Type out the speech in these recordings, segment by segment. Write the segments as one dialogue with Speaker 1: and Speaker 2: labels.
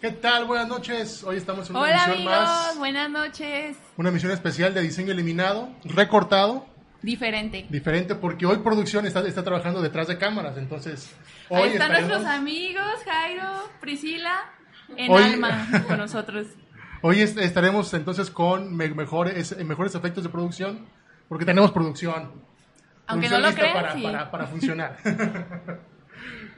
Speaker 1: ¿Qué tal? Buenas noches. Hoy estamos en una
Speaker 2: Hola
Speaker 1: emisión
Speaker 2: amigos,
Speaker 1: más.
Speaker 2: buenas noches.
Speaker 1: Una emisión especial de diseño eliminado, recortado,
Speaker 2: Diferente.
Speaker 1: diferente, porque hoy producción está, está trabajando detrás de cámaras. Entonces, hoy
Speaker 2: Ahí están
Speaker 1: estaremos-
Speaker 2: nuestros amigos, Jairo, Priscila, en
Speaker 1: Hoy-
Speaker 2: alma con nosotros.
Speaker 1: Hoy est- estaremos entonces con me- mejores, mejores efectos de producción, porque tenemos producción.
Speaker 2: Aunque no
Speaker 1: Producción
Speaker 2: lo
Speaker 1: lista
Speaker 2: crean,
Speaker 1: para,
Speaker 2: sí.
Speaker 1: para, para funcionar.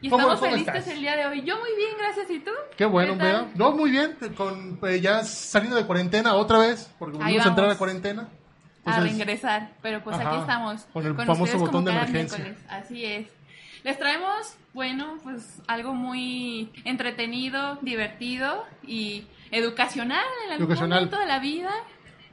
Speaker 2: Y
Speaker 1: ¿Cómo-
Speaker 2: estamos
Speaker 1: cómo
Speaker 2: felices
Speaker 1: estás?
Speaker 2: el día de hoy. Yo muy bien, gracias. ¿Y tú?
Speaker 1: Qué bueno,
Speaker 2: tal?
Speaker 1: vea. No, muy bien, con, eh, ya saliendo de cuarentena otra vez, porque
Speaker 2: Ahí
Speaker 1: volvimos a entrar a
Speaker 2: vamos.
Speaker 1: cuarentena.
Speaker 2: A
Speaker 1: Entonces,
Speaker 2: reingresar, pero pues aquí
Speaker 1: Pues Ajá,
Speaker 2: estamos.
Speaker 1: con el famoso
Speaker 2: ustedes
Speaker 1: botón
Speaker 2: como
Speaker 1: de
Speaker 2: cada
Speaker 1: emergencia.
Speaker 2: miércoles. Así es. Les traemos, bueno, pues algo muy entretenido, divertido y educacional en algún
Speaker 1: Educacional.
Speaker 2: momento de la vida.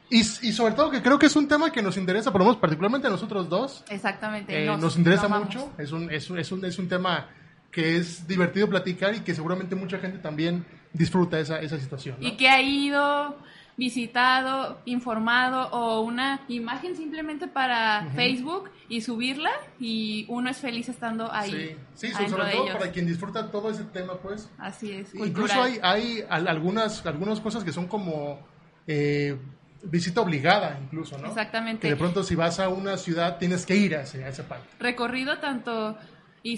Speaker 1: y, y sobre todo que creo que es un tema que nos interesa, por lo menos particularmente a nosotros dos.
Speaker 2: Exactamente.
Speaker 1: Eh, nos, interesa
Speaker 2: Este, amamos.
Speaker 1: mucho, es un, es, un- es, un, es un tema que es divertido platicar y que seguramente mucha gente también disfruta esa, esa situación. ¿no?
Speaker 2: y que ha ido visitado, informado o una imagen simplemente para Facebook y subirla y uno es feliz estando ahí.
Speaker 1: sí, sí, sobre-
Speaker 2: adentro
Speaker 1: sobre
Speaker 2: de
Speaker 1: todo
Speaker 2: ellos.
Speaker 1: para quien disfruta todo ese tema, pues.
Speaker 2: Así es,
Speaker 1: Incluso
Speaker 2: cultural.
Speaker 1: hay, hay al- algunas, algunas cosas que son como eh, visita obligada, incluso, ¿no?
Speaker 2: Exactamente.
Speaker 1: Que de pronto si vas a una ciudad tienes que ir a, ese- a esa parte.
Speaker 2: Recorrido tanto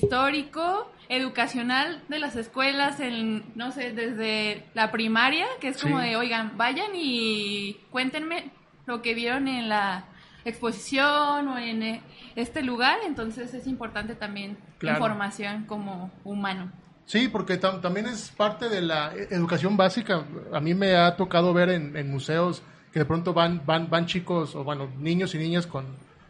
Speaker 2: histórico, educacional de las escuelas, en, no sé, desde la primaria, que es como
Speaker 1: Sí.
Speaker 2: de, oigan, vayan y cuéntenme lo que vieron en la exposición o en eh, este lugar, entonces es importante también
Speaker 1: Claro.
Speaker 2: información como humano.
Speaker 1: Sí, porque tam- también es parte de la e- educación básica. A mí me ha tocado ver en, en museos que de pronto van, van, van chicos o bueno, niños y niñas con,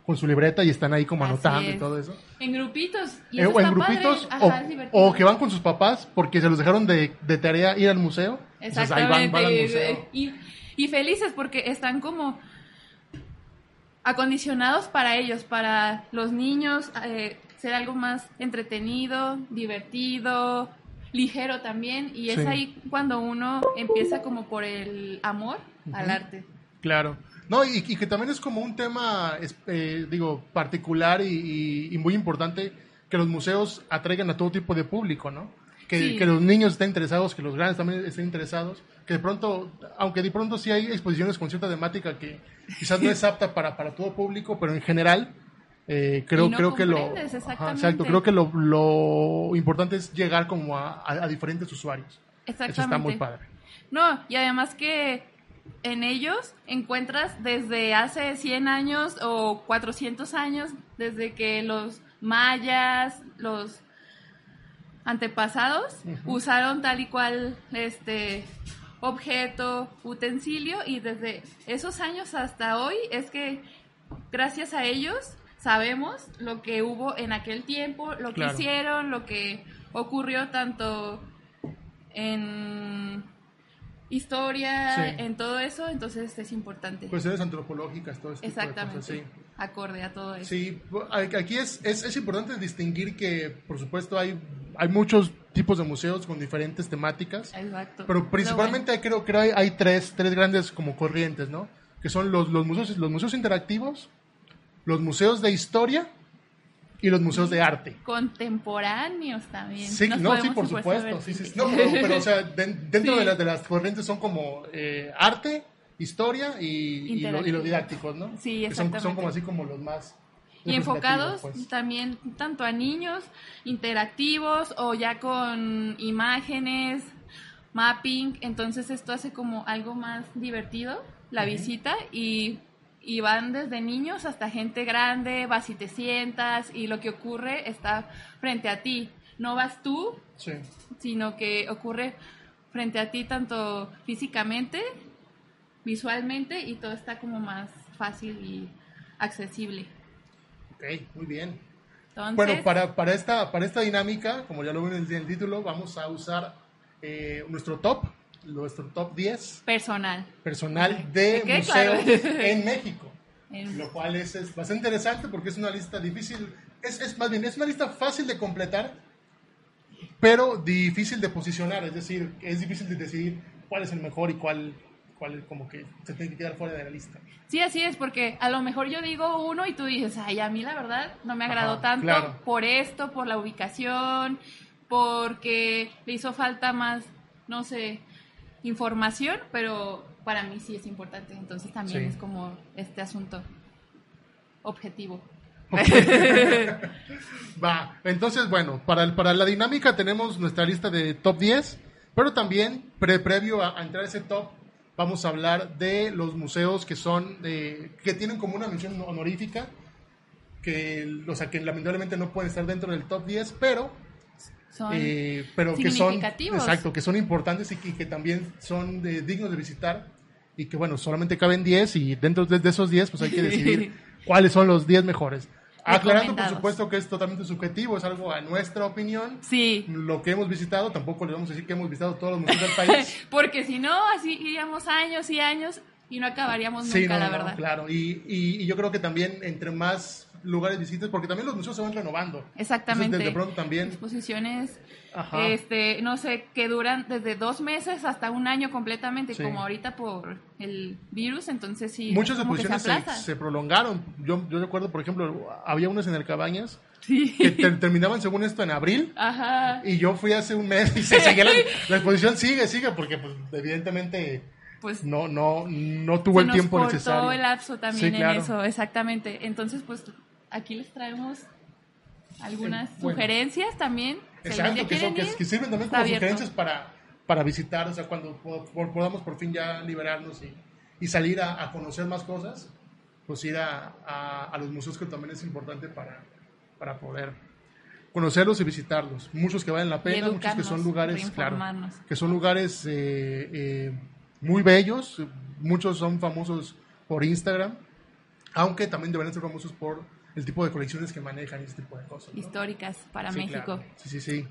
Speaker 1: con su libreta y están ahí como
Speaker 2: Así
Speaker 1: anotando y
Speaker 2: es.
Speaker 1: todo eso.
Speaker 2: En grupitos. Y
Speaker 1: Eh,
Speaker 2: eso
Speaker 1: o en
Speaker 2: está padre.
Speaker 1: grupitos
Speaker 2: Ajá,
Speaker 1: o-
Speaker 2: es divertido.
Speaker 1: o, que van con sus papás porque se los dejaron de, de tarea ir al museo. Entonces, ahí van,
Speaker 2: Exactamente.
Speaker 1: van al museo.
Speaker 2: y, eh, y felices porque están como acondicionados para ellos, para los niños, eh, ser algo más entretenido, divertido, ligero también. Y
Speaker 1: Sí.
Speaker 2: es ahí cuando uno empieza como por el amor al arte.
Speaker 1: Claro. No, y, y que también es como un tema, es- eh, digo, particular y, y- y muy importante que los museos atraigan a todo tipo de público, ¿no? Que,
Speaker 2: Sí.
Speaker 1: que los niños estén interesados, que los grandes también estén interesados, que de pronto, aunque de pronto sí hay exposiciones con cierta temática que quizás no es apta para, para todo público, pero en general eh, creo,
Speaker 2: Y no
Speaker 1: creo que lo...
Speaker 2: comprendes,
Speaker 1: Ajá,
Speaker 2: exactamente.
Speaker 1: exacto, creo que lo, lo importante es llegar como a, a- a diferentes usuarios.
Speaker 2: Exactamente.
Speaker 1: Eso está muy padre.
Speaker 2: No, y además que en ellos encuentras desde hace 100 años o 400 años, desde que los mayas, los antepasados usaron tal y cual este objeto, utensilio y desde esos años hasta hoy es que gracias a ellos sabemos lo que hubo en aquel tiempo, lo que
Speaker 1: Claro.
Speaker 2: hicieron, lo que ocurrió tanto en historia,
Speaker 1: Sí. Pues,
Speaker 2: en todo eso, entonces es importante.
Speaker 1: Cuestiones antropológicas, todo este tipo de cosas,
Speaker 2: Exactamente.
Speaker 1: sí.
Speaker 2: Acorde a todo eso.
Speaker 1: Sí, aquí es, es, es importante distinguir que, por supuesto, hay, hay muchos tipos de museos con diferentes temáticas,
Speaker 2: Exacto.
Speaker 1: pero principalmente creo, creo hay, hay tres, tres grandes como corrientes, ¿no? Que son los, los, museos, los museos interactivos, los museos de historia y los museos de arte.
Speaker 2: Lo bueno, contemporáneos también.
Speaker 1: Sí,
Speaker 2: Nos
Speaker 1: no, sí,
Speaker 2: podemos
Speaker 1: por
Speaker 2: supuesto
Speaker 1: supuesto.
Speaker 2: ver
Speaker 1: Sí, sí, sí.
Speaker 2: si-
Speaker 1: No, pero, pero, o sea, den- dentro
Speaker 2: Sí.
Speaker 1: de, las, de las corrientes son como eh, arte, historia y, y, lo- y los didácticos, ¿no?
Speaker 2: Sí,
Speaker 1: Que son, son
Speaker 2: exactamente.
Speaker 1: como así como los más...
Speaker 2: y
Speaker 1: representativos,
Speaker 2: enfocados
Speaker 1: pues.
Speaker 2: también tanto a niños interactivos o ya con imágenes, mapping, entonces esto hace como algo más divertido la visita y, y van desde niños hasta gente grande, vas y te sientas y lo que ocurre está frente a ti, no vas tú,
Speaker 1: Sí.
Speaker 2: sino que ocurre frente a ti tanto físicamente, visualmente y todo está como más fácil y accesible.
Speaker 1: Ok, muy bien.
Speaker 2: Entonces,
Speaker 1: Bueno, para, para, esta, para esta dinámica, como ya lo ven en el, en el título, vamos a usar eh, nuestro top nuestro top 10
Speaker 2: Personal.
Speaker 1: personal de
Speaker 2: Que quede
Speaker 1: museos
Speaker 2: claro.
Speaker 1: en México.
Speaker 2: En-
Speaker 1: Lo cual es, es bastante interesante porque es una lista difícil, es, es más bien, es una lista fácil de completar, pero difícil de posicionar, es decir, es difícil de decidir cuál es el mejor y cuál, cuál como que se tiene que quedar fuera de la lista.
Speaker 2: Sí, así es, porque a lo mejor yo digo uno y tú dices, ay, a mí la verdad no me agradó
Speaker 1: Ajá,
Speaker 2: tanto
Speaker 1: claro.
Speaker 2: por esto, por la ubicación, porque le hizo falta más, no sé, información, pero para mí sí es importante. Entonces también
Speaker 1: Sí.
Speaker 2: es como este asunto objetivo.
Speaker 1: Va, entonces bueno, para, el- para la dinámica tenemos nuestra lista de top 10, pero también pre- previo a, a entrar a ese top vamos a hablar de los museos que son, eh, que tienen como una mención honorífica, que, o sea, que lamentablemente no pueden estar dentro del top 10, pero,
Speaker 2: Son
Speaker 1: eh, pero que son,
Speaker 2: significativos.
Speaker 1: exacto, que son importantes y que, que también son de- dignos de visitar y que bueno, solamente caben 10 y dentro de, de esos 10 pues hay que decidir cuáles son los 10 mejores. Aclarando por
Speaker 2: Recomendados.
Speaker 1: supuesto que es totalmente subjetivo, es algo a nuestra opinión.
Speaker 2: sí.
Speaker 1: Lo que hemos visitado, tampoco le vamos a decir que hemos visitado todos los museos del país.
Speaker 2: Porque si no, así iríamos años y años y no acabaríamos nunca,
Speaker 1: Sí, no,
Speaker 2: la
Speaker 1: no, no,
Speaker 2: verdad.
Speaker 1: claro. Y, y- y yo creo que también entre más lugares visites, porque también los museos se van renovando.
Speaker 2: Exactamente.
Speaker 1: Entonces, de pronto también.
Speaker 2: Exposiciones,
Speaker 1: Ajá.
Speaker 2: este, no sé, que duran desde dos meses hasta un año completamente,
Speaker 1: Sí.
Speaker 2: como ahorita por el virus, entonces sí.
Speaker 1: Muchas
Speaker 2: como que
Speaker 1: exposiciones se,
Speaker 2: aplaza.
Speaker 1: se prolongaron. Yo, yo recuerdo, por ejemplo, había unas en el Cabañas
Speaker 2: Sí.
Speaker 1: que ter- terminaban según esto en abril
Speaker 2: Ajá.
Speaker 1: y yo fui hace un mes y se seguía la, la exposición sigue, sigue, porque pues, evidentemente
Speaker 2: Pues
Speaker 1: no, no, no tuvo
Speaker 2: se
Speaker 1: el
Speaker 2: nos
Speaker 1: tiempo
Speaker 2: cortó
Speaker 1: necesario.
Speaker 2: el lapso también
Speaker 1: Sí, claro.
Speaker 2: en eso, exactamente. Entonces, pues aquí les traemos algunas
Speaker 1: Eh, bueno.
Speaker 2: sugerencias también. Si algún
Speaker 1: Exacto,
Speaker 2: día
Speaker 1: que, son-
Speaker 2: quieren
Speaker 1: que-
Speaker 2: ir,
Speaker 1: que sirven también
Speaker 2: está
Speaker 1: como
Speaker 2: abierto.
Speaker 1: sugerencias para, para visitar, o sea, cuando po- po- podamos por fin ya liberarnos y, y salir a, a conocer más cosas, pues ir a, a- a los museos que también es importante para, para poder conocerlos y visitarlos. Muchos que valen la
Speaker 2: Y
Speaker 1: pena, muchos que
Speaker 2: educarnos,
Speaker 1: son lugares, claro,
Speaker 2: reinformarnos.
Speaker 1: que son lugares eh, eh, muy bellos, muchos son famosos por Instagram, aunque también deberían ser famosos por el tipo de colecciones que manejan y ese tipo de cosas. ¿no?
Speaker 2: históricas para
Speaker 1: Sí,
Speaker 2: México.
Speaker 1: claro. Sí, sí, sí.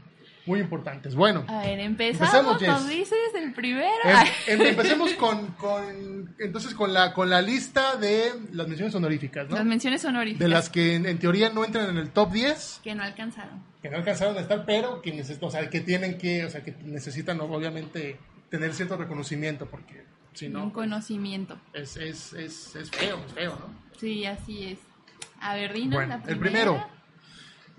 Speaker 1: Muy importantes. Bueno,
Speaker 2: A ver, empezamos,
Speaker 1: Empecemos, Jess.
Speaker 2: nos dices el primero.
Speaker 1: em- em- empecemos con, con- entonces con la con la lista de las menciones honoríficas,
Speaker 2: Las
Speaker 1: ¿no?
Speaker 2: menciones honoríficas
Speaker 1: De las que en, en teoría no entran en el top 10,
Speaker 2: que no alcanzaron.
Speaker 1: que no alcanzaron a estar, pero que neces- o sea, que tienen que, o sea, que necesitan obviamente tener cierto reconocimiento porque si
Speaker 2: Un
Speaker 1: no pues.
Speaker 2: conocimiento.
Speaker 1: es, es, es, es feo, es feo, ¿no?
Speaker 2: Sí, así es. A ver, dinos
Speaker 1: Bueno,
Speaker 2: la
Speaker 1: el
Speaker 2: primera.
Speaker 1: primero.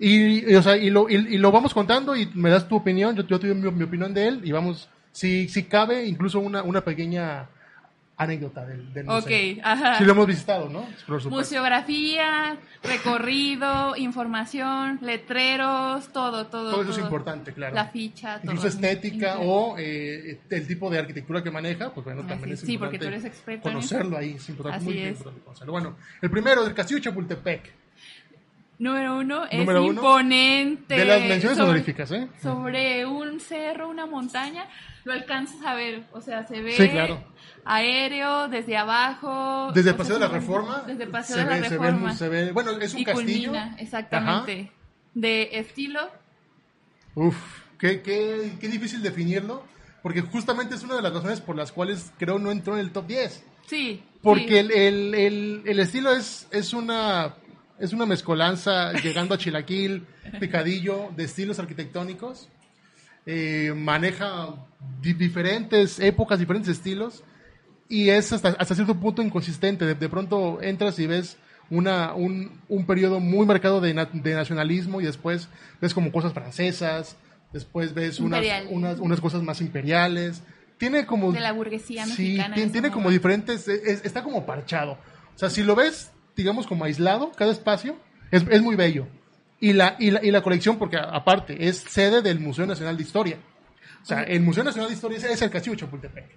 Speaker 1: Y, y, o sea, y, lo, y, y lo vamos contando y me das tu opinión, yo, yo te doy mi, mi opinión de él y vamos, si, si cabe, incluso una, una pequeña anécdota del, del museo.
Speaker 2: Ok, ajá.
Speaker 1: Sí lo hemos visitado, ¿no? Por supuesto.
Speaker 2: Museografía, recorrido, información, letreros, todo, todo.
Speaker 1: Todo eso es importante, claro.
Speaker 2: La ficha, todo.
Speaker 1: Incluso estética
Speaker 2: Increíble.
Speaker 1: o eh, el tipo de arquitectura que maneja, pues bueno,
Speaker 2: Así
Speaker 1: también
Speaker 2: es.
Speaker 1: es
Speaker 2: Sí,
Speaker 1: importante
Speaker 2: porque tú eres experto en
Speaker 1: conocerlo ahí, es importante,
Speaker 2: Así
Speaker 1: muy bien
Speaker 2: es.
Speaker 1: importante conocerlo. Bueno, el primero, el Castillo de Chapultepec,
Speaker 2: Número uno es
Speaker 1: Número uno.
Speaker 2: imponente.
Speaker 1: de las menciones
Speaker 2: Sobre-
Speaker 1: honoríficas, ¿eh?
Speaker 2: sobre un cerro, una montaña, lo alcanzas a ver, o sea, se ve
Speaker 1: Sí, claro.
Speaker 2: aéreo, desde abajo.
Speaker 1: Desde
Speaker 2: Oh, o
Speaker 1: el Paseo de
Speaker 2: sea,
Speaker 1: la Reforma.
Speaker 2: Desde el Paseo
Speaker 1: se
Speaker 2: de
Speaker 1: ve-
Speaker 2: la
Speaker 1: se ve-
Speaker 2: Reforma.
Speaker 1: se ve- bueno, es un
Speaker 2: y
Speaker 1: castillo.
Speaker 2: culmina, exactamente. De estilo,
Speaker 1: Uf, qué, qué, qué difícil definirlo, porque justamente es una de las razones por las cuales creo no entró en el top 10.
Speaker 2: sí.
Speaker 1: Porque
Speaker 2: sí.
Speaker 1: el, el- el- el estilo es, es, una, es una mezcolanza llegando a Chilaquil, Picadillo, de estilos arquitectónicos. Eh, maneja di- diferentes épocas, diferentes estilos. Y es hasta, hasta cierto punto inconsistente. De, de pronto entras y ves una, un, un periodo muy marcado de, na- de nacionalismo y después ves como cosas francesas, después ves unas,
Speaker 2: Imperial.
Speaker 1: unas, unas cosas más imperiales. Tiene como...
Speaker 2: De la burguesía
Speaker 1: Sí,
Speaker 2: mexicana.
Speaker 1: tiene,
Speaker 2: en
Speaker 1: tiene
Speaker 2: ese
Speaker 1: como
Speaker 2: momento.
Speaker 1: diferentes, es- es- está como parchado. O sea, si lo ves, digamos, como aislado, cada espacio, es, es muy bello. Y la, y, la, y la colección, porque a- aparte, es sede del Museo Nacional de Historia. O sea, el Museo Nacional de Historia es, es el Castillo de Chapultepec.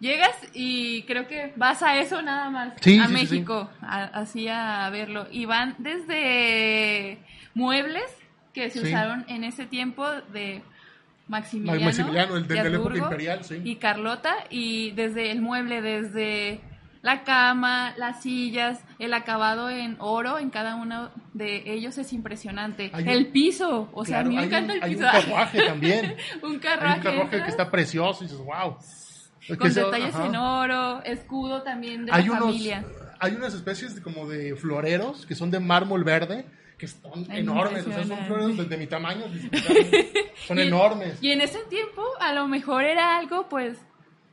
Speaker 2: Llegas y creo que vas a eso nada más.
Speaker 1: Sí,
Speaker 2: a
Speaker 1: sí, sí,
Speaker 2: México, a- así a verlo. Y van desde muebles que se
Speaker 1: Sí.
Speaker 2: usaron en ese tiempo de Maximiliano.
Speaker 1: Maximiliano, el de-
Speaker 2: de
Speaker 1: de la época
Speaker 2: Habsburgo
Speaker 1: imperial, sí.
Speaker 2: Y Carlota, y desde el mueble, desde La cama, las sillas, el acabado en oro en cada uno de ellos es impresionante.
Speaker 1: Hay un-
Speaker 2: el piso, o sea, a
Speaker 1: Claro,
Speaker 2: mí me
Speaker 1: hay
Speaker 2: encanta
Speaker 1: un-
Speaker 2: el
Speaker 1: hay un
Speaker 2: piso.
Speaker 1: carruaje también.
Speaker 2: un
Speaker 1: Hay un carruaje
Speaker 2: entras
Speaker 1: que está precioso y dices, wow.
Speaker 2: con detalles en oro, escudo también de
Speaker 1: Hay
Speaker 2: la
Speaker 1: unos,
Speaker 2: familia.
Speaker 1: hay unas especies de- como de floreros que son de mármol verde que están
Speaker 2: Ay,
Speaker 1: enormes. O sea, son
Speaker 2: impresionante.
Speaker 1: floreros de, de mi tamaño. Son
Speaker 2: Y en-
Speaker 1: enormes.
Speaker 2: Y en ese tiempo a lo mejor era algo pues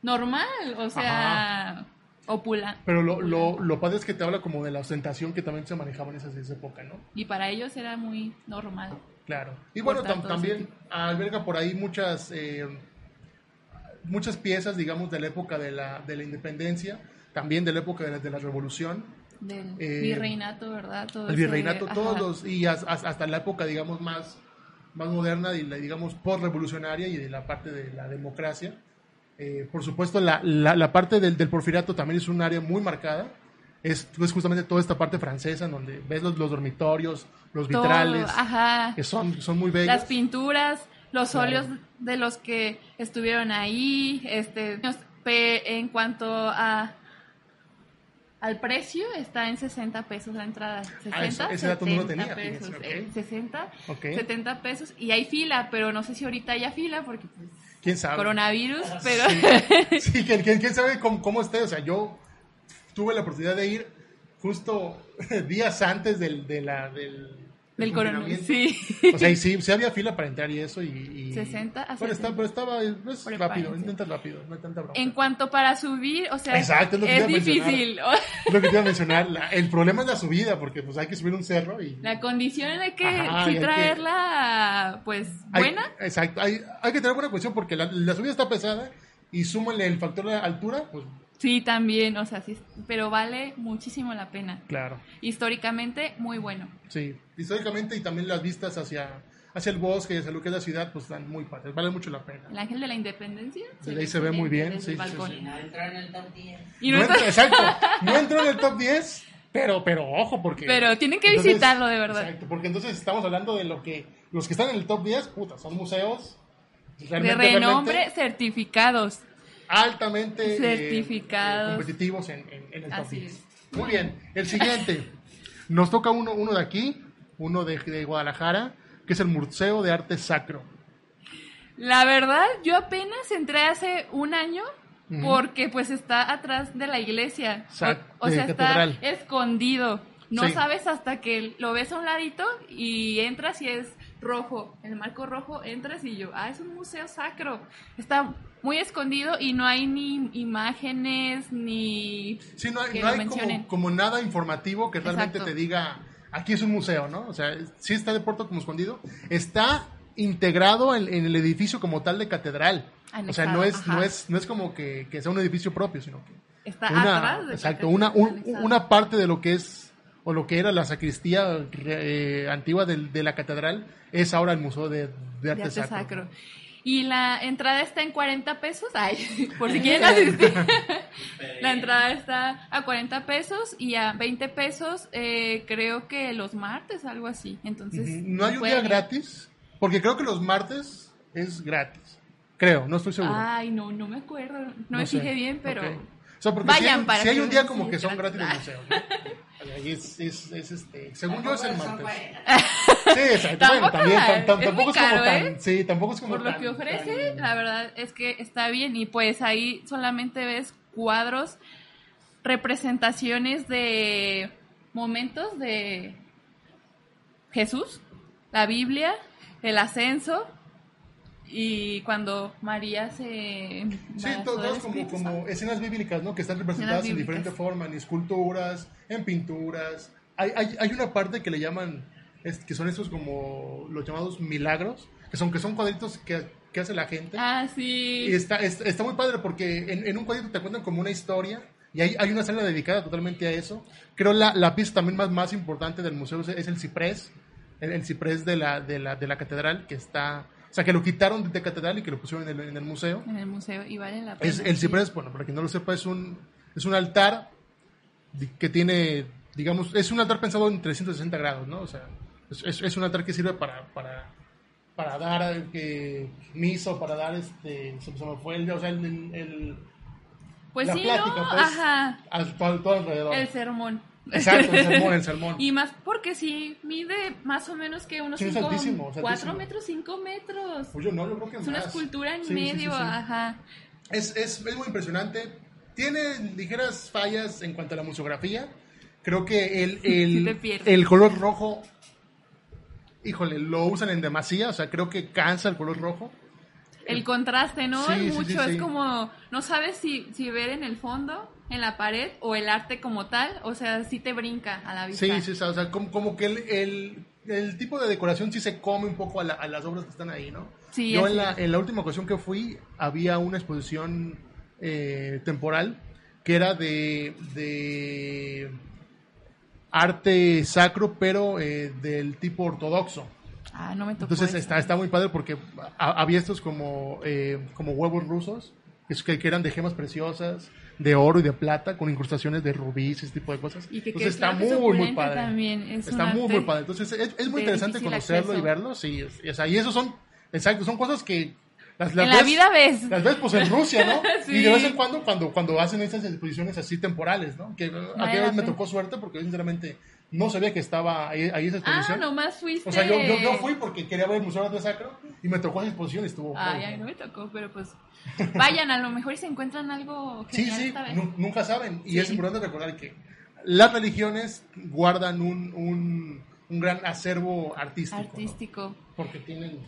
Speaker 2: normal, o sea, opulente.
Speaker 1: Pero lo, lo, lo padre es que te habla como de la ostentación que también se manejaba en esa, esa época, ¿no?
Speaker 2: Y para ellos era muy normal.
Speaker 1: Claro. Y bueno,
Speaker 2: Corta
Speaker 1: tam-
Speaker 2: todo ese
Speaker 1: también alberga por ahí muchas, eh, muchas piezas, digamos, de la época de la, de la independencia, también de la época de la, de la revolución,
Speaker 2: Del
Speaker 1: Eh,
Speaker 2: virreinato, ¿verdad? Todo
Speaker 1: el
Speaker 2: ese-
Speaker 1: virreinato,
Speaker 2: ajá.
Speaker 1: todos los- y as- as- hasta la época, digamos, más, más moderna y la, digamos, post-revolucionaria y de la parte de la democracia. Eh, por supuesto, la, la- la parte del, del porfirato también es un área muy marcada. Es, es justamente toda esta parte francesa en donde ves los, los dormitorios, los
Speaker 2: Todo,
Speaker 1: vitrales,
Speaker 2: ajá.
Speaker 1: que son, son muy bellos.
Speaker 2: Las pinturas, los
Speaker 1: Claro.
Speaker 2: óleos de los que estuvieron ahí, este, pe- en cuanto a al precio está en 60 pesos la entrada, 60,
Speaker 1: Ah, eso- ese dato no lo
Speaker 2: 70
Speaker 1: tenía,
Speaker 2: pesos,
Speaker 1: fíjense, ok.
Speaker 2: eh, 60,
Speaker 1: Ok.
Speaker 2: 70 pesos y hay fila, pero no sé si ahorita haya fila porque pues,
Speaker 1: ¿Quién sabe?
Speaker 2: coronavirus, pero
Speaker 1: Ah, Sí, que- que- ¿quién, sabe cómo, cómo esté? O sea, yo tuve la oportunidad de ir justo días antes del, de la, del,
Speaker 2: del coronavirus,
Speaker 1: confinamiento.
Speaker 2: sí.
Speaker 1: O sea, y sí, sí había fila para entrar y eso. Y, y-
Speaker 2: 60 a
Speaker 1: Bueno, está,
Speaker 2: 70.
Speaker 1: pero estaba es rápido,
Speaker 2: Prepárense.
Speaker 1: intentas rápido, no hay tanta bronca.
Speaker 2: En cuanto para subir, o sea,
Speaker 1: Exacto, es lo que
Speaker 2: es
Speaker 1: te iba a mencionar.
Speaker 2: difícil.
Speaker 1: Es Lo que te iba a mencionar, la- el problema es la subida, porque pues hay que subir un cerro y...
Speaker 2: La condición en la que
Speaker 1: Ajá, y hay
Speaker 2: sí
Speaker 1: que-
Speaker 2: traerla, pues,
Speaker 1: hay-
Speaker 2: buena.
Speaker 1: exacto, hay, hay que tener buena cuestión porque la, la subida está pesada y súmale el factor de altura, pues
Speaker 2: Sí, también, o sea, sí, pero vale muchísimo la pena.
Speaker 1: claro.
Speaker 2: Históricamente, muy bueno.
Speaker 1: Sí, históricamente y también las vistas hacia, hacia el bosque y hacia lo que es la ciudad, pues están muy padres, vale mucho la pena.
Speaker 2: El ángel de la independencia.
Speaker 1: Desde ahí se ve muy bien,
Speaker 2: desde el
Speaker 1: sí, sí,
Speaker 2: balcón.
Speaker 1: sí,
Speaker 3: No entró en el top 10.
Speaker 2: Y no
Speaker 1: No
Speaker 2: está-
Speaker 1: entra- exacto, no entró en el top 10, pero, pero ojo, porque...
Speaker 2: Pero tienen que visitarlo, de verdad.
Speaker 1: Exacto, porque entonces estamos hablando de lo que, los que están en el top 10, puta, son museos
Speaker 2: de
Speaker 1: realmente,
Speaker 2: renombre,
Speaker 1: realmente
Speaker 2: certificados.
Speaker 1: altamente eh,
Speaker 2: Certificados.
Speaker 1: eh, competitivos en, en- en el top
Speaker 2: Así
Speaker 1: 10.
Speaker 2: es.
Speaker 1: Muy bien, el siguiente. Nos toca uno, uno de aquí, uno de, de Guadalajara, que es el Museo de Arte Sacro.
Speaker 2: La verdad, yo apenas entré hace un año
Speaker 1: Ujú.
Speaker 2: porque pues está atrás de la iglesia.
Speaker 1: Sa-
Speaker 2: o, o
Speaker 1: de
Speaker 2: sea,
Speaker 1: catedral.
Speaker 2: está escondido. No
Speaker 1: Sí.
Speaker 2: sabes hasta que lo ves a un ladito y entras y es rojo. El marco rojo entras y yo, ah, es un museo sacro. Está muy escondido y no hay ni imágenes ni...
Speaker 1: Sí, no hay,
Speaker 2: que
Speaker 1: no
Speaker 2: lo
Speaker 1: hay
Speaker 2: mencionen.
Speaker 1: como, como nada informativo que realmente
Speaker 2: Exacto.
Speaker 1: te diga, aquí es un museo, ¿no? O sea, es- sí está de puerto como escondido. Está integrado en, en el edificio como tal de catedral. o sea, no
Speaker 2: Anexado,
Speaker 1: es,
Speaker 2: ajá.
Speaker 1: no es, no es como que, que sea un edificio propio, sino que...
Speaker 2: Está
Speaker 1: una-
Speaker 2: atrás de la
Speaker 1: exacto,
Speaker 2: catedral,
Speaker 1: una, un-
Speaker 2: anexado.
Speaker 1: una parte de lo que es, o lo que era la sacristía eh, antigua del- de, la catedral, es ahora el Museo de, de
Speaker 2: de
Speaker 1: Arte,
Speaker 2: arte
Speaker 1: Sacro.
Speaker 2: sacro. Y la entrada está en 40 pesos. Ay, por si quieren asistir. la entrada está a 40 pesos y a 20 pesos eh, creo que los martes, algo así. Entonces,
Speaker 1: Ujú. No hay un
Speaker 2: pueden
Speaker 1: día
Speaker 2: ir.
Speaker 1: gratis, porque creo que los martes es gratis. Creo, no estoy seguro.
Speaker 2: Ay, no, no me acuerdo. No, me
Speaker 1: sé.
Speaker 2: fijé bien, pero...
Speaker 1: Ok. O sea, porque
Speaker 2: vayan
Speaker 1: si hay, un-
Speaker 2: para
Speaker 1: si hay
Speaker 2: que
Speaker 1: un día
Speaker 2: vean
Speaker 1: como
Speaker 2: si
Speaker 1: que
Speaker 2: es
Speaker 1: son gratis los
Speaker 2: gratis.
Speaker 1: museos. ¿no? O sea, y es, es, es, este, según yo es el
Speaker 3: Tampoco son
Speaker 1: martes.
Speaker 3: 40.
Speaker 1: Sí, exacto. Bueno,
Speaker 2: Tampoco,
Speaker 1: también,
Speaker 2: ay,
Speaker 1: tan- tan-
Speaker 2: es
Speaker 1: tampoco
Speaker 2: muy
Speaker 1: es como
Speaker 2: caro, ¿eh?
Speaker 1: tan, sí, tampoco es como
Speaker 2: Por lo
Speaker 1: tan-
Speaker 2: que ofrece,
Speaker 1: tan-
Speaker 2: la verdad es que está bien. Y pues ahí solamente ves cuadros, representaciones de momentos de Jesús, la Biblia, el ascenso y cuando María se...
Speaker 1: Sí,
Speaker 2: embarazó del
Speaker 1: todas como,
Speaker 2: Espíritu Santo.
Speaker 1: como escenas bíblicas, ¿no? Que están representadas en
Speaker 2: bíblicas.
Speaker 1: diferente forma, en esculturas, en pinturas. Hay, hay, hay una parte que le llaman, es- que son esos como los llamados milagros, que son, que son cuadritos que, que hace la gente.
Speaker 2: Ah, sí.
Speaker 1: Y está, es- está muy padre porque en, en un cuadrito te cuentan como una historia y hay, hay una sala dedicada totalmente a eso. Creo la, la pieza también más, más importante del museo es, es el ciprés, el, el ciprés de la, de, la, de la catedral que está, o sea, que lo quitaron de catedral y que lo pusieron en el, en el museo.
Speaker 2: En el museo y vale la pena.
Speaker 1: Es, el ciprés, bueno, para quien no lo sepa, es un, es un altar di- que tiene, digamos, es un altar pensado en 360 grados, ¿no? O sea, es, es- es un altar que sirve para, para, para dar eh, que- misa, o para dar este, se, se me fue el, o sea, el, el- el-
Speaker 2: Pues
Speaker 1: la
Speaker 2: sí,
Speaker 1: plática,
Speaker 2: ¿no?
Speaker 1: pues,
Speaker 2: Ajá.
Speaker 1: al- para todo alrededor.
Speaker 2: El sermón.
Speaker 1: Exacto, el sermón, el sermón.
Speaker 2: Y más porque sí mide más o menos que unos
Speaker 1: Sí, es
Speaker 2: 4
Speaker 1: altísimo, es altísimo.
Speaker 2: metros, 5 metros.
Speaker 1: Pues yo no, yo creo que
Speaker 2: Es una
Speaker 1: más.
Speaker 2: escultura en
Speaker 1: Sí, sí, sí,
Speaker 2: medio,
Speaker 1: sí.
Speaker 2: ajá.
Speaker 1: Es, es, es muy impresionante. Tiene ligeras fallas en cuanto a la museografía. Creo que el,
Speaker 2: Sí te
Speaker 1: el,
Speaker 2: pierdes.
Speaker 1: el color rojo, híjole, lo usan en demasía. O sea, creo que cansa el color rojo.
Speaker 2: El contraste, ¿no?
Speaker 1: Sí,
Speaker 2: es
Speaker 1: sí, sí,
Speaker 2: mucho,
Speaker 1: sí.
Speaker 2: es como, no sabes si, si ver en el fondo, en la pared, o el arte como tal, o sea, sí te brinca a la vista.
Speaker 1: Sí, sí, o sea, o sea, como, como que el, el- el tipo de decoración sí se come un poco a, la- a las obras que están ahí, ¿no?
Speaker 2: Sí,
Speaker 1: Yo
Speaker 2: así
Speaker 1: en la, en la última ocasión que fui había una exposición eh, temporal que era de, de arte sacro, pero eh, del tipo ortodoxo.
Speaker 2: Ah, no me tocó.
Speaker 1: Entonces
Speaker 2: eso.
Speaker 1: está, está muy padre porque ha- había estos como, eh, como huevos rusos, que es- que, que eran de gemas preciosas, de oro y de plata, con incrustaciones de rubí, ese tipo de cosas.
Speaker 2: Y que, que
Speaker 1: Entonces está
Speaker 2: creo que es
Speaker 1: muy, muy
Speaker 2: opulenta
Speaker 1: padre.
Speaker 2: También. Es un
Speaker 1: Está muy,
Speaker 2: arte-
Speaker 1: muy padre. Entonces, es, es muy
Speaker 2: de
Speaker 1: interesante
Speaker 2: difícil
Speaker 1: conocerlo
Speaker 2: acceso.
Speaker 1: y verlo. Sí, es- y, o sea, y eso son, exacto, son cosas que las, las
Speaker 2: en la
Speaker 1: ves-
Speaker 2: vida ves.
Speaker 1: Las ves, pues, en Rusia, ¿no?
Speaker 2: Sí.
Speaker 1: Y de vez en cuando, cuando, cuando hacen estas exposiciones así temporales, ¿no? Que aquella
Speaker 2: la
Speaker 1: vez me
Speaker 2: pena.
Speaker 1: tocó suerte porque, yo, sinceramente, no sabía que estaba ahí, ahí esa
Speaker 2: Ah,
Speaker 1: exposición.
Speaker 2: nomás fuiste.
Speaker 1: O sea, yo, yo, yo fui porque quería ver el Museo de Arte Sacro y me tocó esa exposición y estuvo...
Speaker 2: Ay, ay, no me tocó, pero pues vayan, a lo mejor y se encuentran algo
Speaker 1: Sí,
Speaker 2: genial
Speaker 1: sí,
Speaker 2: esta vez.
Speaker 1: nu- nunca saben. Y
Speaker 2: Sí.
Speaker 1: es importante recordar que las religiones guardan un, un, un gran acervo artístico. ¿no?
Speaker 2: Artístico.
Speaker 1: Porque tienen...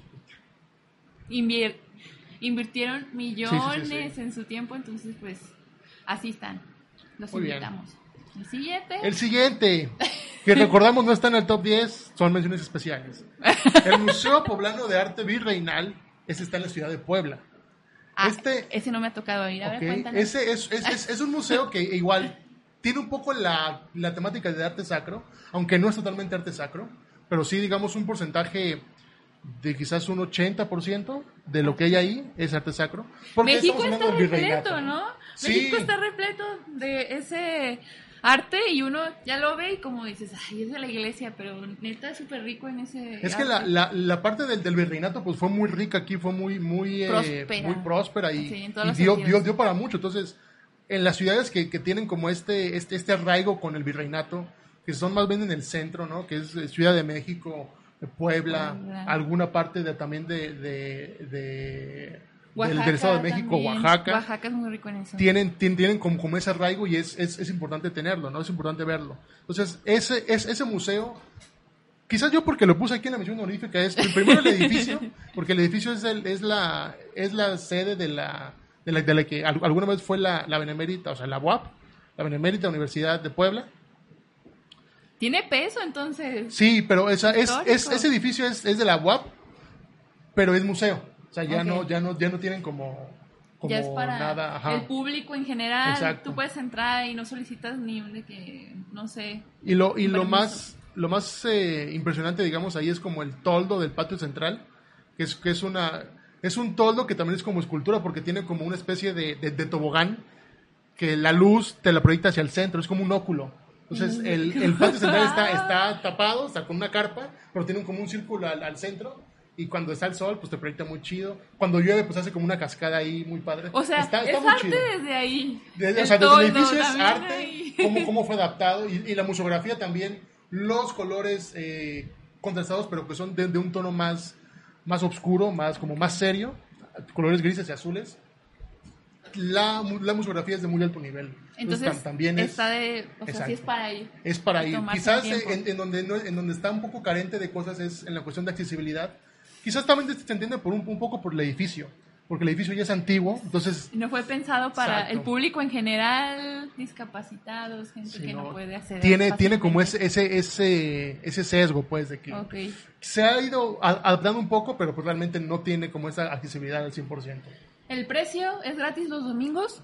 Speaker 2: Invier- invirtieron millones
Speaker 1: sí.
Speaker 2: en su tiempo, entonces pues así están. Los
Speaker 1: Muy bien.
Speaker 2: invitamos. El siguiente.
Speaker 1: El siguiente, que recordamos no está en el top 10, son menciones especiales. El Museo Poblano de Arte Virreinal, ese está en la ciudad de Puebla.
Speaker 2: Ah,
Speaker 1: este-
Speaker 2: ese no me ha tocado ir. A
Speaker 1: Ok,
Speaker 2: ver, cuéntanos.
Speaker 1: Ese es, es- es- es un museo que igual tiene un poco la, la temática de arte sacro, aunque no es totalmente arte sacro, pero sí, digamos, un porcentaje de quizás un 80% de lo que hay ahí es arte sacro. porque
Speaker 2: México
Speaker 1: estamos hablando
Speaker 2: está
Speaker 1: del virreinato,
Speaker 2: repleto, ¿no?
Speaker 1: Sí.
Speaker 2: México está repleto de ese arte y uno ya lo ve y como dices, ay, es de la iglesia, pero neta es súper rico en ese...
Speaker 1: Es que la,
Speaker 2: arte.
Speaker 1: la- la parte del, del virreinato pues fue muy rica aquí, fue muy, muy, eh,
Speaker 2: Próspera.
Speaker 1: muy próspera y,
Speaker 2: Sí, en todos
Speaker 1: y
Speaker 2: los
Speaker 1: dio,
Speaker 2: sentidos.
Speaker 1: dio- dio para mucho. Entonces, en las ciudades que, que tienen como este, este, este arraigo con el virreinato, que son más bien en el centro, ¿no? Que es eh, Ciudad de México, eh, Puebla,
Speaker 2: Puebla.
Speaker 1: alguna parte de, también de, de- de- del-
Speaker 2: Oaxaca
Speaker 1: del Estado de México,
Speaker 2: también.
Speaker 1: Oaxaca,
Speaker 2: Oaxaca es muy rico en eso.
Speaker 1: tienen, tien- tienen como, como ese arraigo y es, es, es importante tenerlo, ¿no? Es importante verlo. Entonces, ese, es, ese museo, quizás yo porque lo puse aquí en la misión honorífica, es primero el edificio, porque el edificio es, el, es, la, es la sede de la, de la, de la que al- alguna vez fue la, la Benemérita, o sea, la UAP, la Benemérita Universidad de Puebla.
Speaker 2: Tiene peso entonces.
Speaker 1: Sí, pero esa, es, es-
Speaker 2: Histórico.
Speaker 1: ese edificio es, es de la UAP, pero es museo. O sea, ya,
Speaker 2: Ok.
Speaker 1: no, ya, no, ya no tienen como, como
Speaker 2: ya es para
Speaker 1: nada. ajá.
Speaker 2: el público en general.
Speaker 1: Exacto.
Speaker 2: Tú puedes entrar y no solicitas ni un de que, no sé.
Speaker 1: Y lo, y lo
Speaker 2: Permiso.
Speaker 1: más, lo más eh, impresionante, digamos, ahí es como el toldo del patio central, que es, que es una es un toldo que también es como escultura porque tiene como una especie de, de- de tobogán que la luz te la proyecta hacia el centro, es como un óculo. Entonces
Speaker 2: Mm,
Speaker 1: el, el patio central está, está tapado, está con una carpa, pero tiene como un círculo al, al centro y cuando está el sol pues te proyecta muy chido. Cuando llueve pues hace como una cascada ahí muy padre.
Speaker 2: O sea,
Speaker 1: Está- está
Speaker 2: es
Speaker 1: muy
Speaker 2: arte
Speaker 1: chido.
Speaker 2: desde ahí.
Speaker 1: Desde, o
Speaker 2: El
Speaker 1: sea, desde
Speaker 2: toldo
Speaker 1: el edificio es
Speaker 2: también
Speaker 1: arte, Pues,
Speaker 2: ahí.
Speaker 1: cómo, cómo fue adaptado y, y la museografía también, los colores eh, contrastados, pero que son de, de un tono más, más oscuro, más, como más serio, colores grises y azules. La, mu- la museografía es de muy alto nivel.
Speaker 2: Entonces,
Speaker 1: tam- también es,
Speaker 2: está de. O sea, sí es
Speaker 1: Exacto.
Speaker 2: para ir.
Speaker 1: es para ir.
Speaker 2: tomarse
Speaker 1: Quizás
Speaker 2: el tiempo.
Speaker 1: en, en donde no- en donde está un poco carente de cosas es en la cuestión de accesibilidad. Quizás también se entiende por un, un poco por el edificio, porque el edificio ya es antiguo, entonces
Speaker 2: No fue pensado para
Speaker 1: Exacto.
Speaker 2: el público en general, discapacitados, gente
Speaker 1: Sí,
Speaker 2: que no,
Speaker 1: no,
Speaker 2: puede acceder.
Speaker 1: tiene, tiene como
Speaker 2: fácilmente.
Speaker 1: ese, ese, ese, ese sesgo, pues, de que
Speaker 2: Ok.
Speaker 1: se ha ido a- adaptando un poco, pero pues realmente no tiene como esa accesibilidad al 100%.
Speaker 2: El precio es gratis los domingos.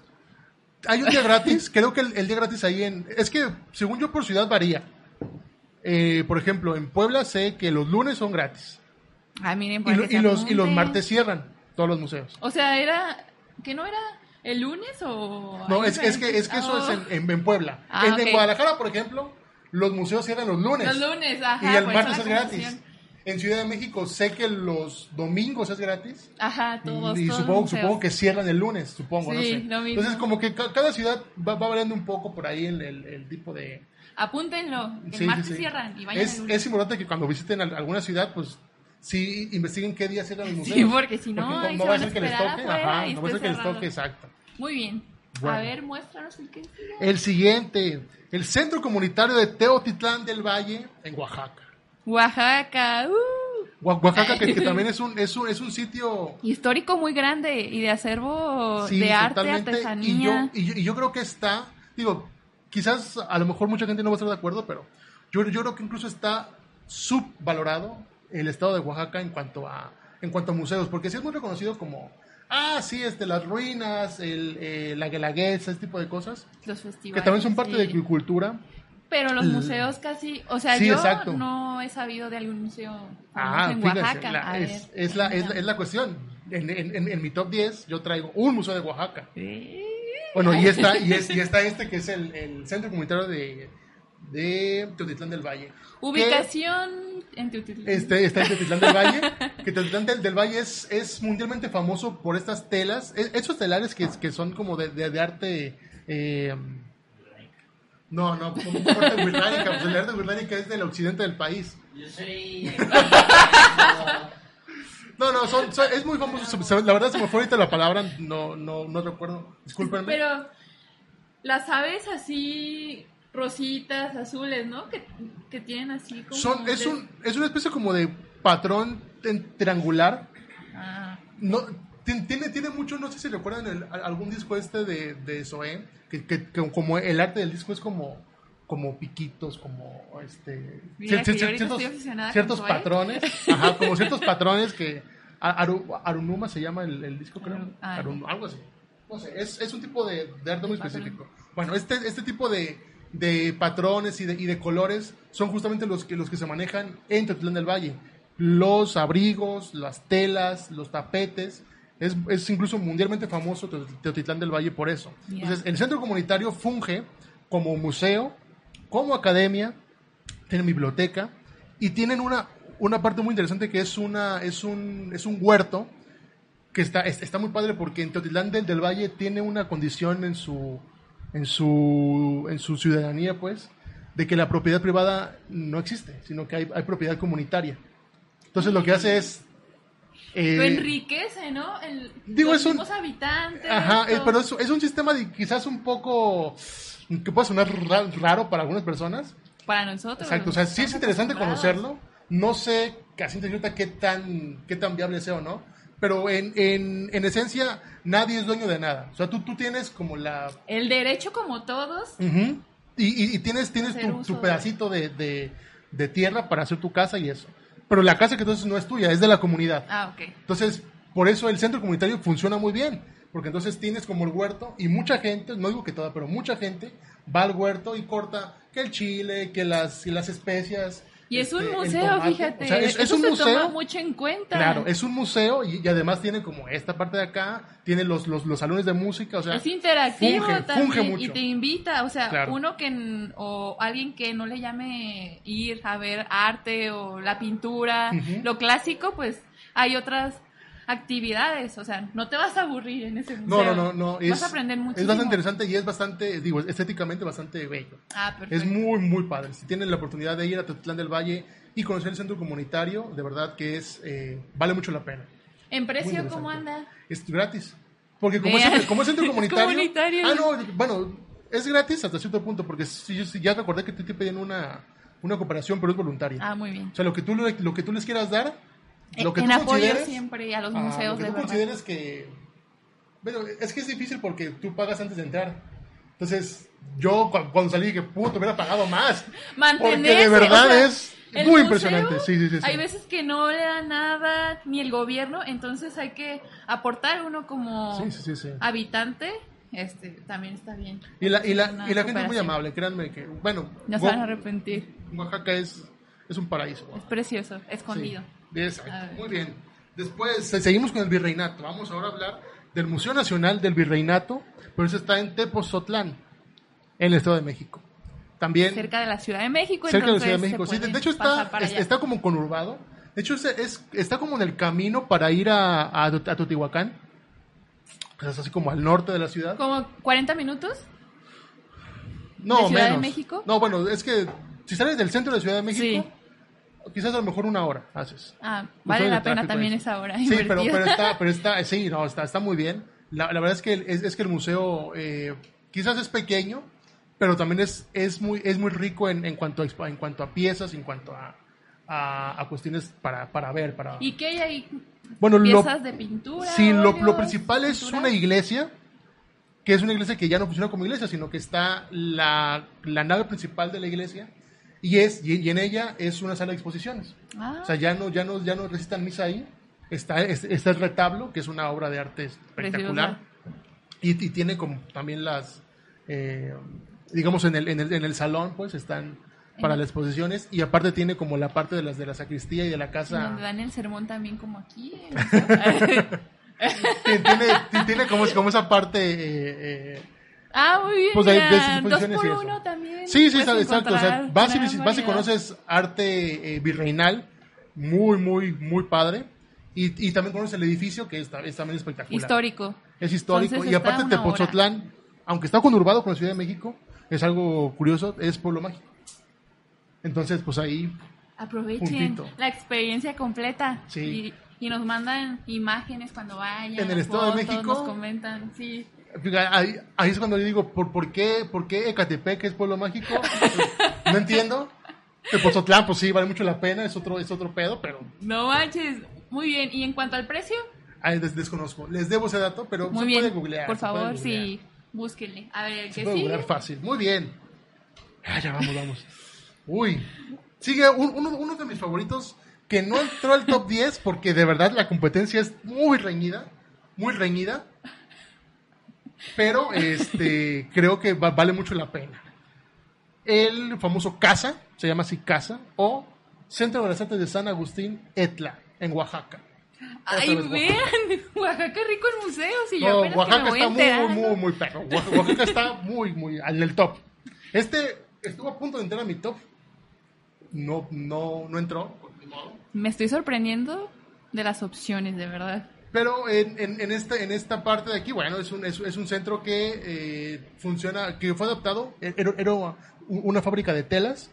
Speaker 1: Hay un día gratis, creo que el, el día gratis ahí en... Es que, según yo, por ciudad varía. Eh, por ejemplo, en Puebla sé que los lunes son gratis.
Speaker 2: Ah, miren,
Speaker 1: Y,
Speaker 2: para
Speaker 1: lo-
Speaker 2: que se
Speaker 1: y los, y los
Speaker 2: apunten.
Speaker 1: martes cierran todos los museos.
Speaker 2: O sea, era. ¿Que no era el lunes o.?
Speaker 1: No,
Speaker 2: hay
Speaker 1: es, es que, es que eso es
Speaker 2: diferentes?
Speaker 1: en, en- en Puebla.
Speaker 2: Ah,
Speaker 1: en, en
Speaker 2: ok.
Speaker 1: Guadalajara, por ejemplo, los museos cierran los lunes.
Speaker 2: Los lunes, ajá.
Speaker 1: y el
Speaker 2: por eso
Speaker 1: martes
Speaker 2: la
Speaker 1: es gratis.
Speaker 2: confusión.
Speaker 1: En Ciudad de México sé que los domingos es gratis.
Speaker 2: Ajá, todos.
Speaker 1: y
Speaker 2: todos
Speaker 1: supongo,
Speaker 2: los museos.
Speaker 1: supongo que cierran el lunes, supongo, no
Speaker 2: Sí,
Speaker 1: sé.
Speaker 2: lo mismo.
Speaker 1: Entonces, como que ca- cada ciudad va, va variando un poco por ahí el, el- el tipo de...
Speaker 2: Apúntenlo. El
Speaker 1: Sí, sí,
Speaker 2: martes
Speaker 1: sí.
Speaker 2: cierran y vayan
Speaker 1: Es,
Speaker 2: el lunes.
Speaker 1: es importante que cuando visiten al- alguna ciudad, pues sí investiguen qué día cierran los museos.
Speaker 2: Sí, porque si no,
Speaker 1: Porque
Speaker 2: ahí
Speaker 1: no
Speaker 2: se
Speaker 1: va a
Speaker 2: van
Speaker 1: ser que les
Speaker 2: esperar
Speaker 1: toque,
Speaker 2: afuera
Speaker 1: ajá,
Speaker 2: y
Speaker 1: no va a
Speaker 2: esté
Speaker 1: ser que les
Speaker 2: cerrado.
Speaker 1: toque, exacto.
Speaker 2: Muy bien.
Speaker 1: Bueno.
Speaker 2: A ver, muéstranos el que sigue.
Speaker 1: El siguiente, el Centro Comunitario de Teotitlán del Valle, en Oaxaca.
Speaker 2: Oaxaca. ¡uh!
Speaker 1: Oa- Oaxaca, que, que también es un, es un, es un sitio
Speaker 2: Histórico muy grande y de acervo
Speaker 1: sí,
Speaker 2: de arte,
Speaker 1: totalmente,
Speaker 2: artesanía.
Speaker 1: Y yo, y, yo, y yo creo que está, digo, quizás a lo mejor mucha gente no va a estar de acuerdo, pero yo, yo creo que incluso está subvalorado el estado de Oaxaca en cuanto a, en cuanto a museos, porque sí es muy reconocido como, ah, sí, este, las ruinas, el, eh, la guelaguetza, ese tipo de cosas,
Speaker 2: los festivales.
Speaker 1: que también son parte
Speaker 2: sí.
Speaker 1: de tu cultura.
Speaker 2: Pero los
Speaker 1: Mm.
Speaker 2: museos casi, o sea,
Speaker 1: Sí,
Speaker 2: yo
Speaker 1: exacto.
Speaker 2: no he sabido de algún museo famoso
Speaker 1: Ah,
Speaker 2: en
Speaker 1: fíjense,
Speaker 2: Oaxaca.
Speaker 1: la-
Speaker 2: A
Speaker 1: es,
Speaker 2: ver,
Speaker 1: es la, es, la,
Speaker 2: cuéntame.
Speaker 1: es la cuestión. En, en- en- en mi top 10 yo traigo un museo de Oaxaca.
Speaker 2: Eh,
Speaker 1: Bueno, y está, y, es- y está este que es el, el centro comunitario de, de Teotitlán del Valle.
Speaker 2: Ubicación en Teotitlán.
Speaker 1: Que, Este, está en Teotitlán del Valle. Que Teotitlán del, del Valle es, es mundialmente famoso por estas telas. e- Estos telares que, que son como de, de- de arte. eh, no, no, como por arte wirránica, pues el arte wirránica es del occidente del país.
Speaker 3: Yo soy.
Speaker 1: No, no, son, son- es muy famoso. se- se- La verdad se me fue ahorita la palabra, no, no, no recuerdo. Discúlpenme.
Speaker 2: Pero las aves así rositas, azules, ¿no? Que, que tienen así como...
Speaker 1: son, es,
Speaker 2: de-
Speaker 1: un, es una especie como de patrón ten- triangular
Speaker 2: Ah,
Speaker 1: No, ti- tiene, tiene mucho, no sé si recuerdan el- a- algún disco este de, de Zoé, que, que- que como el arte del disco es como, como piquitos, como este
Speaker 2: Mira
Speaker 1: cier-
Speaker 2: que
Speaker 1: cier-
Speaker 2: yo ahorita
Speaker 1: ciertos,
Speaker 2: estoy aficionada con
Speaker 1: ciertos
Speaker 2: Zoé.
Speaker 1: patrones, ajá, como ciertos patrones que a- Aru- Arunuma se llama el, el disco, creo,
Speaker 2: Ah, ya.
Speaker 1: Arun- algo así. No sé, es, es un tipo de, de arte muy
Speaker 2: patrón.
Speaker 1: específico. Bueno, este, este tipo de, de patrones y de, y de colores son justamente los que, los que se manejan en Teotitlán del Valle. Los abrigos, las telas, los tapetes. Es, es incluso mundialmente famoso Teot- Teotitlán del Valle por eso.
Speaker 2: Mira.
Speaker 1: Entonces, el centro comunitario funge como museo, como academia, tienen biblioteca y tienen una, una parte muy interesante que es, una, es, un, es un huerto que está, es- está muy padre porque en Teotitlán del, del Valle tiene una condición en su, en, su, en su ciudadanía, pues, de que la propiedad privada no existe, sino que hay, hay propiedad comunitaria. Entonces lo que hace es... eh,
Speaker 2: lo enriquece, ¿no? El,
Speaker 1: digo,
Speaker 2: los
Speaker 1: es un-
Speaker 2: mismos habitantes.
Speaker 1: Ajá, eh,
Speaker 2: los-
Speaker 1: pero es, es un sistema de, quizás un poco mm, que puede sonar ra- raro para algunas personas.
Speaker 2: Para nosotros.
Speaker 1: Exacto, o sea, sí es
Speaker 2: estamos
Speaker 1: interesante
Speaker 2: acostumbrados.
Speaker 1: conocerlo. No sé, casi ahorita qué tan, qué tan viable sea o no. Pero en, en, en esencia, nadie es dueño de nada. O sea, tú, tú tienes como la...
Speaker 2: El derecho como todos.
Speaker 1: Ujú. y, y- y tienes, tienes
Speaker 2: Hacer
Speaker 1: tu,
Speaker 2: uso
Speaker 1: tu
Speaker 2: de-
Speaker 1: pedacito de, de, de tierra para hacer tu casa y eso. Pero la casa que entonces no es tuya, es de la comunidad.
Speaker 2: Ah, ok.
Speaker 1: Entonces, por eso el centro comunitario funciona muy bien, porque entonces tienes como el huerto y mucha gente, no digo que toda, pero mucha gente va al huerto y corta que el chile, que las, y las especias.
Speaker 2: Y es un
Speaker 1: este, el
Speaker 2: museo,
Speaker 1: tomate.
Speaker 2: fíjate.
Speaker 1: O sea, es,
Speaker 2: Eso
Speaker 1: es un
Speaker 2: se toma
Speaker 1: museo.
Speaker 2: mucho en cuenta.
Speaker 1: Claro, es un museo y, y además tiene como esta parte de acá, tiene los, los, los salones de música, o sea,
Speaker 2: Es interactivo
Speaker 1: funge, funge
Speaker 2: también y
Speaker 1: mucho.
Speaker 2: te invita, o sea,
Speaker 1: Claro.
Speaker 2: uno que n- o alguien que no le llame ir a ver arte o la pintura,
Speaker 1: Ujú.
Speaker 2: lo clásico, pues hay otras actividades, o sea, no te vas a aburrir en ese
Speaker 1: no,
Speaker 2: museo.
Speaker 1: no, no, no, es,
Speaker 2: vas a aprender muchísimo.
Speaker 1: es bastante interesante y es bastante, digo, estéticamente bastante bello.
Speaker 2: Ah, perfecto.
Speaker 1: Es muy, muy padre. Si tienen la oportunidad de ir a Teotitlán del Valle y conocer el centro comunitario, de verdad que es eh, vale mucho la pena.
Speaker 2: en
Speaker 1: muy
Speaker 2: precio
Speaker 1: interesante.
Speaker 2: cómo anda?
Speaker 1: Es gratis. Porque como,
Speaker 2: Vean.
Speaker 1: es, como es centro
Speaker 2: Es
Speaker 1: comunitario...
Speaker 2: comunitario.
Speaker 1: Ah, no, bueno, es gratis hasta cierto punto, porque si, yo- si ya me acordé que te, te pedían una, una cooperación, pero es voluntaria.
Speaker 2: Ah, muy bien.
Speaker 1: O sea, lo que tú, le- lo que tú les quieras dar, lo que
Speaker 2: en
Speaker 1: tú
Speaker 2: apoyo
Speaker 1: consideres...
Speaker 2: siempre a los
Speaker 1: ah,
Speaker 2: museos
Speaker 1: lo que
Speaker 2: de
Speaker 1: tú
Speaker 2: verdad.
Speaker 1: consideres que... Bueno, es que es difícil porque tú pagas antes de entrar. Entonces, yo cu- cuando salí dije, puto, hubiera pagado más.
Speaker 2: mantenerse.
Speaker 1: Porque de verdad
Speaker 2: o sea,
Speaker 1: es
Speaker 2: el
Speaker 1: muy
Speaker 2: museo,
Speaker 1: impresionante. Sí, sí, sí, sí.
Speaker 2: Hay veces que no le da nada ni el gobierno, entonces hay que aportar uno como
Speaker 1: Sí, sí, sí, sí.
Speaker 2: Ah, habitante. Este, también está bien.
Speaker 1: Y la, y la,
Speaker 2: Una
Speaker 1: y la gente es muy
Speaker 2: cooperación.
Speaker 1: amable, créanme que, bueno,
Speaker 2: No se
Speaker 1: Gua-
Speaker 2: van a arrepentir.
Speaker 1: Oaxaca es, es un paraíso.
Speaker 2: Es precioso, escondido.
Speaker 1: Sí, exacto.
Speaker 2: A ver.
Speaker 1: Muy bien. Después eh, seguimos con el virreinato. Vamos ahora a hablar del Museo Nacional del Virreinato, pero eso está en Tepozotlán, en el Estado de México. También
Speaker 2: Cerca de la Ciudad de México.
Speaker 1: cerca de la
Speaker 2: entonces
Speaker 1: Ciudad de
Speaker 2: se
Speaker 1: México. Sí, de,
Speaker 2: pueden
Speaker 1: de hecho
Speaker 2: pasar
Speaker 1: está,
Speaker 2: para
Speaker 1: es-
Speaker 2: allá.
Speaker 1: está como conurbado. De hecho, es, es- está como en el camino para ir a, a, a Teotihuacán. Pues, Es así como al norte de la ciudad.
Speaker 2: Como 40 minutos.
Speaker 1: No,
Speaker 2: ¿De Ciudad de
Speaker 1: menos.
Speaker 2: México?
Speaker 1: No, bueno, es que si sales del centro de Ciudad de México, quizás a lo mejor una hora haces.
Speaker 2: Ah, vale
Speaker 1: Mucho Pues de
Speaker 2: la pena
Speaker 1: tráfico
Speaker 2: también
Speaker 1: eso.
Speaker 2: esa hora.
Speaker 1: Sí, pero,
Speaker 2: invertida.
Speaker 1: pero está, pero está, sí, no, está, está muy bien. La, la verdad es que el, es, es que el museo eh, quizás es pequeño, pero también es, es muy, es muy rico en, en cuanto a expo- en cuanto a piezas, en cuanto a, a, a cuestiones para, para ver, para
Speaker 2: ¿Y qué hay ahí?
Speaker 1: bueno, lo,
Speaker 2: ¿Piezas de pintura?
Speaker 1: sí, lo,
Speaker 2: óleos,
Speaker 1: lo principal es
Speaker 2: pintura?
Speaker 1: una iglesia, que es una iglesia que ya no funciona como iglesia, sino que está la, la nave principal de la iglesia y es y, y en ella es una sala de exposiciones.
Speaker 2: Ah,
Speaker 1: O sea, ya no, ya no, ya no recitan misa ahí. Está, es- está el retablo, que es una obra de arte espectacular. Y, y tiene como también las, eh, digamos, en el, en, el, en el salón, pues, están para las exposiciones. Y aparte tiene como la parte de las de la sacristía y de la
Speaker 2: y donde
Speaker 1: casa.
Speaker 2: dan el sermón también como aquí.
Speaker 1: Tiene, tiene- tiene como, como esa parte... eh, eh,
Speaker 2: ah, muy bien.
Speaker 1: Pues hay
Speaker 2: ya,
Speaker 1: de esas
Speaker 2: Dos
Speaker 1: exposiciones
Speaker 2: por
Speaker 1: y eso.
Speaker 2: uno también.
Speaker 1: Sí, sí, está-
Speaker 2: puedes
Speaker 1: exacto. O sea,
Speaker 2: encontrar
Speaker 1: vas y,
Speaker 2: gran
Speaker 1: visi- vas y
Speaker 2: variedad.
Speaker 1: conoces arte eh, virreinal, muy, muy, muy padre. Y, y también conoces el edificio, que es, ta- es también espectacular.
Speaker 2: Histórico.
Speaker 1: Es histórico.
Speaker 2: Entonces
Speaker 1: y
Speaker 2: está
Speaker 1: aparte
Speaker 2: una hora.
Speaker 1: Tepozotlán, aunque está conurbado con la Ciudad de México, es algo curioso, es pueblo mágico. Entonces, pues ahí,
Speaker 2: Aprovechen
Speaker 1: Puntito.
Speaker 2: la experiencia completa.
Speaker 1: Sí.
Speaker 2: Y, y nos mandan imágenes cuando vayan.
Speaker 1: En el Estado de México.
Speaker 2: Nos comentan, sí.
Speaker 1: fija- ahí, ahí es cuando yo digo, ¿por, por qué, ¿por qué Ecatepec es pueblo mágico? Pues, no entiendo. Tepozotlán, pues sí, vale mucho la pena, es otro, es otro pedo, pero
Speaker 2: No manches. Muy bien. ¿Y en cuanto al precio?
Speaker 1: ahí des- desconozco. Les debo ese dato, pero
Speaker 2: Muy
Speaker 1: se
Speaker 2: bien.
Speaker 1: puede googlear.
Speaker 2: Por
Speaker 1: se puede
Speaker 2: favor,
Speaker 1: googlear.
Speaker 2: sí. Búsquenle. A ver, el
Speaker 1: Se
Speaker 2: que
Speaker 1: puede
Speaker 2: sí.
Speaker 1: googlear fácil. Muy bien. Ah, ya vamos, vamos. Uy. Sigue un- uno, uno de mis favoritos que no entró al top 10 porque de verdad la competencia es muy reñida. Muy reñida. Pero este creo que va- vale mucho la pena. El famoso Casa, se llama así Casa, o Centro de las Artes de San Agustín, Etla, en Oaxaca.
Speaker 2: Ay,
Speaker 1: Otra vez
Speaker 2: vean. Oaxaca rico en museos. Y yo
Speaker 1: No,
Speaker 2: apenas que
Speaker 1: Oaxaca
Speaker 2: me voy
Speaker 1: está muy,
Speaker 2: enterando.
Speaker 1: muy, muy perro. Oaxaca, Oaxaca está muy, muy en el top. Este estuvo a punto de entrar a mi top. No, no, no entró. pues, ni modo.
Speaker 2: Me estoy sorprendiendo de las opciones, de verdad.
Speaker 1: Pero en, en, en este, en esta parte de aquí, bueno, es un, es, es un centro que eh, funciona, que fue adaptado, era, era una fábrica de telas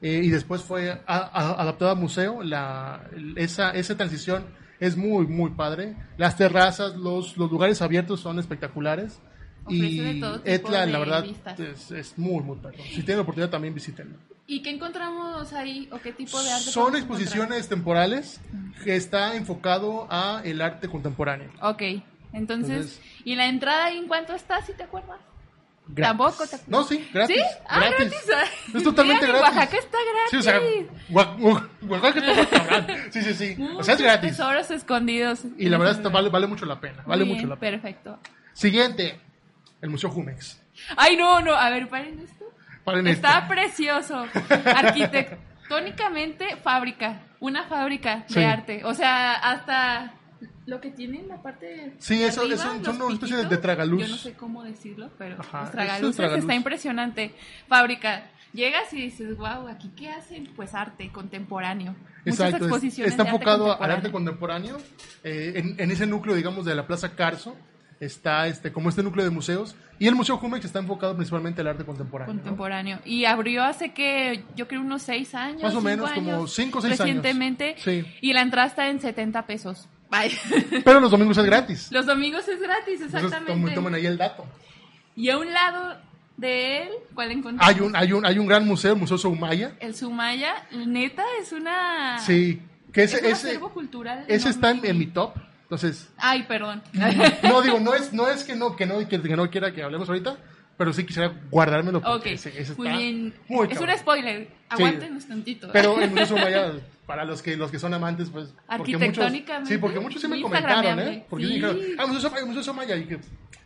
Speaker 1: eh, y después fue a- a- adaptado a museo. La, esa, esa transición es muy, muy padre. Las terrazas, los, los lugares abiertos son espectaculares.
Speaker 2: Ofrece de
Speaker 1: y
Speaker 2: todo tipo
Speaker 1: Etla,
Speaker 2: de
Speaker 1: la verdad,
Speaker 2: vistas.
Speaker 1: es, es muy, muy padre. Si tienen oportunidad, también visítenlo.
Speaker 2: ¿Y qué encontramos ahí? ¿O qué tipo de arte?
Speaker 1: Son
Speaker 2: podemos encontrar?
Speaker 1: exposiciones temporales que está enfocado a el arte contemporáneo.
Speaker 2: Ok. Entonces,
Speaker 1: Entonces-
Speaker 2: ¿y la entrada ahí en cuánto está, si te acuerdas?
Speaker 1: Gratis.
Speaker 2: Tampoco te-
Speaker 1: No, sí, gratis.
Speaker 2: ¿Sí? Ah, gratis.
Speaker 1: Es totalmente
Speaker 2: Vean, en
Speaker 1: gratis.
Speaker 2: Oaxaca está gratis.
Speaker 1: Sí, o sea, Gua- Gua- Oaxaca está restaurante. Sí, sí, sí. O sea, es
Speaker 2: Muchos
Speaker 1: gratis.
Speaker 2: tesoros escondidos.
Speaker 1: Y la verdad está, vale, vale mucho la pena. Vale
Speaker 2: Muy
Speaker 1: mucho
Speaker 2: bien,
Speaker 1: la pena.
Speaker 2: Perfecto.
Speaker 1: Siguiente, el Museo Jumex.
Speaker 2: Ay, no, no. A ver, paren esto.
Speaker 1: Paren
Speaker 2: Está
Speaker 1: esto.
Speaker 2: precioso. Arquitectónicamente, fábrica. Una fábrica
Speaker 1: Sí.
Speaker 2: de arte. O sea, hasta lo que tiene en la parte. de
Speaker 1: Sí, eso-
Speaker 2: arriba,
Speaker 1: eso son
Speaker 2: los
Speaker 1: una especie de- de
Speaker 2: piquitos.
Speaker 1: tragaluz.
Speaker 2: Yo no sé cómo decirlo, pero
Speaker 1: Ajá, eso
Speaker 2: los
Speaker 1: es
Speaker 2: tragaluces
Speaker 1: tragaluz.
Speaker 2: está impresionante. Fábrica. Llegas y dices, wow, ¿aquí qué hacen? Pues arte contemporáneo. Muchas
Speaker 1: Exacto, es-
Speaker 2: exposiciones
Speaker 1: está
Speaker 2: de arte
Speaker 1: enfocado al arte
Speaker 2: contemporáneo.
Speaker 1: contemporáneo. Eh, en, en ese núcleo, digamos, de la Plaza Carso, está este, como este núcleo de museos. Y el Museo Jumex está enfocado principalmente al arte contemporáneo. ¿no?
Speaker 2: contemporáneo. Y abrió hace que, yo creo, unos seis años.
Speaker 1: Más o
Speaker 2: cinco
Speaker 1: menos, como
Speaker 2: años,
Speaker 1: cinco o seis años.
Speaker 2: Recientemente.
Speaker 1: Sí.
Speaker 2: Y la entrada está en 70 pesos. Bye.
Speaker 1: Pero los domingos es gratis.
Speaker 2: Los domingos es gratis,
Speaker 1: Entonces,
Speaker 2: exactamente.
Speaker 1: tomen, tomen ahí el dato.
Speaker 2: Y a un lado de él, ¿cuál encontramos?
Speaker 1: Hay un, hay un, hay un gran museo, el Museo Soumaya.
Speaker 2: El Sumaya, neta, es una...
Speaker 1: Sí, que ese,
Speaker 2: Ah. es un
Speaker 1: ese,
Speaker 2: acervo cultural.
Speaker 1: ese
Speaker 2: enorme.
Speaker 1: está en, en mi top. Entonces,
Speaker 2: Ay, perdón.
Speaker 1: no digo, no es, no es que no, que no, que, que no quiera que hablemos ahorita, pero sí quisiera guardármelo.
Speaker 2: ok,
Speaker 1: porque ese- ese
Speaker 2: muy
Speaker 1: está
Speaker 2: bien.
Speaker 1: muy
Speaker 2: es
Speaker 1: cabrón.
Speaker 2: un spoiler, aguántenos tantito. ¿eh?
Speaker 1: Pero el Museo Maya, para los que, los que son amantes, pues. porque muchos-
Speaker 2: Arquitectónicamente,
Speaker 1: sí, porque muchos sí me
Speaker 2: muy
Speaker 1: comentaron, ¿eh?
Speaker 2: instagrameable.
Speaker 1: Porque
Speaker 2: Sí.
Speaker 1: dijeron, ah, Museo Maya, Museo Maya. Y que,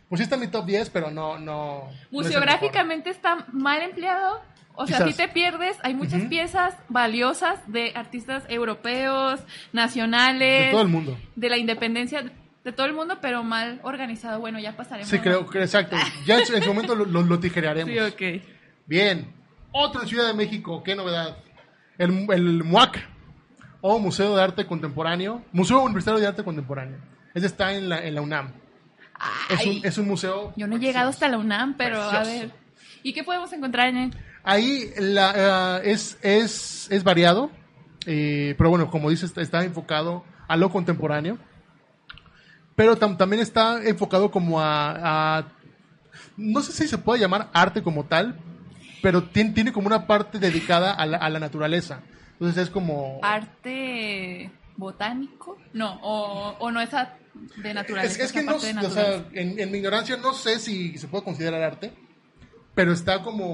Speaker 1: pues sí está en mi top 10, pero no. no no es el mejor.
Speaker 2: Museográficamente está mal empleado. O sea,
Speaker 1: Quizás.
Speaker 2: si te pierdes, hay muchas
Speaker 1: Ujú.
Speaker 2: piezas valiosas de artistas europeos, nacionales,
Speaker 1: De todo el mundo.
Speaker 2: de la independencia de todo el mundo, pero mal organizado. Bueno, ya pasaremos.
Speaker 1: Sí, creo que exacto. Ya en su, en su momento lo, lo, lo tijerearemos.
Speaker 2: Sí, ok.
Speaker 1: Bien. Otro en Ciudad de México, qué novedad. El, el MUAC, o Museo de Arte Contemporáneo, Museo Universitario de Arte Contemporáneo. Ese está en la, en la UNAM. Es
Speaker 2: Ay,
Speaker 1: un, es un museo.
Speaker 2: yo no he llegado
Speaker 1: precioso.
Speaker 2: hasta la UNAM, pero a
Speaker 1: Precioso.
Speaker 2: ver. ¿Y qué podemos encontrar en él?
Speaker 1: Ahí la, eh, es, es, es variado, eh, pero bueno, como dices, está, está enfocado a lo contemporáneo, pero tam- también está enfocado como a, a- no sé si se puede llamar arte como tal, pero tiene, tiene como una parte dedicada a la, a la naturaleza. Entonces es como...
Speaker 2: ¿Arte botánico? No, o, o no es a- de naturaleza.
Speaker 1: Es, es que
Speaker 2: esa
Speaker 1: no, o
Speaker 2: parte de
Speaker 1: sea,
Speaker 2: naturaleza.
Speaker 1: en, en mi ignorancia no sé si se puede considerar arte, pero está como,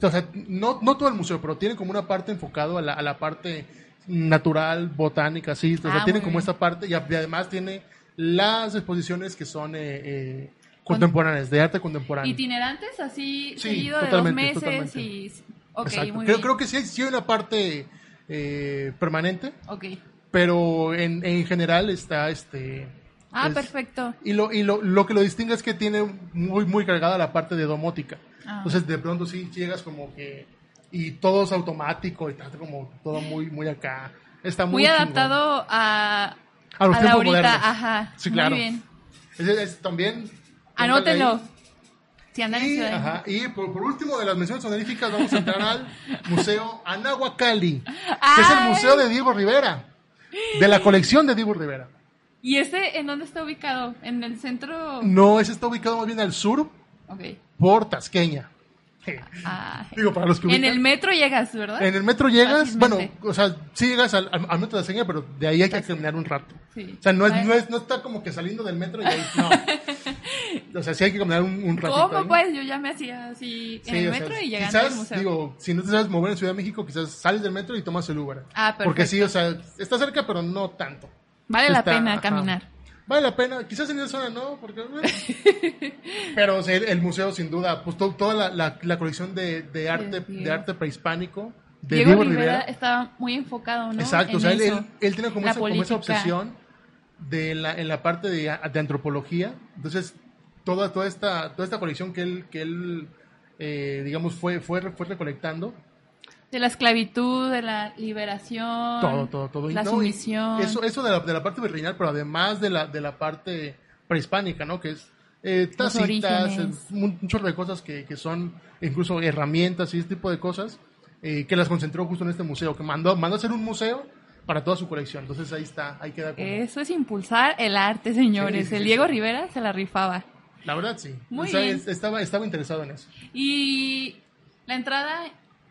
Speaker 1: o sea, no, no todo el museo, pero tiene como una parte enfocado a la, a la parte natural, botánica, así, o sea,
Speaker 2: Ah,
Speaker 1: tiene
Speaker 2: muy
Speaker 1: como
Speaker 2: bien.
Speaker 1: esta parte y, a- y además tiene las exposiciones que son eh, eh, contemporáneas, de arte contemporáneo.
Speaker 2: Itinerantes, así,
Speaker 1: Sí,
Speaker 2: seguido de dos
Speaker 1: totalmente,
Speaker 2: meses
Speaker 1: totalmente.
Speaker 2: y... Ok,
Speaker 1: Exacto.
Speaker 2: muy
Speaker 1: creo,
Speaker 2: bien.
Speaker 1: creo que sí, hay- sí hay una parte eh, permanente,
Speaker 2: Ok.
Speaker 1: pero en, en general está este...
Speaker 2: Ah,
Speaker 1: es-
Speaker 2: perfecto.
Speaker 1: Y lo, y lo, lo que lo distingue es que tiene muy, muy cargada la parte de domótica.
Speaker 2: Ah.
Speaker 1: Entonces, de pronto sí llegas como que. Y todo es automático y está como todo muy, muy acá. Está muy.
Speaker 2: Muy
Speaker 1: chingón.
Speaker 2: adaptado a,
Speaker 1: A los
Speaker 2: a la
Speaker 1: tiempos
Speaker 2: ahorita,
Speaker 1: modernos.
Speaker 2: ajá.
Speaker 1: Sí,
Speaker 2: Muy
Speaker 1: claro.
Speaker 2: bien.
Speaker 1: Es, es- también.
Speaker 2: Anótenlo. Si andan en
Speaker 1: Y,
Speaker 2: Ciudad de México.
Speaker 1: ajá, y por, por último de las menciones honoríficas, vamos a entrar al Museo Anahuacalli, que es el
Speaker 2: ¡Ay!
Speaker 1: museo de Diego Rivera, de la colección de Diego Rivera.
Speaker 2: ¿Y ese en dónde está ubicado? ¿En el centro?
Speaker 1: No, ese está ubicado más bien al sur
Speaker 2: Ok.
Speaker 1: por Tasqueña.
Speaker 2: Ah,
Speaker 1: Digo, para los que
Speaker 2: en
Speaker 1: ubican.
Speaker 2: el metro llegas, ¿verdad?
Speaker 1: En el metro llegas,
Speaker 2: Fácilmente.
Speaker 1: bueno, o sea, sí llegas al, al- al metro de Seña, pero de ahí hay que caminar un rato.
Speaker 2: Sí.
Speaker 1: O sea, no, es,
Speaker 2: Bueno.
Speaker 1: no, es- no está como que saliendo del metro y ahí, no. O sea, sí hay que caminar un, un ratito.
Speaker 2: ¿Cómo
Speaker 1: ahí.
Speaker 2: pues? Yo ya me hacía así
Speaker 1: ¿eh? Sí,
Speaker 2: en el
Speaker 1: o sea,
Speaker 2: metro y llegando
Speaker 1: quizás,
Speaker 2: al museo.
Speaker 1: digo, si no te sabes mover en Ciudad de México, quizás sales del metro y tomas el Uber.
Speaker 2: Ah, perfecto.
Speaker 1: Porque sí, o sea, está cerca, pero no tanto.
Speaker 2: vale la
Speaker 1: Está-
Speaker 2: pena
Speaker 1: ajá.
Speaker 2: caminar.
Speaker 1: Vale la pena, quizás en esa zona no, porque... eh. Pero o sea, el, el museo, sin duda, pues to- toda la, la- la colección de, de arte,
Speaker 2: Diego.
Speaker 1: de arte prehispánico de
Speaker 2: Diego,
Speaker 1: Diego,
Speaker 2: Rivera,
Speaker 1: Rivera
Speaker 2: estaba muy enfocado, ¿no?
Speaker 1: Exacto, o
Speaker 2: En
Speaker 1: sea, él,
Speaker 2: eso.
Speaker 1: él- él tiene como
Speaker 2: La
Speaker 1: esa, como esa
Speaker 2: política.
Speaker 1: obsesión de la, en la parte de, de antropología. Entonces, toda, toda, esta, toda esta colección que él, que él eh, digamos, fue, fue, fue recolectando,
Speaker 2: De la esclavitud, de la liberación.
Speaker 1: todo, todo, todo. Y
Speaker 2: La
Speaker 1: no, y
Speaker 2: sumisión.
Speaker 1: Eso, eso de, la, de la parte virreinal, pero además de la, de la parte prehispánica, ¿no? Que es eh,
Speaker 2: Los
Speaker 1: tacitas,
Speaker 2: orígenes.
Speaker 1: muchos de cosas que, que son incluso herramientas y ese tipo de cosas, eh, que las concentró justo en este museo, que mandó, mandó a hacer un museo para toda su colección. Entonces ahí está, ahí queda como...
Speaker 2: Eso es impulsar el arte, señores.
Speaker 1: Sí, sí,
Speaker 2: el
Speaker 1: sí,
Speaker 2: Diego
Speaker 1: sí.
Speaker 2: Rivera se la rifaba.
Speaker 1: La verdad, sí.
Speaker 2: Muy
Speaker 1: O sea,
Speaker 2: bien.
Speaker 1: es- Estaba, estaba interesado en eso.
Speaker 2: Y la entrada,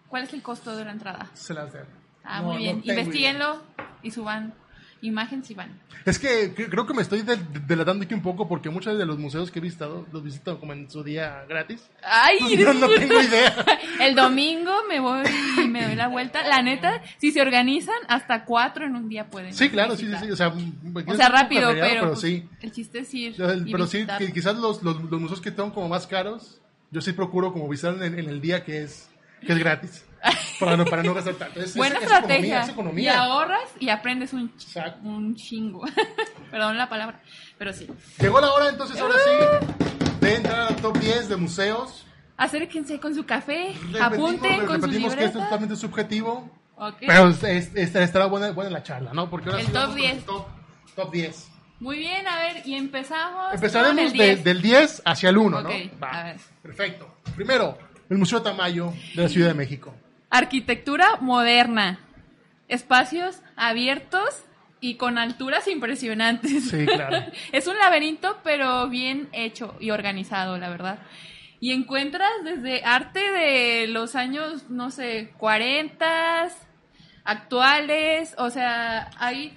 Speaker 2: ¿cuál es el costo de la entrada?
Speaker 1: Se las debo.
Speaker 2: Ah,
Speaker 1: No,
Speaker 2: muy bien.
Speaker 1: no tengo idea.
Speaker 2: Investíguenlo y suban imagen si van.
Speaker 1: Es que cre- creo que me estoy de- de- delatando aquí un poco porque muchos de los museos que he visitado los visito como en su día gratis.
Speaker 2: ¡Ay!
Speaker 1: No, no tengo idea.
Speaker 2: El domingo me voy y me doy la vuelta. La neta, si se organizan, hasta cuatro en un día pueden.
Speaker 1: Sí, claro, sí, sí,
Speaker 2: visitar.
Speaker 1: sí. O sea, m-
Speaker 2: O
Speaker 1: es
Speaker 2: sea,
Speaker 1: un poco
Speaker 2: rápido,
Speaker 1: ajetreado,
Speaker 2: pero, pues,
Speaker 1: sí.
Speaker 2: el chiste es ir.
Speaker 1: O sea,
Speaker 2: y
Speaker 1: Pero sí,
Speaker 2: visitar.
Speaker 1: que quizás los, los, los museos que están como más caros, yo sí procuro como visitar en, en el día que es, que es gratis. Para no, para no gastar tanto. Es, es-
Speaker 2: Buena
Speaker 1: es
Speaker 2: estrategia.
Speaker 1: economía, es economía.
Speaker 2: Y ahorras y aprendes un, ch-
Speaker 1: Exacto.
Speaker 2: un chingo. Perdón la palabra, pero sí.
Speaker 1: Llegó la hora entonces,
Speaker 2: ¡Uh!
Speaker 1: ahora sí, de entrar al top 10 de museos.
Speaker 2: Acérquense con su café,
Speaker 1: Repetimos-
Speaker 2: apunten con
Speaker 1: repetimos
Speaker 2: su
Speaker 1: que esto es
Speaker 2: libreta.
Speaker 1: totalmente subjetivo,
Speaker 2: Ok.
Speaker 1: pero es- es- es- estará buena, buena la charla, ¿no? Porque ahora
Speaker 2: El
Speaker 1: sí
Speaker 2: top
Speaker 1: vamos con
Speaker 2: 10.
Speaker 1: el Top, top 10.
Speaker 2: Muy bien, a ver, y empezamos. con
Speaker 1: Empezaremos
Speaker 2: el
Speaker 1: de-
Speaker 2: 10.
Speaker 1: del 10 hacia el 1,
Speaker 2: Ok,
Speaker 1: ¿no? Va.
Speaker 2: a ver.
Speaker 1: Perfecto. Primero, el Museo Tamayo de la Ciudad de México.
Speaker 2: Arquitectura moderna. Espacios abiertos y con alturas impresionantes.
Speaker 1: Sí, claro.
Speaker 2: es un laberinto, pero bien hecho y organizado, la verdad. Y encuentras desde arte de los años, no sé, 40, actuales, o sea, hay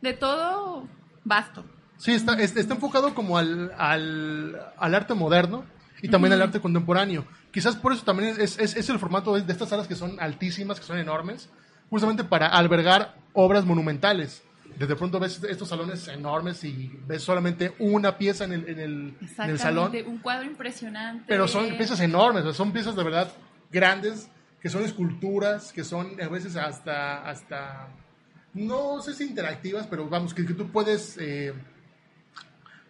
Speaker 2: de todo vasto.
Speaker 1: Sí, está, es- está enfocado como al, al, al arte moderno y también al arte contemporáneo. Quizás por eso también es, es- es el formato de, de estas salas que son altísimas, que son enormes, justamente para albergar obras monumentales. Desde pronto ves estos salones enormes y ves solamente una pieza en el, en el, en el salón,
Speaker 2: Exactamente, un cuadro impresionante.
Speaker 1: pero son piezas enormes, o sea, son piezas de verdad grandes, que son esculturas, que son a veces hasta, hasta no sé si interactivas, pero vamos, que, que tú puedes eh,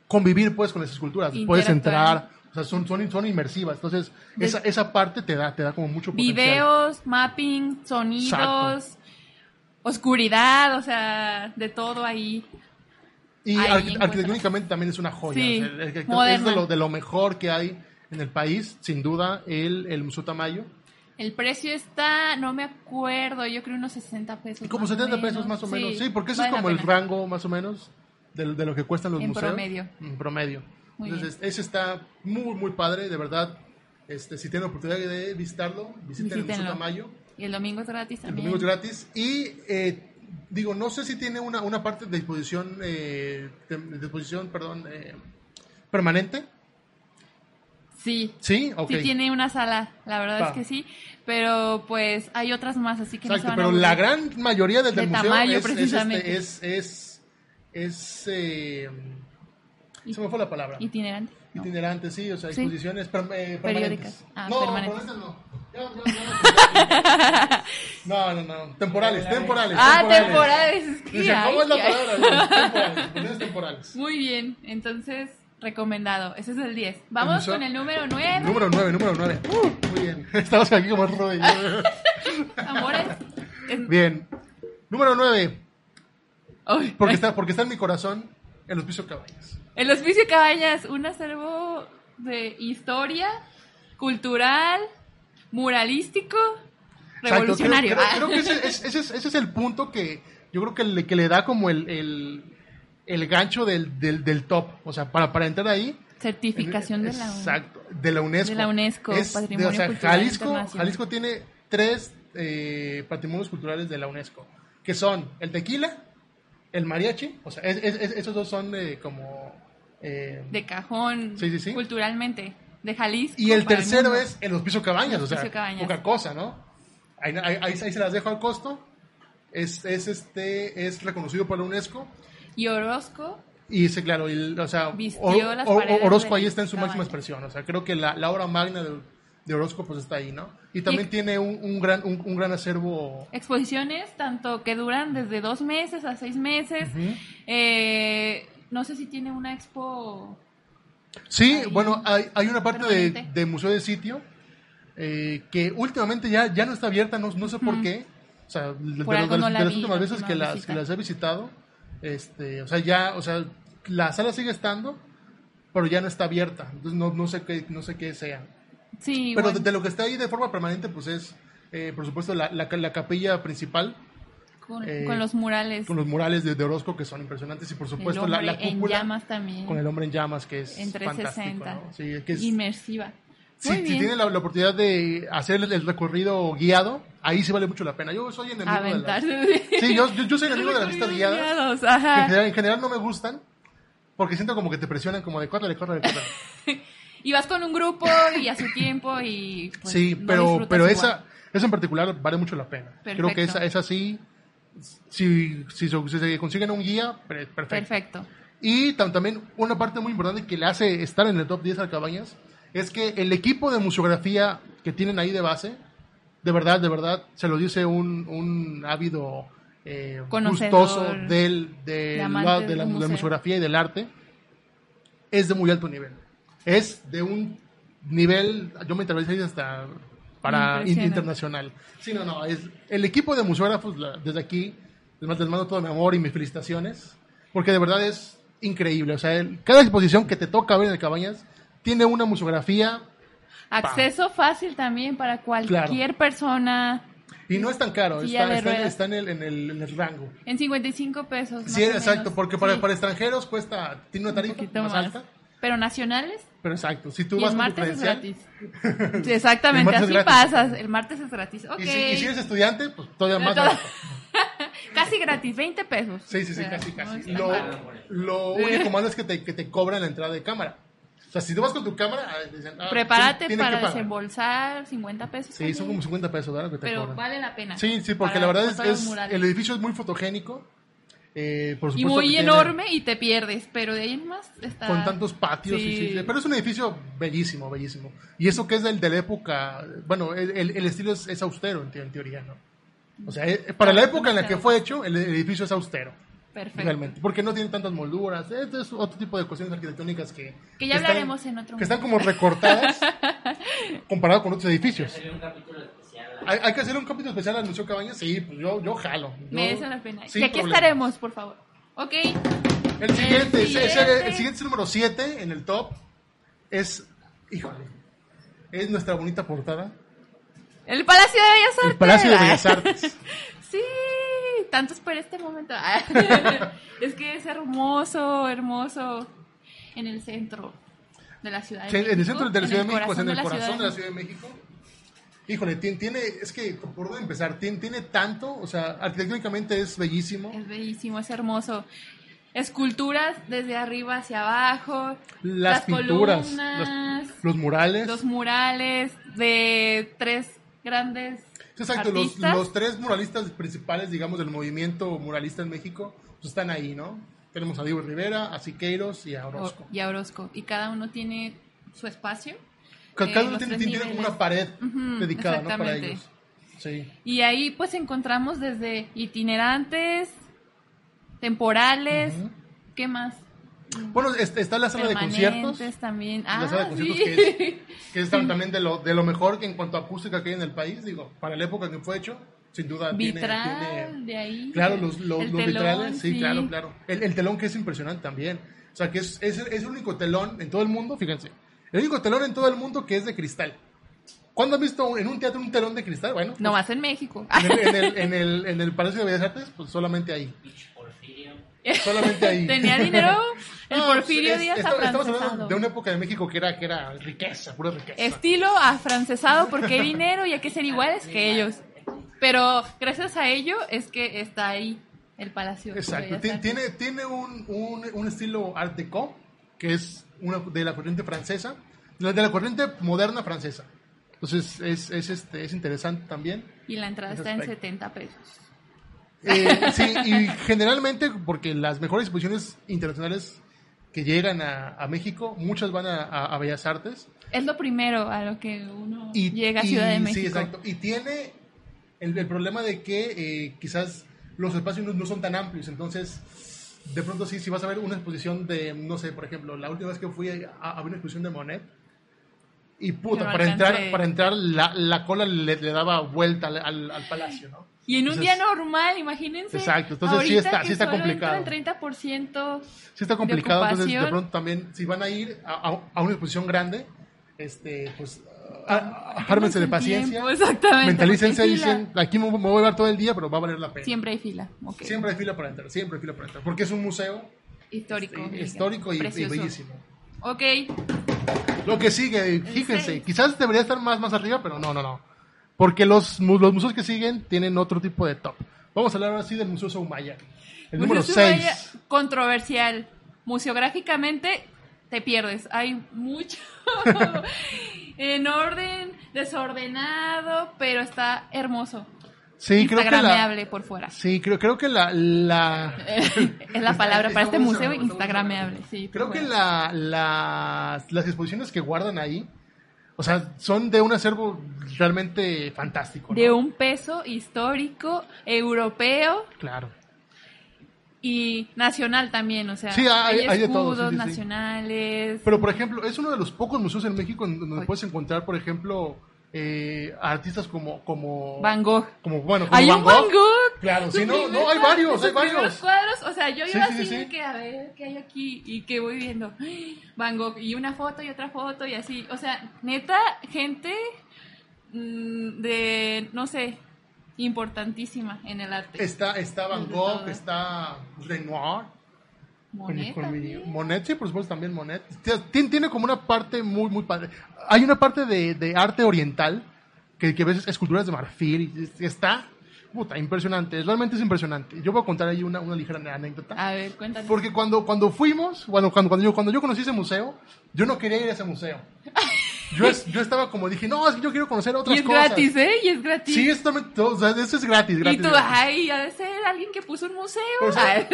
Speaker 1: convivir pues con las esculturas, puedes
Speaker 2: Interactuar.
Speaker 1: entrar, o sea, son, son, son inmersivas, entonces
Speaker 2: Des-
Speaker 1: esa, esa parte te da, te da como mucho potencial.
Speaker 2: Videos, mapping, sonidos, oscuridad, o sea, de todo ahí.
Speaker 1: Y
Speaker 2: Ahí
Speaker 1: arqu-
Speaker 2: encuentras.
Speaker 1: arquitectónicamente también es una joya.
Speaker 2: Sí,
Speaker 1: o sea, el arquitecto- es
Speaker 2: moderna.
Speaker 1: de lo, de lo mejor que hay en el país, sin duda, el, el Museo Tamayo.
Speaker 2: El precio está, no me acuerdo, yo creo unos 60 pesos.
Speaker 1: Y como
Speaker 2: más o
Speaker 1: 70 pesos
Speaker 2: menos.
Speaker 1: más o menos. Sí, porque eso
Speaker 2: vale
Speaker 1: es
Speaker 2: la
Speaker 1: como el
Speaker 2: pena.
Speaker 1: rango más o menos de, de lo que cuestan los
Speaker 2: En
Speaker 1: museos.
Speaker 2: promedio.
Speaker 1: En promedio.
Speaker 2: Muy
Speaker 1: Entonces, ese está muy, muy padre, de verdad. Este, si tienen oportunidad de visitarlo, visiten el Museo
Speaker 2: Visítenlo.
Speaker 1: Tamayo.
Speaker 2: Y el domingo es gratis
Speaker 1: El
Speaker 2: también.
Speaker 1: domingo es gratis. Y eh, digo, no sé si tiene una, una parte de exposición, eh, de, de exposición, perdón, eh, permanente.
Speaker 2: Sí.
Speaker 1: Sí, ok.
Speaker 2: Sí tiene una sala, la verdad
Speaker 1: Va.
Speaker 2: es que sí, pero pues hay otras más, así que
Speaker 1: Exacto,
Speaker 2: no se van a
Speaker 1: pero la
Speaker 2: aburrir.
Speaker 1: gran mayoría del,
Speaker 2: De
Speaker 1: del museo
Speaker 2: Tamayo,
Speaker 1: es, es,
Speaker 2: precisamente.
Speaker 1: este, es, es, es, eh, se me fue la palabra.
Speaker 2: itinerante. no.
Speaker 1: Itinerante, sí, o sea,
Speaker 2: Sí.
Speaker 1: exposiciones per- eh, permanentes.
Speaker 2: Periódicas. Ah,
Speaker 1: no,
Speaker 2: permanentes.
Speaker 1: permanentes no. Ya, ya, ya. No, no, no. Temporales, temporales.
Speaker 2: Ah, temporales. es que
Speaker 1: Dice,
Speaker 2: ay,
Speaker 1: ¿cómo es la
Speaker 2: qué hay.
Speaker 1: palabra? Temporales, exposiciones temporales.
Speaker 2: Muy bien, entonces recomendado. Ese es el 10. Vamos
Speaker 1: museo-
Speaker 2: con el número 9.
Speaker 1: Número 9, número 9. Uh, muy bien. Estamos aquí como Roy.
Speaker 2: Amores. Es-
Speaker 1: Bien. Número 9.
Speaker 2: Ay,
Speaker 1: Porque está, porque está en mi corazón, el Hospicio Cabañas.
Speaker 2: El Hospicio Cabañas, un acervo de historia, cultural, muralístico,
Speaker 1: Exacto, creo-
Speaker 2: revolucionario.
Speaker 1: Creo,
Speaker 2: Ah.
Speaker 1: creo que ese, es- ese es- ese es el punto que yo creo que le, que le da como el, el, el gancho del, del, del top. O sea, para, para entrar ahí.
Speaker 2: Certificación de la
Speaker 1: Exacto, de la UNESCO.
Speaker 2: de la UNESCO, Patrimonio Cultural
Speaker 1: Jalisco,
Speaker 2: Internacional.
Speaker 1: Jalisco tiene tres eh, patrimonios culturales de la UNESCO, que son el tequila, el mariachi, o sea, es- es- es- esos dos son eh, como... eh,
Speaker 2: de cajón
Speaker 1: Sí, sí, sí.
Speaker 2: culturalmente de Jalisco.
Speaker 1: y el
Speaker 2: para
Speaker 1: tercero
Speaker 2: mundo.
Speaker 1: es el hospicio Cabañas, o sea,
Speaker 2: Hospicio Cabañas.
Speaker 1: poca cosa, ¿no? Ahí, ahí- ahí- ahí se las dejo al costo. Es, es, este, es reconocido por la UNESCO.
Speaker 2: y Orozco,
Speaker 1: Y sí, claro, y, o sea,
Speaker 2: Vistió
Speaker 1: Oro-
Speaker 2: las
Speaker 1: Oro-
Speaker 2: paredes
Speaker 1: Orozco
Speaker 2: de
Speaker 1: ahí está en su
Speaker 2: Cabañas.
Speaker 1: máxima expresión. O sea, creo que la, la obra magna de, de Orozco pues está ahí, ¿no? Y también
Speaker 2: Y-
Speaker 1: tiene un, un gran, un, un gran acervo.
Speaker 2: exposiciones tanto que duran desde dos meses a seis meses. Eh, no sé si tiene una expo
Speaker 1: Sí,
Speaker 2: Ahí.
Speaker 1: bueno, hay, hay una parte de,
Speaker 2: Permanente.
Speaker 1: de Museo de Sitio eh, que últimamente ya, ya no está abierta, no, no sé por qué. O sea, de,
Speaker 2: Por
Speaker 1: de-
Speaker 2: algo
Speaker 1: de-
Speaker 2: no
Speaker 1: de
Speaker 2: la
Speaker 1: las
Speaker 2: vi,
Speaker 1: últimas
Speaker 2: la
Speaker 1: veces que
Speaker 2: última
Speaker 1: las,
Speaker 2: visita.
Speaker 1: que las he visitado, este, o sea, ya, o sea, la sala sigue estando, pero ya no está abierta. Entonces no, no sé qué, no sé qué sea.
Speaker 2: Sí,
Speaker 1: Pero
Speaker 2: bueno,
Speaker 1: de, de lo que está ahí de forma permanente, pues es, eh, por supuesto, la, la, la capilla principal,
Speaker 2: con,
Speaker 1: eh,
Speaker 2: con los murales,
Speaker 1: con los murales de, de Orozco que son impresionantes, y por supuesto
Speaker 2: el
Speaker 1: la,
Speaker 2: hombre
Speaker 1: la
Speaker 2: en
Speaker 1: cúpula
Speaker 2: llamas también,
Speaker 1: con el hombre en llamas, que es
Speaker 2: en
Speaker 1: fantástico.
Speaker 2: 360,
Speaker 1: ¿no? Sí, que es-
Speaker 2: inmersiva.
Speaker 1: si,
Speaker 2: Muy
Speaker 1: si
Speaker 2: bien.
Speaker 1: tienen la, la oportunidad de hacer el, el recorrido guiado, ahí sí vale mucho la pena. Yo soy enemigo
Speaker 2: aventarse.
Speaker 1: de las... Sí, yo, yo, yo soy enemigo de las vistas guiadas,
Speaker 2: Guiados,
Speaker 1: que en
Speaker 2: ajá.
Speaker 1: general, en general no me gustan, porque siento como que te presionan como de córrele, córrele, córrele.
Speaker 2: Pues, Y vas con un grupo y a su tiempo y pues,
Speaker 1: sí,
Speaker 2: no
Speaker 1: pero,
Speaker 2: disfrutas
Speaker 1: pero
Speaker 2: igual.
Speaker 1: esa, esa en particular vale mucho la pena. Creo que
Speaker 2: Perfecto.
Speaker 1: esa, esa sí, si, si, se- si se consiguen un guía, pre- perfecto.
Speaker 2: perfecto.
Speaker 1: Y tam- también una parte muy importante que le hace estar en el top 10 al Cabañas es que el equipo de museografía que tienen ahí de base, de verdad, de verdad, se lo dice un, un ávido eh,
Speaker 2: Conocedor.
Speaker 1: gustoso del, del-
Speaker 2: De amantes
Speaker 1: la- de la,
Speaker 2: del
Speaker 1: de la
Speaker 2: museo.
Speaker 1: museografía y del arte, es de muy alto nivel. Es de un nivel, yo me atrevería a decir hasta para in-
Speaker 2: Impresionante.
Speaker 1: internacional. Sí, no, no, es el equipo de museógrafos la- desde aquí, les mando, les mando todo mi amor y mis felicitaciones, porque de verdad es increíble. O sea, el- cada exposición que te toca ver en el Cabañas tiene una museografía
Speaker 2: Acceso fácil también para cualquier
Speaker 1: Claro.
Speaker 2: persona
Speaker 1: y no es tan caro,
Speaker 2: Silla
Speaker 1: está,
Speaker 2: de
Speaker 1: está en-
Speaker 2: ruedas.
Speaker 1: está en, el, en, el, en el rango.
Speaker 2: en 55 pesos. más
Speaker 1: Sí,
Speaker 2: o
Speaker 1: exacto,
Speaker 2: menos.
Speaker 1: porque para,
Speaker 2: Sí,
Speaker 1: para extranjeros cuesta, tiene una
Speaker 2: un
Speaker 1: tarifa
Speaker 2: poquito
Speaker 1: más,
Speaker 2: más.
Speaker 1: alta,
Speaker 2: Pero nacionales
Speaker 1: pero exacto, si tú
Speaker 2: y
Speaker 1: vas
Speaker 2: el
Speaker 1: con tu
Speaker 2: martes es
Speaker 1: credencial,
Speaker 2: gratis. Sí, exactamente,
Speaker 1: El martes es
Speaker 2: así
Speaker 1: gratis.
Speaker 2: pasas. El martes es gratis. Ok.
Speaker 1: y, si, y si eres estudiante, pues todavía más.
Speaker 2: Todo-
Speaker 1: barato.
Speaker 2: Casi gratis, 20 pesos.
Speaker 1: Sí, sí, sí,
Speaker 2: O sea,
Speaker 1: casi,
Speaker 2: no
Speaker 1: casi.
Speaker 2: está
Speaker 1: Lo,
Speaker 2: mal.
Speaker 1: lo único malo es que te, que te cobran la entrada de cámara. O sea, si tú vas con tu cámara, ah, dicen, ah,
Speaker 2: Prepárate
Speaker 1: tienes que
Speaker 2: para
Speaker 1: pagar.
Speaker 2: desembolsar 50 pesos.
Speaker 1: Sí, son
Speaker 2: también.
Speaker 1: como 50 pesos, ¿verdad? Que te
Speaker 2: Pero
Speaker 1: cobran.
Speaker 2: vale la pena.
Speaker 1: Sí, sí, porque
Speaker 2: Para
Speaker 1: la verdad es,
Speaker 2: fotos de
Speaker 1: es-
Speaker 2: murales.
Speaker 1: el edificio es muy fotogénico. eh, por
Speaker 2: Y
Speaker 1: supuesto que
Speaker 2: muy
Speaker 1: tiene-
Speaker 2: enorme y te pierdes, pero de ahí en más está...
Speaker 1: Con tantos patios. y
Speaker 2: Sí.
Speaker 1: sí, sí, pero es un edificio bellísimo, bellísimo. Y eso que es del de la época, bueno, el, el- el estilo es, es austero en, te- en teoría, ¿no? O sea, eh, para la época en la que fue hecho, el edificio es austero.
Speaker 2: Perfecto.
Speaker 1: realmente, porque no tiene tantas molduras, este es otro tipo de cuestiones arquitectónicas que...
Speaker 2: Que ya hablaremos en otro
Speaker 1: Que están como recortadas comparado con otros edificios.
Speaker 3: Sería un capítulo especial
Speaker 1: ¿Hay, hay que hacer un capítulo especial al Museo Cabañas? Sí, pues yo, yo jalo. Yo-
Speaker 2: Merecen la pena.
Speaker 1: sin
Speaker 2: y aquí
Speaker 1: problema.
Speaker 2: estaremos, por favor. Ok.
Speaker 1: El siguiente,
Speaker 2: El
Speaker 1: es- es-
Speaker 2: siguiente.
Speaker 1: el, siguiente es el número 7 en el top. Es, híjole, es nuestra bonita portada.
Speaker 2: El Palacio de Bellas Artes.
Speaker 1: El Palacio de Bellas Artes.
Speaker 2: Sí, tantos por este momento. Ah, es que es hermoso, hermoso. En el centro de la ciudad.
Speaker 1: Sí,
Speaker 2: de
Speaker 1: en el centro de la Ciudad de México, pues,
Speaker 2: corazón
Speaker 1: en el corazón
Speaker 2: Ciudad
Speaker 1: de la Ciudad de México. Híjole, tiene, tiene- es que, ¿por dónde empezar? Tiene, tiene tanto, o sea, arquitectónicamente es bellísimo.
Speaker 2: Es bellísimo, es hermoso. Esculturas desde arriba hacia abajo.
Speaker 1: Las, pinturas,
Speaker 2: columnas,
Speaker 1: los, los murales.
Speaker 2: los murales de tres grandes
Speaker 1: Exacto, los,
Speaker 2: artistas.
Speaker 1: los tres muralistas principales, digamos, del movimiento muralista en México, pues, están ahí, ¿no? Tenemos a Diego Rivera, a Siqueiros y a Orozco.
Speaker 2: O- Oh, y a Orozco. Y cada uno tiene su espacio.
Speaker 1: Ca-
Speaker 2: eh,
Speaker 1: Cada uno
Speaker 2: los
Speaker 1: tiene,
Speaker 2: tres
Speaker 1: tiene como
Speaker 2: niveles.
Speaker 1: una pared
Speaker 2: Ujú,
Speaker 1: dedicada, ¿no? Para
Speaker 2: exactamente.
Speaker 1: ellos. Sí.
Speaker 2: Y ahí pues encontramos desde itinerantes, temporales,
Speaker 1: Ujú.
Speaker 2: ¿qué más?
Speaker 1: Bueno, este- está la sala de conciertos.
Speaker 2: Permanentes también.
Speaker 1: la
Speaker 2: Ah,
Speaker 1: sala de conciertos
Speaker 2: sí.
Speaker 1: que es, Ah, que es tam- también de lo, de lo mejor que en cuanto a acústica que hay en el país, digo, para la época que fue hecho, sin duda tiene-
Speaker 2: Vitral
Speaker 1: tiene,
Speaker 2: de ahí.
Speaker 1: Claro,
Speaker 2: el-
Speaker 1: los, los,
Speaker 2: el
Speaker 1: los
Speaker 2: telón,
Speaker 1: vitrales, sí, claro, claro. El, el telón que es impresionante también. O sea, que es, es, es el único telón en todo el mundo, fíjense. El único telón en todo el mundo que es de cristal. ¿Cuándo has visto en un teatro un telón de cristal? Bueno, pues,
Speaker 2: No más en México.
Speaker 1: en, el, en, el, en, el, en el Palacio de Bellas Artes, pues solamente ahí. Solamente ahí.
Speaker 2: Tenía dinero el
Speaker 1: No,
Speaker 2: Porfirio
Speaker 1: es-
Speaker 2: Díaz
Speaker 1: esto- Estamos hablando
Speaker 2: afrancesado.
Speaker 1: de una época de México que era, que era riqueza, pura riqueza.
Speaker 2: Estilo afrancesado porque hay dinero y hay que ser iguales que ellos. Pero gracias a ello es que está ahí el Palacio. de
Speaker 1: Exacto.
Speaker 2: Bellas
Speaker 1: Tien- Tiene,
Speaker 2: Artes.
Speaker 1: tiene un, un, un estilo art déco, que es una de la corriente francesa, de la- de la corriente moderna francesa. Entonces es, es, este, es interesante también.
Speaker 2: Y la entrada está en
Speaker 1: Perfecto.
Speaker 2: 70 pesos.
Speaker 1: Eh, sí, y generalmente, porque las mejores exposiciones internacionales que llegan a, a México, muchas van a, a- a Bellas Artes.
Speaker 2: Es lo primero a lo que uno
Speaker 1: Y,
Speaker 2: llega a
Speaker 1: y-
Speaker 2: Ciudad de México.
Speaker 1: Sí, exacto. Y tiene el, el problema de que eh, quizás los espacios no, no son tan amplios, entonces de pronto sí, si vas a ver una exposición de, no sé, por ejemplo, la última vez que fui a, a ver una exposición de Monet, y puta,
Speaker 2: Pero
Speaker 1: para entrar,
Speaker 2: alcancé.
Speaker 1: para entrar la, la cola le, le daba vuelta al, al- al palacio, ¿no?
Speaker 2: Y en un
Speaker 1: Entonces,
Speaker 2: día normal, imagínense.
Speaker 1: Exacto, entonces sí
Speaker 2: ahorita
Speaker 1: está-
Speaker 2: que
Speaker 1: sí está
Speaker 2: solo
Speaker 1: complicado.
Speaker 2: entra el 30%.
Speaker 1: Sí está complicado,
Speaker 2: de
Speaker 1: entonces de
Speaker 2: ocupación.
Speaker 1: pronto también, si van a ir a, a- a una exposición grande, este, pues, a- a- ármense de
Speaker 2: tómense un
Speaker 1: paciencia.
Speaker 2: tiempo, exactamente.
Speaker 1: Mentalícense,
Speaker 2: porque hay fila.
Speaker 1: dicen, aquí me, me voy a llevar todo el día, pero va a valer la pena. Siempre,
Speaker 2: Siempre hay fila. ok.
Speaker 1: hay fila para entrar, siempre hay fila para entrar, porque es un museo
Speaker 2: Histórico.
Speaker 1: este,
Speaker 2: diga.
Speaker 1: histórico y, y
Speaker 2: Precioso.
Speaker 1: bellísimo.
Speaker 2: Ok. Pues
Speaker 1: Lo que sigue, fíjense,
Speaker 2: seis.
Speaker 1: quizás debería estar más, más arriba, pero no, no, no. Porque los, mu- los museos que siguen tienen otro tipo de top. Vamos a hablar ahora sí del Museo Soumaya. El número
Speaker 2: Museo
Speaker 1: 6.
Speaker 2: Sumaya, Controversial. Museográficamente te pierdes. Hay mucho. en orden, desordenado, pero está hermoso.
Speaker 1: Sí, creo que la,
Speaker 2: Instagrameable por fuera.
Speaker 1: sí, creo, creo que la, la,
Speaker 2: es la
Speaker 1: Está-
Speaker 2: palabra
Speaker 1: está
Speaker 2: para este
Speaker 1: bueno,
Speaker 2: museo
Speaker 1: está bueno, está
Speaker 2: instagrameable.
Speaker 1: bueno.
Speaker 2: Sí,
Speaker 1: Creo
Speaker 2: por
Speaker 1: que
Speaker 2: favor.
Speaker 1: la, las- las exposiciones que guardan ahí, o sea, son de un acervo realmente fantástico. ¿no?
Speaker 2: de un peso histórico europeo
Speaker 1: Claro.
Speaker 2: y nacional también, o sea,
Speaker 1: Sí, hay- hay de todo,
Speaker 2: escudos
Speaker 1: sí, sí, sí.
Speaker 2: nacionales.
Speaker 1: Pero, por ejemplo, es uno de los pocos museos en México en donde
Speaker 2: Oye.
Speaker 1: puedes encontrar, por ejemplo, eh, artistas como, como...
Speaker 2: Van Gogh.
Speaker 1: Como, bueno, como
Speaker 2: Hay
Speaker 1: Van
Speaker 2: un Van
Speaker 1: Gogh.
Speaker 2: Gogh.
Speaker 1: Claro,
Speaker 2: Su
Speaker 1: sí, no,
Speaker 2: primer
Speaker 1: no, hay
Speaker 2: cuadro-
Speaker 1: varios,
Speaker 2: sus
Speaker 1: hay varios.
Speaker 2: primeros cuadros, o sea, yo
Speaker 1: Sí,
Speaker 2: iba
Speaker 1: sí, sí,
Speaker 2: así de
Speaker 1: sí.
Speaker 2: que a ver qué hay aquí y que voy viendo ¡ay! Van Gogh y una foto y otra foto y así, o sea, neta gente mm, de no sé, importantísima en el arte.
Speaker 1: Está, está Van
Speaker 2: De
Speaker 1: Gogh,
Speaker 2: todo.
Speaker 1: está Renoir. Con mi-
Speaker 2: Monet
Speaker 1: con mi-
Speaker 2: también.
Speaker 1: Monet, sí, por supuesto, también Monet. Tiene, tiene como una parte muy, muy padre. Hay una parte de, de arte oriental que, que ves esculturas de marfil y es- está puta, impresionante. Realmente es impresionante. Yo voy a contar ahí una, una ligera anécdota.
Speaker 2: A ver, cuéntanos.
Speaker 1: Porque cuando, cuando fuimos, bueno, cuando, cuando, yo, cuando yo conocí ese museo, yo no quería ir a ese museo. Yo, es- yo estaba como dije, no, es que yo quiero conocer
Speaker 2: Y
Speaker 1: otras
Speaker 2: es
Speaker 1: cosas.
Speaker 2: gratis, ¿eh? Y es gratis.
Speaker 1: Sí, es totalmente- o sea, eso es gratis, gratis.
Speaker 2: y tú,
Speaker 1: gratis.
Speaker 2: ay, ha de ser alguien que puso un museo.
Speaker 1: O sea,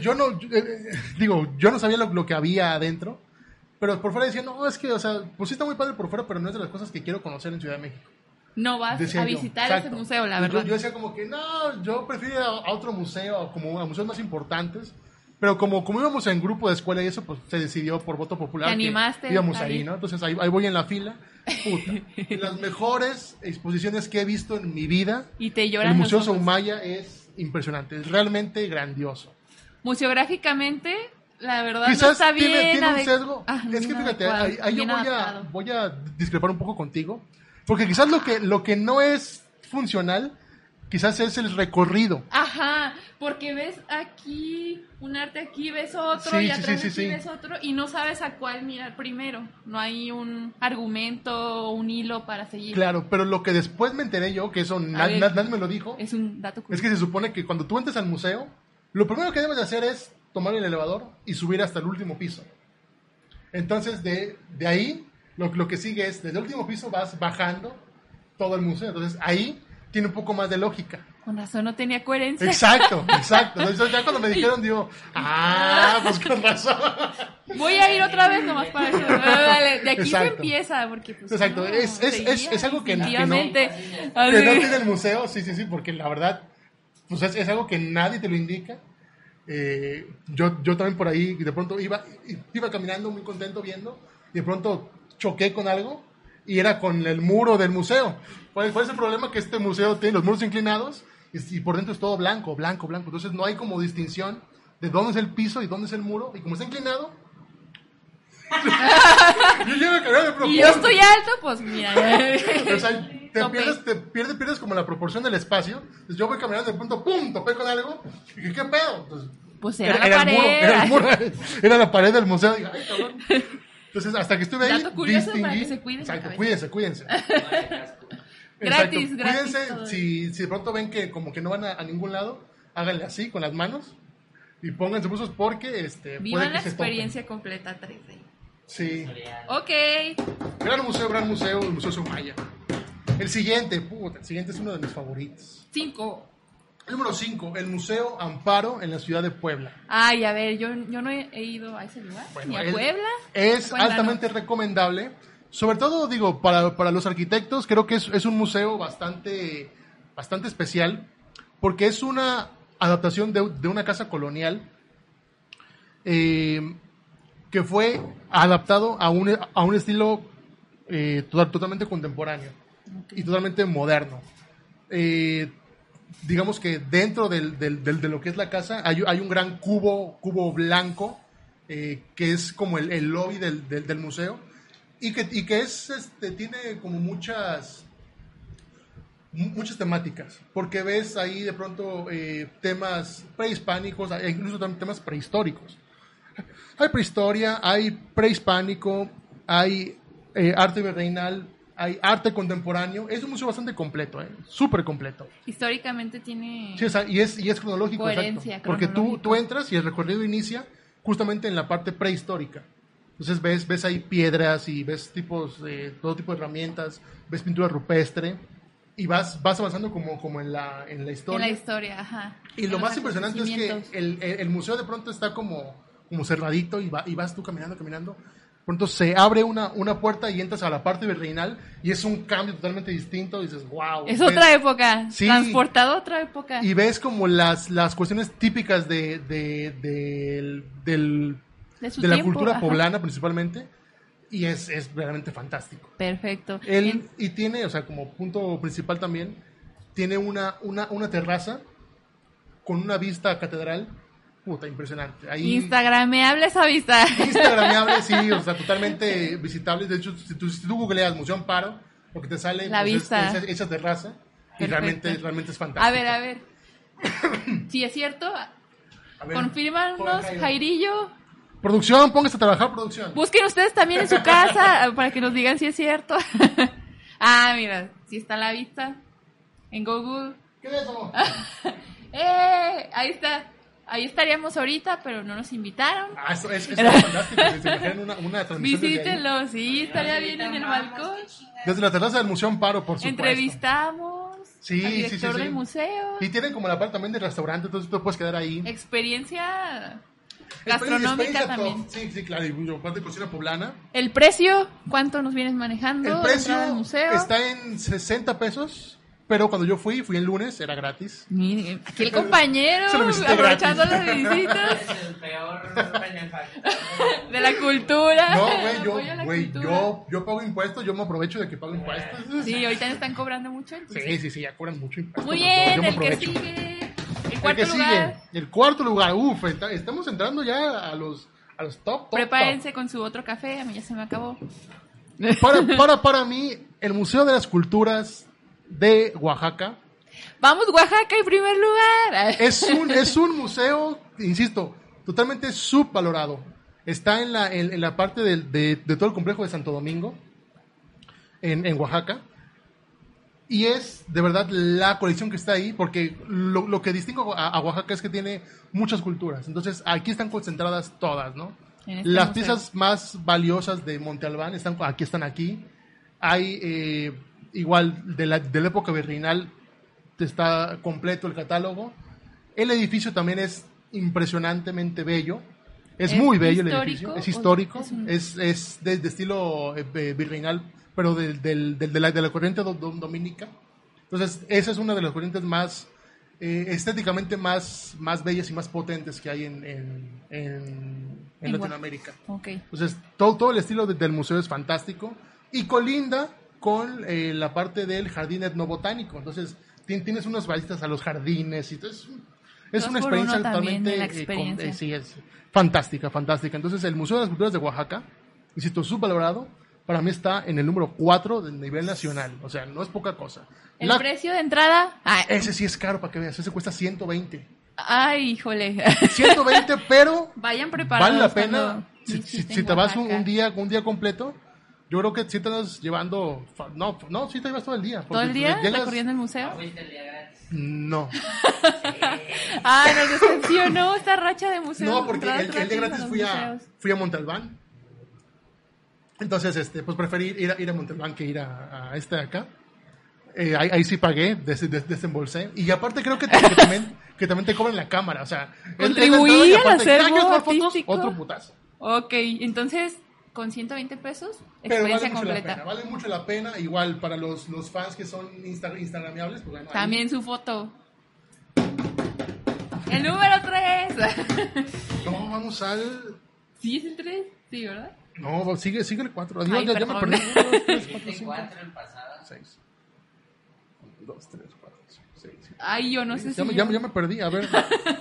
Speaker 1: yo no, yo- eh, eh, digo, yo no sabía lo, lo que había adentro, pero por fuera decía, no, es que, o sea, pues sí está muy padre por fuera, pero no es de las cosas que quiero conocer en Ciudad de México.
Speaker 2: no vas
Speaker 1: Decía
Speaker 2: a
Speaker 1: yo.
Speaker 2: visitar
Speaker 1: Exacto.
Speaker 2: ese museo, la
Speaker 1: Y yo-
Speaker 2: verdad.
Speaker 1: Yo, decía como que, no, yo prefiero ir a, a otro museo, como a museos más importantes, Pero como, como íbamos en grupo de escuela y eso, pues se decidió por voto popular.
Speaker 2: Te animaste
Speaker 1: que Íbamos ahí,
Speaker 2: ahí.
Speaker 1: ¿no? Entonces ahí, ahí voy en la fila. Puta. Y las mejores exposiciones que he visto en mi vida.
Speaker 2: Y te lloran
Speaker 1: El Museo
Speaker 2: los ojos.
Speaker 1: Soumaya es impresionante, es realmente grandioso.
Speaker 2: Museográficamente, la verdad no
Speaker 1: Quizás
Speaker 2: está bien.
Speaker 1: tiene, tiene un
Speaker 2: adec-
Speaker 1: sesgo.
Speaker 2: Ah,
Speaker 1: es que
Speaker 2: bien
Speaker 1: fíjate,
Speaker 2: adecuado,
Speaker 1: ahí, ahí yo
Speaker 2: bien
Speaker 1: voy a,
Speaker 2: adaptado.
Speaker 1: voy a discrepar un poco contigo. Porque quizás lo que, lo que no es funcional, quizás es el recorrido.
Speaker 2: Ajá, porque ves aquí un arte, aquí ves otro,
Speaker 1: Sí,
Speaker 2: y
Speaker 1: sí,
Speaker 2: atrás
Speaker 1: sí,
Speaker 2: de
Speaker 1: sí,
Speaker 2: aquí
Speaker 1: sí.
Speaker 2: ves otro, y no sabes a cuál mirar primero. No hay un argumento o un hilo para seguir.
Speaker 1: Claro, pero lo que después me enteré yo, que eso na-
Speaker 2: ver.
Speaker 1: na- nadie me lo dijo,
Speaker 2: Es un dato
Speaker 1: es
Speaker 2: curioso.
Speaker 1: que se supone que cuando tú entras al museo, lo primero que debes de hacer es tomar el elevador y subir hasta el último piso. Entonces, de, de ahí, lo, lo que sigue es, desde el último piso vas bajando todo el museo. Entonces, ahí tiene un poco más de lógica.
Speaker 2: Con razón no tenía coherencia.
Speaker 1: Exacto, exacto. Entonces, ya cuando me dijeron, digo, ah, pues con razón.
Speaker 2: Voy a ir otra vez nomás para eso. Dale, dale, De aquí se
Speaker 1: Exacto.
Speaker 2: empieza, porque pues,
Speaker 1: Exacto,
Speaker 2: no,
Speaker 1: es- es- es-
Speaker 2: seguía
Speaker 1: es algo que- que no-
Speaker 2: instintivamente.
Speaker 1: que no
Speaker 2: Así.
Speaker 1: tiene el museo, sí, sí, sí, porque la verdad, pues es, es algo que nadie te lo indica. Eh, yo, yo también por ahí, de pronto iba, iba caminando muy contento viendo, y de pronto choqué con algo, y era con el muro del museo. ¿Cuál, cuál es el problema que este museo tiene? Los muros inclinados, y, y por dentro es todo blanco, blanco, blanco. Entonces no hay como distinción de dónde es el piso y dónde es el muro, y como está inclinado. yo llego a cagar de
Speaker 2: Y yo
Speaker 1: propósito.
Speaker 2: estoy alto, pues mira.
Speaker 1: O sea, te
Speaker 2: Topé.
Speaker 1: pierdes, te pierdes, pierdes como la proporción del espacio. Entonces yo voy caminando de pronto, ¡pum! topé con algo. Y dije, ¿qué pedo? Entonces,
Speaker 2: Pues era, la
Speaker 1: el muro,
Speaker 2: pared.
Speaker 1: era el muro, era la pared del museo. Dije, "Ay, cabrón". Entonces, hasta que estuve ahí,
Speaker 2: Dato curioso para
Speaker 1: distinguí-
Speaker 2: que se cuiden la
Speaker 1: Exacto,
Speaker 2: cabeza.
Speaker 1: cuídense, cuídense.
Speaker 2: Gratis,
Speaker 1: Exacto,
Speaker 2: gratis
Speaker 1: Cuídense,
Speaker 2: todo.
Speaker 1: si, si de pronto ven que como que no van a, a ningún lado, háganle así con las manos y pónganse buzos porque este,
Speaker 2: Vivan la
Speaker 1: que se topen.
Speaker 2: experiencia completa 3D.
Speaker 1: Sí.
Speaker 2: Ok.
Speaker 1: Gran museo, gran museo, el Museo Sumaya. El siguiente, puta, el siguiente es uno de mis favoritos.
Speaker 2: 5.
Speaker 1: Número 5, el Museo Amparo en la ciudad de Puebla.
Speaker 2: Ay, a ver, yo, yo no he he ido a ese lugar, ni a
Speaker 1: es-
Speaker 2: Puebla.
Speaker 1: Es
Speaker 2: Cuéntanos.
Speaker 1: altamente recomendable. Sobre todo, digo, para, para los arquitectos, creo que es, es un museo bastante, bastante especial, porque es una adaptación de, de una casa colonial eh, que fue adaptado a un, a un estilo eh, to- totalmente contemporáneo y totalmente moderno. Eh, digamos que dentro del, del- del- de lo que es la casa hay, hay un gran cubo, cubo blanco eh, que es como el, el lobby del, del- del museo y que, y que es, este, tiene como muchas mu- muchas temáticas porque ves ahí de pronto eh, temas prehispánicos e incluso también temas prehistóricos hay prehistoria hay prehispánico hay eh, arte virreinal hay arte contemporáneo es un museo bastante completo eh, súper completo
Speaker 2: Históricamente tiene.
Speaker 1: Sí, o sea, y es, y es cronológico,
Speaker 2: Coherencia,
Speaker 1: exacto. Porque tú,
Speaker 2: cronológico.
Speaker 1: tú entras y el recorrido inicia justamente en la parte prehistórica. Entonces ves, ves ahí piedras y ves tipos de, todo tipo de herramientas, ves pintura rupestre y vas, vas avanzando como, como en, la, en la
Speaker 2: en
Speaker 1: historia.
Speaker 2: la historia, ajá.
Speaker 1: y lo
Speaker 2: En
Speaker 1: más
Speaker 2: los
Speaker 1: impresionante es
Speaker 2: acontecimientos.
Speaker 1: que el, el- el museo de pronto está como, como cerradito y, va- y vas tú caminando, caminando. Pronto se abre una, una puerta y entras a la parte virreinal y es un cambio totalmente distinto. Y dices, wow.
Speaker 2: Es otra época.
Speaker 1: pues, Sí.
Speaker 2: Transportado a otra época.
Speaker 1: y ves como las, las cuestiones típicas de, de, del- del-
Speaker 2: de su
Speaker 1: de la
Speaker 2: tiempo,
Speaker 1: cultura
Speaker 2: ajá.
Speaker 1: poblana principalmente, y es, es verdaderamente fantástico.
Speaker 2: Perfecto.
Speaker 1: Él,
Speaker 2: En-
Speaker 1: y tiene, o sea, como punto principal también, tiene una, una, una terraza con una vista catedral, puta, impresionante. Ahí,
Speaker 2: Instagram, me habla esa vista.
Speaker 1: Instagramable, sí, o sea, totalmente visitable. De hecho, si tú, si tú googleas Museo Amparo, lo que te sale
Speaker 2: La
Speaker 1: pues, es-
Speaker 2: vista.
Speaker 1: es esa- esa terraza, y
Speaker 2: Perfecto.
Speaker 1: realmente, realmente es fantástico.
Speaker 2: A ver, a ver. Si es cierto,
Speaker 1: A ver,
Speaker 2: confírmanos,
Speaker 1: Jairo.
Speaker 2: Jairillo.
Speaker 1: Producción, póngase a trabajar, producción.
Speaker 2: Busquen ustedes también en su casa ah, para que nos digan si es cierto. ah, mira, si está a la vista. En Google.
Speaker 1: ¿Qué es eso?
Speaker 2: Ah. ¡Eh! Ahí está. Ahí estaríamos ahorita, pero no nos invitaron.
Speaker 1: Ah, eso, eso- eso es fantástico. que Se imaginan una, una transmisión desde, ahí.
Speaker 2: Visítenlo, sí, estaría bien en el balcón.
Speaker 1: Desde la terraza del Museo Amparo, por supuesto.
Speaker 2: Entrevistamos
Speaker 1: Sí,
Speaker 2: al
Speaker 1: sí, sí,
Speaker 2: director
Speaker 1: sí.
Speaker 2: del museo.
Speaker 1: Y tienen como la parte también del restaurante, entonces tú puedes quedar ahí.
Speaker 2: Experiencia
Speaker 1: Experiencia
Speaker 2: gastronómica
Speaker 1: top.
Speaker 2: también.
Speaker 1: Sí, sí, claro. Y aparte cocina poblana.
Speaker 2: El precio, ¿cuánto nos vienes manejando?
Speaker 1: El
Speaker 2: la
Speaker 1: precio
Speaker 2: entrada al museo?
Speaker 1: está en 60 pesos Pero cuando yo fui, fui el lunes, era gratis.
Speaker 2: Mire, Aquí el compañero,
Speaker 1: Se lo visité
Speaker 2: aprovechando
Speaker 1: gratis.
Speaker 2: las visitas
Speaker 3: Es el peor benefactor.
Speaker 2: de la cultura.
Speaker 1: No, güey,
Speaker 2: Apoyo a la
Speaker 1: yo, güey,
Speaker 2: cultura.
Speaker 1: yo, yo pago impuestos, yo me aprovecho de que pago impuestos.
Speaker 2: Sí, ahorita están cobrando mucho. entonces-
Speaker 1: Sí, sí, sí, ya cobran mucho impuestos.
Speaker 2: Muy
Speaker 1: pero
Speaker 2: bien,
Speaker 1: yo me
Speaker 2: el que
Speaker 1: aprovecho.
Speaker 2: sigue. El
Speaker 1: El
Speaker 2: cuarto
Speaker 1: que
Speaker 2: lugar.
Speaker 1: sigue, el cuarto lugar. Uf, enta- estamos entrando ya a los, a los top, top, top.
Speaker 2: Prepárense con su otro café, a mí ya se me acabó.
Speaker 1: Para, para, para mí, el Museo de las Culturas de Oaxaca
Speaker 2: Vamos, Oaxaca, en primer lugar.
Speaker 1: es un, es un museo, insisto, totalmente subvalorado. Está en la, en, en la parte del- de, de todo el complejo de Santo Domingo, en, en Oaxaca. Y es de verdad la colección que está ahí, porque lo, lo que distingo a, a Oaxaca es que tiene muchas culturas. Entonces, aquí están concentradas todas, ¿no?
Speaker 2: En este
Speaker 1: Las
Speaker 2: museo.
Speaker 1: piezas más valiosas de Monte Albán están, aquí están aquí. Hay, eh, igual, de la, de la época virreinal está completo el catálogo. El edificio también es impresionantemente bello. Es,
Speaker 2: ¿Es
Speaker 1: muy bello el
Speaker 2: histórico
Speaker 1: edificio. Es
Speaker 2: o
Speaker 1: histórico.
Speaker 2: es un-
Speaker 1: Es, es de, de estilo eh, eh, virreinal, pero del- del- del- de, la, de la corriente do- do- dominica. Entonces, esa es una de las corrientes más eh, estéticamente más, más bellas y más potentes que hay en, en- en- en
Speaker 2: En Gua-
Speaker 1: Latinoamérica.
Speaker 2: Ok.
Speaker 1: Entonces, todo, todo el estilo de- del museo es fantástico y colinda con eh, la parte del jardín etnobotánico. Entonces, ti- tienes unas balitas a los jardines y todo. Es, un- es
Speaker 2: Dos
Speaker 1: una
Speaker 2: por
Speaker 1: experiencia
Speaker 2: uno también
Speaker 1: totalmente.
Speaker 2: de la
Speaker 1: eh, con-
Speaker 2: experiencia.
Speaker 1: eh, sí, es fantástica, fantástica. Entonces, el Museo de las Culturas de Oaxaca, insisto, subvalorado, para mí está en el número 4 del nivel nacional. O sea, no es poca cosa.
Speaker 2: El
Speaker 1: La-
Speaker 2: precio de entrada. ah,
Speaker 1: Ese sí es caro para que veas, ese cuesta 120.
Speaker 2: Ay, híjole.
Speaker 1: 120, pero
Speaker 2: Vayan preparados.
Speaker 1: vale la pena.
Speaker 2: cuando
Speaker 1: Si, si-
Speaker 2: visiten
Speaker 1: si te vas un,
Speaker 2: Oaxaca.
Speaker 1: un día un día completo, yo creo que si te vas llevando. fa- No, no, si te llevas todo el día.
Speaker 2: ¿Todo
Speaker 1: porque
Speaker 2: el día
Speaker 1: llegas-
Speaker 2: recorriendo el museo?
Speaker 3: Fuiste el día gratis.
Speaker 1: No,
Speaker 2: Ah, nos decepcionó esta racha de museos.
Speaker 1: no, porque
Speaker 2: entradas
Speaker 1: el, el día
Speaker 2: gratis
Speaker 1: gratis
Speaker 2: los
Speaker 1: fui a,
Speaker 2: museos.
Speaker 1: fui a Montalbán. Entonces, este, pues preferí ir a, ir a Montalbán que ir a, a este de acá. Eh, ahí, ahí sí pagué, des- des- desembolsé. Y aparte creo que, que también, que también te cobran la cámara. O sea, es- es la entrada y
Speaker 2: Contribuí al
Speaker 1: aparte, ¿ah,
Speaker 2: acervo
Speaker 1: ¿quieres tomar fotos?
Speaker 2: artístico.
Speaker 1: Otro putazo.
Speaker 2: Ok, entonces, con 120 pesos,
Speaker 1: Pero vale
Speaker 2: experiencia
Speaker 1: mucho la pena,
Speaker 2: completa.
Speaker 1: vale mucho la pena. Igual para los, los fans que son insta- instagramiables, pues bueno, ahí-
Speaker 2: También su foto. El número 3.
Speaker 1: No, vamos al...
Speaker 2: ¿Sí es el 3? Sí, ¿verdad?
Speaker 1: No, sigue, sigue el 4. Adiós,
Speaker 2: Ay,
Speaker 1: ya, ya me
Speaker 2: perdón.
Speaker 1: perdí. 1, 2, 3, 4,
Speaker 3: Fuiste
Speaker 1: 5,
Speaker 3: cuatro el pasado.
Speaker 1: 6. 2, 3, 4, 5, 6.
Speaker 2: Ay, yo no sé
Speaker 1: Ya,
Speaker 2: si.
Speaker 1: me-
Speaker 2: yo-
Speaker 1: ya, me- ya me perdí, a ver.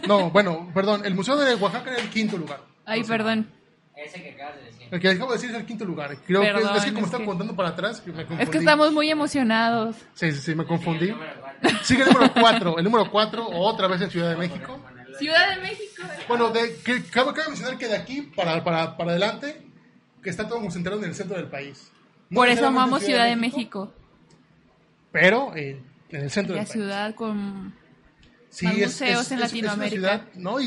Speaker 1: No, bueno, perdón. El Museo de Oaxaca era el quinto lugar.
Speaker 2: Ay,
Speaker 1: O sea,
Speaker 2: perdón.
Speaker 3: Ese que acabas de decir.
Speaker 1: El que acabo de decir es el quinto lugar. Creo que es,
Speaker 2: Perdón,
Speaker 1: es que como
Speaker 2: es
Speaker 1: estaba
Speaker 2: que-
Speaker 1: contando para atrás, que me confundí.
Speaker 2: Es que estamos muy emocionados.
Speaker 1: Sí, sí, sí, me
Speaker 3: El
Speaker 1: confundí.
Speaker 3: número cuatro.
Speaker 1: Sigue el número 4. El número 4, otra vez en Ciudad de México.
Speaker 3: Ponerlo ahí.
Speaker 2: Ciudad de México.
Speaker 1: Bueno, de, que, cabe, cabe mencionar que de aquí para, para, para adelante, que está todo concentrado en el centro del país. No
Speaker 2: Por eso
Speaker 1: necesariamente
Speaker 2: amamos Ciudad de México.
Speaker 1: Pero eh, en el centro
Speaker 2: La
Speaker 1: del país.
Speaker 2: ciudad con.
Speaker 1: Sí,
Speaker 2: más museos en Latinoamérica.
Speaker 1: una ciudad, ¿no? Y,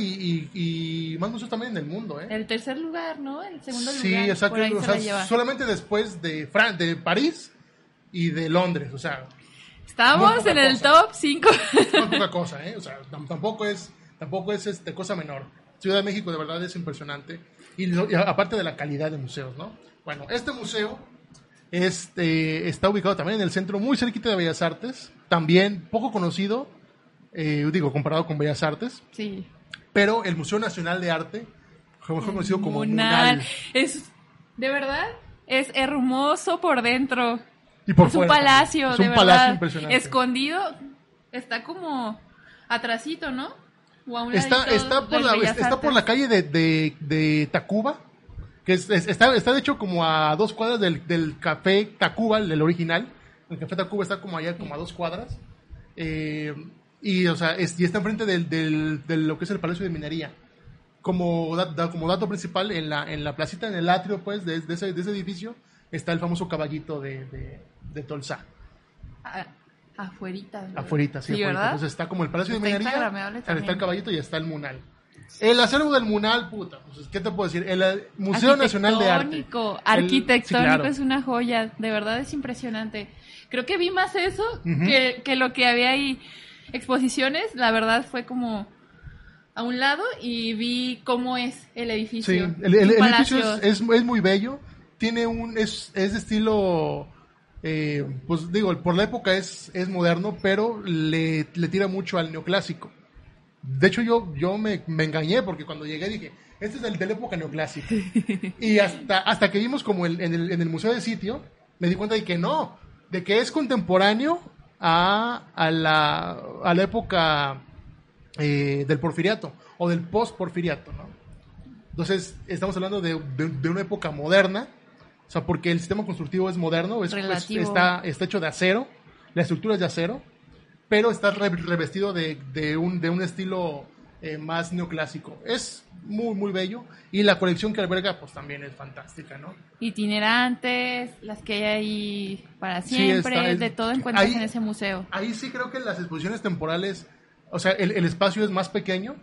Speaker 1: y, y más museos también en el mundo, ¿eh?
Speaker 2: El tercer lugar, ¿no? El segundo
Speaker 1: sí,
Speaker 2: lugar.
Speaker 1: exacto.
Speaker 2: Por ahí
Speaker 1: o
Speaker 2: se
Speaker 1: sea,
Speaker 2: la lleva.
Speaker 1: solamente después de, Fran- de París y de Londres. O sea, muy
Speaker 2: Estamos
Speaker 1: poca
Speaker 2: en el
Speaker 1: cosa.
Speaker 2: top 5.
Speaker 1: no es poca cosa, ¿eh? O sea, tam- tampoco es, tampoco es este, cosa menor. Ciudad de México de verdad es impresionante. Y, lo- y a- aparte de la calidad de museos, ¿no? Bueno, este museo este, está ubicado también en el centro, muy cerquita de Bellas Artes. También poco conocido, eh, digo, comparado con Bellas Artes.
Speaker 2: sí.
Speaker 1: Pero el Museo Nacional de Arte, mejor conocido como Munal.
Speaker 2: Es. De verdad, es hermoso por dentro.
Speaker 1: Y por
Speaker 2: es un
Speaker 1: fuera,
Speaker 2: palacio,
Speaker 1: es
Speaker 2: de
Speaker 1: un palacio
Speaker 2: verdad.
Speaker 1: impresionante.
Speaker 2: Escondido, está como atrasito, ¿no? O a un
Speaker 1: Está,
Speaker 2: ladito
Speaker 1: está, por
Speaker 2: del
Speaker 1: la,
Speaker 2: Bellas
Speaker 1: está por la
Speaker 2: Artes.
Speaker 1: calle de, de, de Tacuba, que es- es- está, está de hecho como a dos cuadras del, del café Tacuba, el, el original. El café Tacuba está como allá, como a dos cuadras. Eh, y, o sea, es- y está enfrente del, del, de lo que es el Palacio de Minería. Como, da- da- como dato principal, en la, en la placita, en el atrio, pues, de, de ese, de ese edificio, está el famoso caballito de, de, de Tolsa,
Speaker 2: A- afuerita. ¿verdad?
Speaker 1: afuerita, sí, afuerita.
Speaker 2: ¿verdad?
Speaker 1: Entonces está como el Palacio de
Speaker 2: Está
Speaker 1: Minería,
Speaker 2: instagrameable
Speaker 1: está
Speaker 2: también.
Speaker 1: el caballito y está el Munal. El acervo del Munal, puta, pues, ¿qué te puedo decir? El eh, Museo Nacional de Arte.
Speaker 2: Arquitectónico,
Speaker 1: El-
Speaker 2: arquitectónico
Speaker 1: sí, claro.
Speaker 2: es una joya, de verdad es impresionante. Creo que vi más eso
Speaker 1: Ujú.
Speaker 2: que, que lo que había ahí. Exposiciones, la verdad fue como a un lado y vi cómo es el
Speaker 1: Sí,
Speaker 2: edificio.
Speaker 1: el, el- el
Speaker 2: Sus
Speaker 1: edificio
Speaker 2: palacios.
Speaker 1: es, es- es muy bello, tiene un, es, es de estilo eh, pues digo, por la época es, es moderno, pero le, le tira mucho al neoclásico. De hecho, yo, yo me, me engañé porque cuando llegué dije, este es el de la época neoclásica. Y hasta, hasta que vimos como el- en, el, en el museo de sitio, me di cuenta de que no, de que es contemporáneo a, a, la, a la época eh, del porfiriato o del post-porfiriato, ¿no? Entonces, estamos hablando de, de- de una época moderna, o sea, porque el sistema constructivo es moderno, es- es-
Speaker 2: Relativo.
Speaker 1: está, está hecho de acero, la estructura es de acero, pero está re- revestido de, de un, de un estilo eh, más neoclásico. Es muy, muy bello y la colección que alberga, pues también es fantástica, ¿no?
Speaker 2: Itinerantes, las que hay ahí para
Speaker 1: Sí,
Speaker 2: siempre,
Speaker 1: está, es-
Speaker 2: de todo encuentras
Speaker 1: ahí-
Speaker 2: en ese museo.
Speaker 1: Ahí sí creo que las exposiciones temporales, o sea, el, el espacio es más pequeño,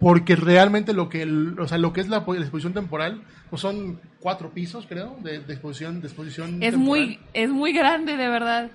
Speaker 1: porque realmente lo que, el- o sea, lo que es la, po- la exposición temporal, pues son cuatro pisos, creo, de, de exposición, de exposición
Speaker 2: Es
Speaker 1: temporal.
Speaker 2: muy, es muy grande, de verdad.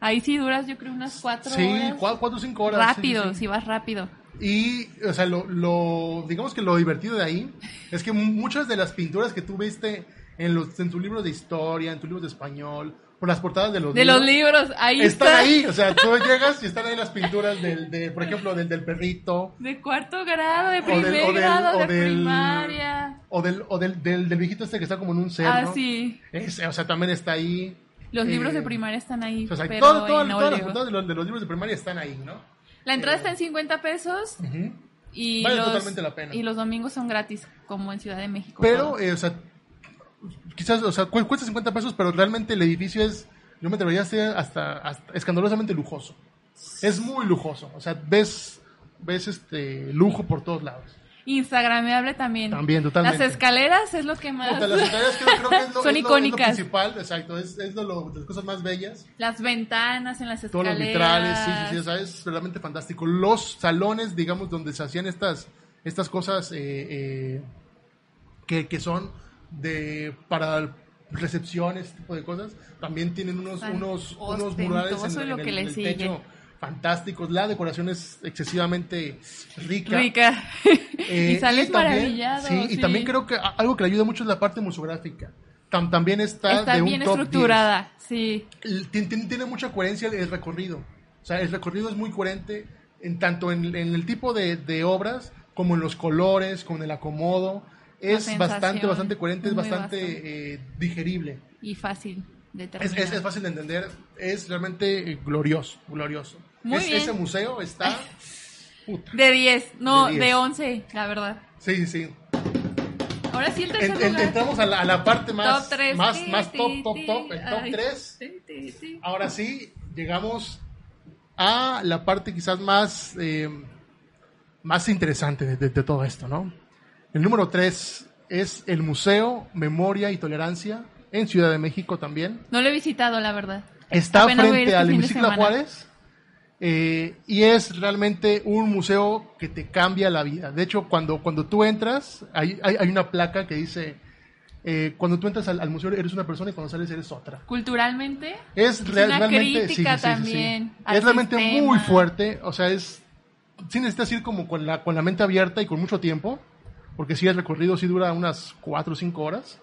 Speaker 2: Ahí sí duras, yo creo, unas cuatro
Speaker 1: Sí,
Speaker 2: horas.
Speaker 1: cua- cuatro o cinco horas. sí, sí,
Speaker 2: rápido,
Speaker 1: sí.
Speaker 2: si vas rápido.
Speaker 1: Y, o sea, lo, lo- digamos que lo divertido de ahí es que mu- muchas de las pinturas que tú viste en, los, en tus libros de historia, en tus libros de español, por las portadas de los
Speaker 2: De los libros, ahí
Speaker 1: están
Speaker 2: está.
Speaker 1: ahí. O sea, tú llegas y están ahí las pinturas del, de, por ejemplo, del, del perrito.
Speaker 2: De cuarto grado, de
Speaker 1: O del-
Speaker 2: primer
Speaker 1: o del-
Speaker 2: grado,
Speaker 1: o
Speaker 2: de
Speaker 1: del-
Speaker 2: primaria.
Speaker 1: O del, o del, del, del viejito este que está como en un cerro.
Speaker 2: Ah, sí.
Speaker 1: Ese, o sea, también está ahí.
Speaker 2: Los
Speaker 1: Eh,
Speaker 2: libros de primaria están ahí.
Speaker 1: O sea,
Speaker 2: pero
Speaker 1: todo- todo- todas
Speaker 2: en
Speaker 1: las
Speaker 2: óleo.
Speaker 1: portadas de los, de los libros de primaria están ahí, ¿no?
Speaker 2: La entrada está en 50 pesos
Speaker 1: Ujú.
Speaker 2: y,
Speaker 1: Vale
Speaker 2: los,
Speaker 1: totalmente la pena.
Speaker 2: y los domingos son gratis, como en Ciudad de México.
Speaker 1: Pero,
Speaker 2: todos.
Speaker 1: eh, o sea, quizás, o sea, cu- cuesta 50 pesos, pero realmente el edificio es, yo me atrevería a decir, hasta, hasta escandalosamente lujoso. Es muy lujoso. O sea, ves, ves este lujo por todos lados.
Speaker 2: Instagrameable también.
Speaker 1: También, totalmente.
Speaker 2: Las escaleras es lo que más...
Speaker 1: O sea, las escaleras creo, creo que es lo,
Speaker 2: Son
Speaker 1: es lo-
Speaker 2: icónicas.
Speaker 1: es lo principal, exacto. Es, es lo- lo- de las cosas más bellas.
Speaker 2: Las ventanas en las escaleras.
Speaker 1: Todos los vitrales, sí, sí, sí, o sea, es verdaderamente fantástico. Los salones, digamos, donde se hacían estas, estas cosas eh, eh, que, que son de para recepciones, este tipo de cosas, también tienen unos,
Speaker 2: Tan
Speaker 1: unos, unos murales en,
Speaker 2: ostentoso
Speaker 1: en
Speaker 2: lo
Speaker 1: el,
Speaker 2: que le
Speaker 1: en el
Speaker 2: sigue.
Speaker 1: techo fantásticos. La decoración es excesivamente rica.
Speaker 2: Rica.
Speaker 1: Eh,
Speaker 2: y sales
Speaker 1: también-
Speaker 2: maravillado.
Speaker 1: Sí, y también creo que a- algo que le ayuda mucho es la parte museográfica. Tam- también está,
Speaker 2: Está
Speaker 1: de un
Speaker 2: bien
Speaker 1: top 10
Speaker 2: estructurada, sí.
Speaker 1: el- tien- tiene, tiene mucha coherencia el, el recorrido. O sea, el recorrido es muy coherente en tanto en, en el tipo de, de obras como en los colores, con el acomodo. Es
Speaker 2: sensación,
Speaker 1: bastante, bastante coherente, es
Speaker 2: muy
Speaker 1: bastante eh, digerible.
Speaker 2: Y fácil de
Speaker 1: Es,
Speaker 2: terminar.
Speaker 1: es- es fácil de entender, es realmente eh, glorioso, glorioso.
Speaker 2: Muy
Speaker 1: Es-
Speaker 2: bien.
Speaker 1: Ese museo está... Puta.
Speaker 2: De 10, no,
Speaker 1: De
Speaker 2: de,
Speaker 1: 10.
Speaker 2: 11, la verdad.
Speaker 1: Sí, sí, sí.
Speaker 2: Ahora sí el tercer
Speaker 1: En- en-
Speaker 2: lugar.
Speaker 1: entramos a la, a la parte más,
Speaker 2: top 3.
Speaker 1: más, más top, top, top, el top 3. Ahora sí, llegamos a la parte quizás más, eh, más interesante de, de- de todo esto, ¿no? El número 3 es el Museo Memoria y Tolerancia en Ciudad de México también.
Speaker 2: No lo he visitado, la verdad.
Speaker 1: Está
Speaker 2: Apenas voy a ir
Speaker 1: frente
Speaker 2: este
Speaker 1: al
Speaker 2: fin de
Speaker 1: Hemicicla
Speaker 2: semana.
Speaker 1: Juárez eh, y es realmente un museo que te cambia la vida. De hecho, cuando, cuando tú entras, hay, hay, hay una placa que dice, eh, cuando tú entras al, al museo eres una persona y cuando sales eres otra.
Speaker 2: Culturalmente,
Speaker 1: Es, real-
Speaker 2: una
Speaker 1: realmente, sí, sí,
Speaker 2: crítica
Speaker 1: sí, sí, sí.
Speaker 2: también al
Speaker 1: Es realmente
Speaker 2: sistema.
Speaker 1: muy fuerte, o sea, es sí necesitas ir como con la con la mente abierta y con mucho tiempo, porque si el recorrido sí dura unas 4 o 5 horas.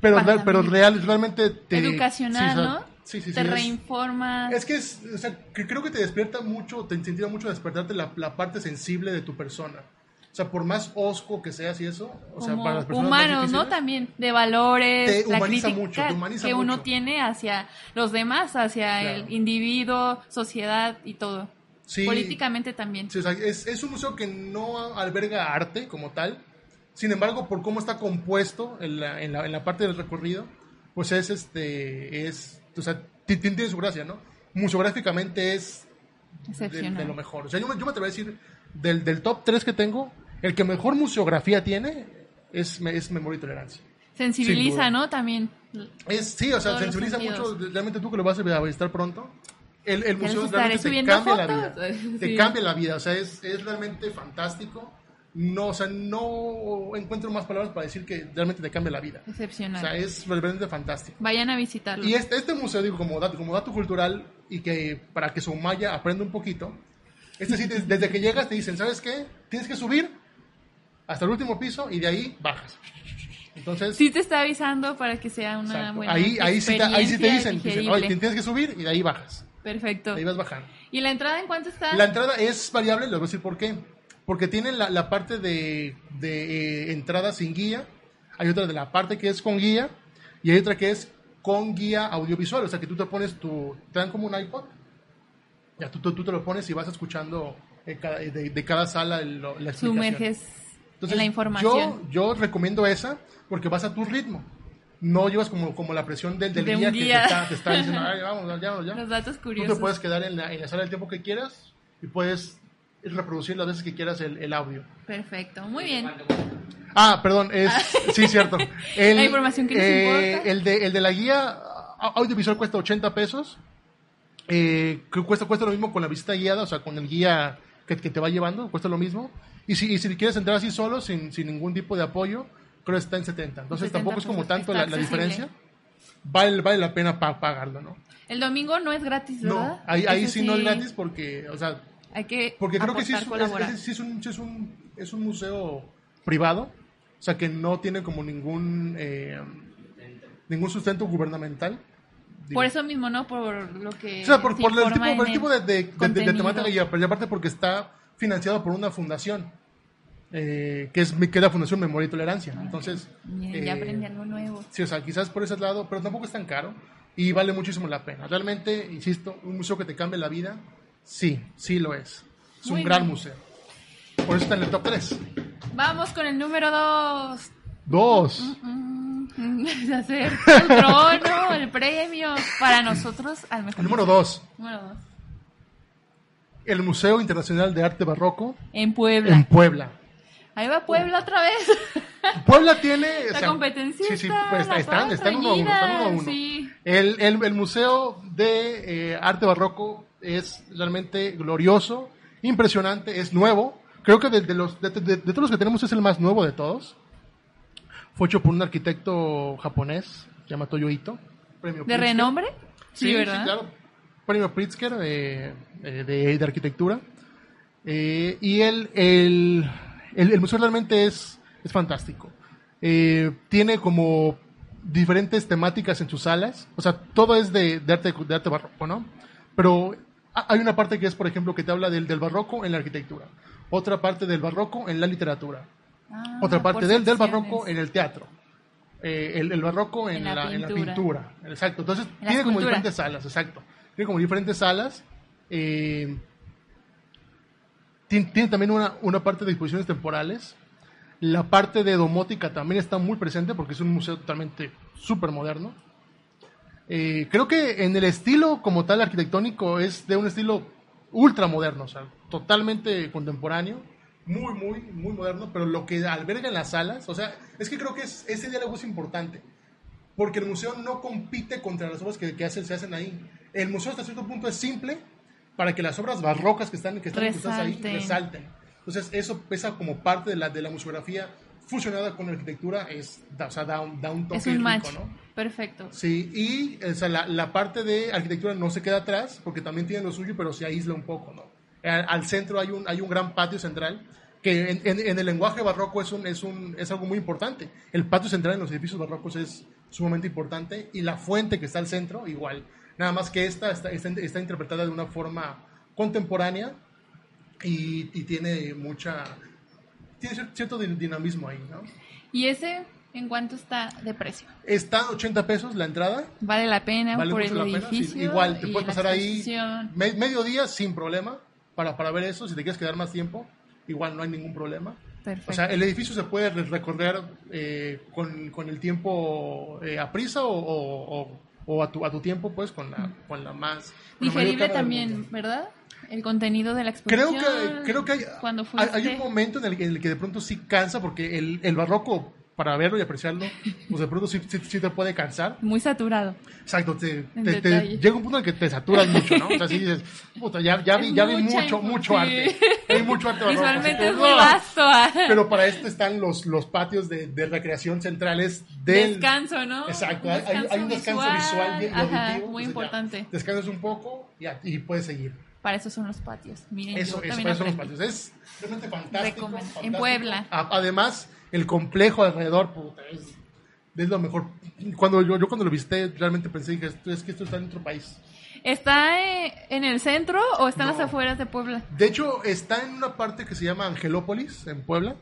Speaker 1: Pero
Speaker 2: Para
Speaker 1: real- pero
Speaker 2: mí.
Speaker 1: real realmente te
Speaker 2: educacional,
Speaker 1: sí, o sea,
Speaker 2: ¿no?
Speaker 1: Sí, sí, sí.
Speaker 2: Te
Speaker 1: es-
Speaker 2: reinforma.
Speaker 1: es que es, o sea, que creo que te despierta mucho, te incentiva mucho a despertarte la, la parte sensible de tu persona. O sea, por más osco que seas y eso, o sea,
Speaker 2: como
Speaker 1: para las personas más
Speaker 2: humanos, ¿no?
Speaker 1: difíciles,
Speaker 2: También de valores,
Speaker 1: Te
Speaker 2: la
Speaker 1: humaniza
Speaker 2: crítica
Speaker 1: mucho, te humaniza
Speaker 2: que uno
Speaker 1: mucho.
Speaker 2: tiene hacia los demás, hacia
Speaker 1: Claro.
Speaker 2: el individuo, sociedad y todo.
Speaker 1: Sí.
Speaker 2: Políticamente también.
Speaker 1: Sí, o sea, es, es un museo que no alberga arte como tal. Sin embargo, por cómo está compuesto en la, en la, en la parte del recorrido, pues es este. Es, o sea, ti- ti- tiene su gracia, ¿no? Museográficamente es de,
Speaker 2: Excepcional.
Speaker 1: de lo mejor. O sea, yo, me- yo me atrevo a decir, del, del top 3 que tengo, el que mejor museografía tiene es, me- es Memoria y Tolerancia.
Speaker 2: Sensibiliza,
Speaker 1: Sin duda.
Speaker 2: ¿no? También.
Speaker 1: Es, sí, o sea,
Speaker 2: Todos los
Speaker 1: sensibiliza mucho.
Speaker 2: sentidos.
Speaker 1: Realmente tú que lo vas a visitar pronto. El, el
Speaker 2: les
Speaker 1: museo
Speaker 2: estaré
Speaker 1: realmente te
Speaker 2: subiendo
Speaker 1: cambia la
Speaker 2: fotos.
Speaker 1: vida. Te
Speaker 2: Sí.
Speaker 1: cambia la vida. O sea, es, es realmente fantástico. No, o sea, no encuentro más palabras para decir que realmente te cambia la vida. O
Speaker 2: Excepcional.
Speaker 1: sea, es realmente fantástico.
Speaker 2: Vayan a visitarlo.
Speaker 1: Y este, este museo, digo, como dato, como dato cultural, y que para que Somaya aprenda un poquito, este sí, des- desde que llegas te dicen, ¿sabes qué? Tienes que subir hasta el último piso y de ahí bajas. Entonces,
Speaker 2: Sí te está avisando para que sea una
Speaker 1: exacto,
Speaker 2: buena
Speaker 1: ahí, ahí, sí te, ahí sí te
Speaker 2: experiencia
Speaker 1: dicen, te dicen,
Speaker 2: digerible.
Speaker 1: oye, te tienes que subir y de ahí bajas.
Speaker 2: Perfecto.
Speaker 1: De ahí vas bajando.
Speaker 2: ¿Y la entrada en cuánto está?
Speaker 1: La entrada es variable, les voy a decir por qué. Porque tienen la, la parte de, de, eh, entrada sin guía, hay otra de la parte que es con guía, y hay otra que es con guía audiovisual. O sea, que tú te pones tu. Te dan como un iPod, ya tú, tú, tú te lo pones y vas escuchando eh, cada- eh, de, de cada sala el- lo- la explicación.
Speaker 2: Sumerges
Speaker 1: Entonces,
Speaker 2: en la información.
Speaker 1: Yo, yo recomiendo esa porque vas a tu ritmo. No llevas como, como la presión del, del
Speaker 2: De un
Speaker 1: guía, que
Speaker 2: guía.
Speaker 1: te está, te está diciendo, "Ay, vamos, ya, ya.
Speaker 2: Los datos
Speaker 1: Tú
Speaker 2: curiosos.
Speaker 1: te puedes quedar en la, en la sala el tiempo que quieras y puedes reproducir las veces que quieras el, el audio.
Speaker 2: Perfecto, muy bien.
Speaker 1: Ah, perdón, es, sí, cierto. El,
Speaker 2: La información que les
Speaker 1: eh,
Speaker 2: importa.
Speaker 1: El de, el de la guía a- audiovisual cuesta 80 pesos. Eh, que cuesta, cuesta lo mismo con la visita guiada, o sea, con el guía que, que te va llevando, cuesta lo mismo. Y si, y si quieres entrar así solo, sin, sin ningún tipo de apoyo, creo que está en 70. Entonces
Speaker 2: 70
Speaker 1: tampoco es como
Speaker 2: pesos,
Speaker 1: tanto
Speaker 2: está
Speaker 1: la, la
Speaker 2: accesible.
Speaker 1: diferencia. Vale, vale la pena pa- pagarlo, ¿no?
Speaker 2: El domingo no es gratis,
Speaker 1: No,
Speaker 2: ¿verdad?
Speaker 1: ahí, ahí
Speaker 2: Ese
Speaker 1: sí no es gratis porque, o sea,
Speaker 2: Hay que
Speaker 1: porque creo que sí es,
Speaker 2: aportar,
Speaker 1: es-
Speaker 2: colaborar.
Speaker 1: es- sí es un, sí es, un, es un museo privado, o sea que no tiene como ningún eh, ningún sustento gubernamental. digo.
Speaker 2: Por eso mismo, ¿no? Por lo que
Speaker 1: o sea, por,
Speaker 2: se
Speaker 1: por el
Speaker 2: informa
Speaker 1: tipo, por
Speaker 2: en
Speaker 1: el tipo de, de- de- de- de
Speaker 2: contenido.
Speaker 1: temática y aparte- y aparte porque está financiado por una fundación, eh, que, es, que es la Fundación Memoria y Tolerancia.
Speaker 2: Ah,
Speaker 1: Entonces,
Speaker 2: Bien, ya
Speaker 1: eh,
Speaker 2: aprendí algo nuevo.
Speaker 1: Sí, o sea, quizás por ese lado, pero tampoco es tan caro y vale muchísimo la pena. Realmente, insisto, un museo que te cambie la vida, sí, sí lo es. Es
Speaker 2: Muy
Speaker 1: un gran
Speaker 2: bien.
Speaker 1: museo. Por eso está en el top 3.
Speaker 2: Vamos con el número 2.
Speaker 1: Dos.
Speaker 2: Se acerca el trono, el premio para nosotros al mejor.
Speaker 1: El número 2,
Speaker 2: Número dos.
Speaker 1: el Museo Internacional de Arte Barroco
Speaker 2: En
Speaker 1: en
Speaker 2: Puebla.
Speaker 1: Puebla.
Speaker 2: Ahí va Puebla otra vez.
Speaker 1: Puebla tiene...
Speaker 2: La competencia
Speaker 1: Sí, sí,
Speaker 2: está,
Speaker 1: pues,
Speaker 2: la
Speaker 1: están,
Speaker 2: paz
Speaker 1: están uno a uno. están uno a
Speaker 2: reñida,
Speaker 1: uno.
Speaker 2: sí.
Speaker 1: El, el- el Museo de eh, Arte Barroco es realmente glorioso, impresionante, es nuevo. Creo que de, de los, de, de- de todos los que tenemos es el más nuevo de todos. Fue hecho por un arquitecto japonés, se llama Toyo Ito. Premio
Speaker 2: ¿De
Speaker 1: Pritzker.
Speaker 2: renombre?
Speaker 1: Sí, sí, claro. Premio Pritzker eh, eh, de, de arquitectura. Eh, y el, el, el- el museo realmente es, es fantástico. Eh, tiene como diferentes temáticas en sus salas. O sea, todo es de, de arte, de arte barroco, ¿no? Pero ha- hay una parte que es, por ejemplo, que te habla del, del barroco en la arquitectura. Otra parte del barroco en la literatura.
Speaker 2: Ah,
Speaker 1: Otra parte
Speaker 2: por
Speaker 1: del, del
Speaker 2: secciones.
Speaker 1: barroco en el teatro. Eh, el, el barroco en,
Speaker 2: En la
Speaker 1: la, en la
Speaker 2: pintura.
Speaker 1: pintura. Exacto. Entonces,
Speaker 2: En la
Speaker 1: tiene como
Speaker 2: escultura.
Speaker 1: diferentes salas, exacto. Tiene como diferentes salas. eh, tien- tiene también una, una parte de exposiciones temporales. La parte de domótica también está muy presente porque es un museo totalmente súper moderno. Eh, creo que en el estilo como tal arquitectónico es de un estilo ultra moderno, o sea, totalmente contemporáneo, muy, muy, muy moderno, pero lo que alberga en las salas, o sea, es que creo que es- ese diálogo es importante, porque el museo no compite contra las obras que, que hacen, se hacen ahí. El museo hasta cierto punto es simple para que las obras barrocas que están, que están incrustadas
Speaker 2: Resalten.
Speaker 1: ahí resalten. Entonces, eso pesa como parte de la, de la museografía fusionada con la arquitectura, es, da, o sea, da, un- da un toque
Speaker 2: Es un
Speaker 1: rico,
Speaker 2: match.
Speaker 1: ¿no?
Speaker 2: Perfecto.
Speaker 1: Sí, y o sea, la, la parte de arquitectura no se queda atrás, porque también tiene lo suyo, pero se aísla un poco, ¿no? Al, al centro hay un, hay un gran patio central, que en, en- en el lenguaje barroco es, un, es, un, es algo muy importante. El patio central en los edificios barrocos es sumamente importante, y la fuente que está al centro, igual. Nada más que esta está, está, está interpretada de una forma contemporánea y, y tiene mucha... Tiene cier- cierto din- dinamismo ahí, ¿no?
Speaker 2: ¿Y ese en cuánto está de precio?
Speaker 1: Está 80 pesos la entrada,
Speaker 2: ¿Vale la pena
Speaker 1: vale
Speaker 2: por
Speaker 1: mucho
Speaker 2: el
Speaker 1: la pena. sí.
Speaker 2: edificio?
Speaker 1: igual, te
Speaker 2: y
Speaker 1: puedes
Speaker 2: la
Speaker 1: pasar ahí
Speaker 2: exposición?
Speaker 1: me- mediodía sin problema para, para ver eso. Si te quieres quedar más tiempo, igual no hay ningún problema.
Speaker 2: Perfecto.
Speaker 1: O sea, el edificio se puede re- recorrer eh, con, con el tiempo eh, a prisa o, o- o- o a, tu, a tu tiempo, pues, con la, con la más... con la mayor
Speaker 2: Digerible
Speaker 1: carga del mundo.
Speaker 2: también, ¿verdad? El contenido de la
Speaker 1: Creo
Speaker 2: exposición.
Speaker 1: que, creo que hay,
Speaker 2: Cuando
Speaker 1: hay-
Speaker 2: fuiste.
Speaker 1: hay un momento en el, que- en el que de pronto sí cansa, porque el, el barroco, para verlo y apreciarlo, pues de pronto sí- sí- sí te puede cansar.
Speaker 2: Muy saturado.
Speaker 1: Exacto, te,
Speaker 2: En
Speaker 1: te- te-
Speaker 2: detalle.
Speaker 1: llega un punto en el que te saturas mucho, ¿no? O sea, sí dices, puta, ya, ya vi, ya vi
Speaker 2: Mucha
Speaker 1: mucho,
Speaker 2: info-
Speaker 1: mucho
Speaker 2: sí.
Speaker 1: arte. Hay mucho arte barroco. así
Speaker 2: Visualmente es
Speaker 1: que,
Speaker 2: muy
Speaker 1: ¡ah!
Speaker 2: vasto. ah.
Speaker 1: Pero para esto están los, los patios de, de recreación centrales del...
Speaker 2: descanso, ¿no?
Speaker 1: Exacto, hay, hay- hay un descanso visual, y
Speaker 2: Ajá,
Speaker 1: auditivo, entonces pues
Speaker 2: muy
Speaker 1: ya
Speaker 2: importante.
Speaker 1: Descansas un poco y, a- y puedes seguir.
Speaker 2: Para eso son los patios. Miren,
Speaker 1: Eso,
Speaker 2: yo
Speaker 1: eso,
Speaker 2: también
Speaker 1: para eso son los
Speaker 2: aprendí.
Speaker 1: patios. Es realmente fantástico.
Speaker 2: Recomend- en
Speaker 1: fantástico.
Speaker 2: Puebla.
Speaker 1: A- además, el complejo alrededor puta, es es lo mejor. Cuando yo, yo cuando lo visité, realmente pensé que esto, es que esto está en otro país.
Speaker 2: ¿Está eh, en el centro o está en las
Speaker 1: No.
Speaker 2: afueras de Puebla?
Speaker 1: De hecho, está en una parte que se llama Angelópolis, en Puebla.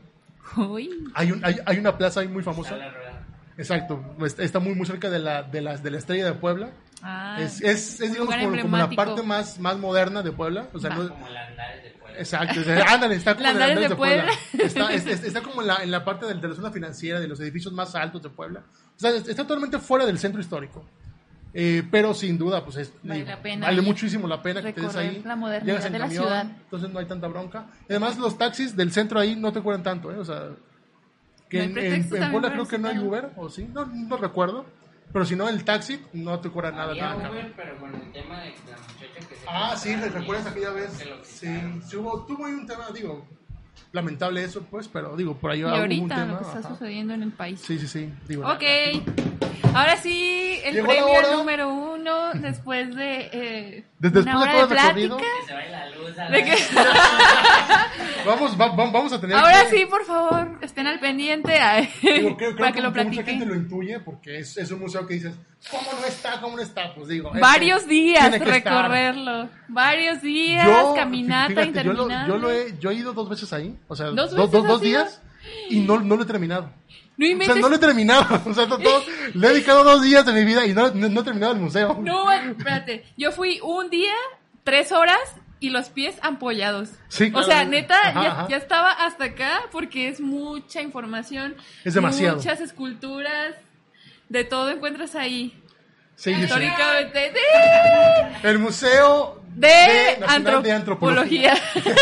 Speaker 2: Uy.
Speaker 1: Hay, un- hay, hay una plaza ahí muy famosa.
Speaker 3: Está la rueda.
Speaker 1: Exacto, pues, está muy, muy cerca de la, de, las de la estrella de Puebla.
Speaker 2: Ah,
Speaker 1: es, eh, es, es,
Speaker 2: un
Speaker 1: digamos,
Speaker 2: lugar
Speaker 1: como, como la
Speaker 2: emblemático.
Speaker 1: parte más, más moderna de Puebla. O sea,
Speaker 2: Va.
Speaker 1: no-
Speaker 3: Como el andares de pueblo.
Speaker 1: exacto, o sea, ándale, está como
Speaker 2: Las
Speaker 1: en el
Speaker 2: áreas
Speaker 1: Andares
Speaker 2: de
Speaker 1: de Puebla.
Speaker 2: Puebla.
Speaker 1: Está, es- es- está como en la, en la parte del- de, la zona financiera, de los edificios más altos de Puebla. O sea, es- está totalmente fuera del centro histórico. Eh, pero sin duda, pues es,
Speaker 2: Vale
Speaker 1: digo,
Speaker 2: la pena
Speaker 1: vale
Speaker 2: ir,
Speaker 1: muchísimo la pena que te des
Speaker 2: recorrer
Speaker 1: ahí.
Speaker 2: la modernidad
Speaker 1: llegas en
Speaker 2: de la ciudad.
Speaker 1: Entonces no hay tanta bronca. Además, los taxis del centro ahí no te cobran tanto, ¿eh? O sea, que
Speaker 2: No
Speaker 1: en,
Speaker 2: hay
Speaker 1: en-
Speaker 2: pretextos
Speaker 1: en
Speaker 2: también
Speaker 1: Puebla
Speaker 2: para
Speaker 1: creo que no hay
Speaker 2: visitarlo.
Speaker 1: Uber, o sí, no, no recuerdo. Pero si no, el taxi no te cobra nada,
Speaker 3: Había
Speaker 1: nada. caro.
Speaker 3: Uber, pero con el tema de la muchacha que se
Speaker 1: Ah, sí, ¿te
Speaker 3: encontraron
Speaker 1: recuerdas
Speaker 3: y
Speaker 1: aquella vez?
Speaker 3: que lo
Speaker 1: Sí,
Speaker 3: quitaron.
Speaker 1: sí hubo, tuvo ahí un tema, digo, lamentable eso, pues, pero digo, por ahí
Speaker 2: Y
Speaker 1: hubo un
Speaker 2: ahorita
Speaker 1: tema.
Speaker 2: lo que está
Speaker 1: ajá.
Speaker 2: sucediendo en el país.
Speaker 1: Sí, sí, sí, digo.
Speaker 2: Ok, ahora sí, el
Speaker 1: Llegó la hora.
Speaker 2: premio número uno después de eh,
Speaker 1: De- después
Speaker 2: una
Speaker 1: de
Speaker 2: hora
Speaker 1: todo este
Speaker 2: de
Speaker 1: el recorrido.
Speaker 2: plática.
Speaker 3: Que se vaya la luz. a la-
Speaker 2: De que-
Speaker 1: Vamos, va- va- vamos a tener
Speaker 2: ahora
Speaker 1: que-
Speaker 2: sí, por favor, estén al pendiente ay,
Speaker 1: Digo, creo, creo
Speaker 2: para que lo
Speaker 1: mucha gente
Speaker 2: platiquen.
Speaker 1: lo intuye porque es, es un museo que dices, ¿cómo no está? ¿Cómo no está? Pues digo.
Speaker 2: Varios
Speaker 1: este,
Speaker 2: días
Speaker 1: tiene que estar.
Speaker 2: recorrerlo, varios días,
Speaker 1: Yo,
Speaker 2: caminata
Speaker 1: fíjate, yo lo,
Speaker 2: interminable.
Speaker 1: yo lo he, yo he ido dos veces ahí, o sea, dos,
Speaker 2: ¿Dos
Speaker 1: dos,
Speaker 2: veces has
Speaker 1: dos
Speaker 2: ido?
Speaker 1: días y no, no lo he terminado. O
Speaker 2: No
Speaker 1: sea,
Speaker 2: inventes.
Speaker 1: no lo he terminado. O sea, no- no- le he dedicado dos días de mi vida y no, no- no he terminado el museo.
Speaker 2: No, espérate. Yo fui un día, tres horas y los pies ampollados.
Speaker 1: Sí,
Speaker 2: o
Speaker 1: claro.
Speaker 2: sea, neta,
Speaker 1: Ajá,
Speaker 2: ya,
Speaker 1: ajá.
Speaker 2: ya estaba hasta acá porque es mucha información.
Speaker 1: Es demasiado.
Speaker 2: Muchas esculturas. De todo encuentras ahí.
Speaker 1: Sí, sí, sí.
Speaker 2: Históricamente. ¡sí!
Speaker 1: El museo
Speaker 2: De,
Speaker 1: de, Nacional de
Speaker 2: antropología.
Speaker 1: antropología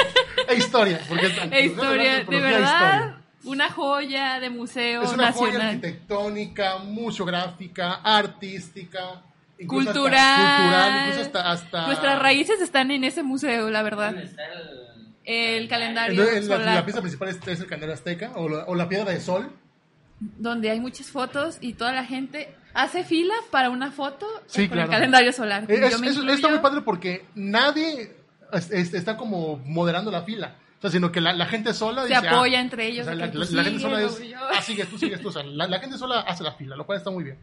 Speaker 1: e historia, porque es-
Speaker 2: e
Speaker 1: Museo Nacional
Speaker 2: historia. De
Speaker 1: Antropología e
Speaker 2: verdad,
Speaker 1: historia.
Speaker 2: una joya de museo
Speaker 1: Es una joya
Speaker 2: nacional.
Speaker 1: arquitectónica, museográfica, artística, incluso hasta
Speaker 2: Cultural.
Speaker 1: cultural, incluso hasta, hasta-
Speaker 2: Nuestras raíces están en ese museo, la verdad.
Speaker 3: ¿Dónde está el-
Speaker 2: El calendario
Speaker 1: Entonces, la,
Speaker 2: solar.
Speaker 1: la pieza principal es, es el candero azteca o la, o la piedra de sol.
Speaker 2: donde hay muchas fotos y toda la gente hace fila para una foto
Speaker 1: Sí,
Speaker 2: con el
Speaker 1: claro.
Speaker 2: calendario solar.
Speaker 1: Eh,
Speaker 2: Yo
Speaker 1: es-
Speaker 2: me
Speaker 1: es-
Speaker 2: incluyo.
Speaker 1: está muy padre porque nadie es- es- está como moderando la fila. O sea, sino que la, la gente sola
Speaker 2: Se
Speaker 1: dice, ah,
Speaker 2: apoya entre ellos,
Speaker 1: o sea,
Speaker 2: de
Speaker 1: la,
Speaker 2: que
Speaker 1: la-
Speaker 2: tú
Speaker 1: la gente sola
Speaker 2: sigues,
Speaker 1: es.
Speaker 2: yo-
Speaker 1: Ah, sigues tú, sigues tú. O sea, la, la gente sola hace la fila, lo cual está muy bien.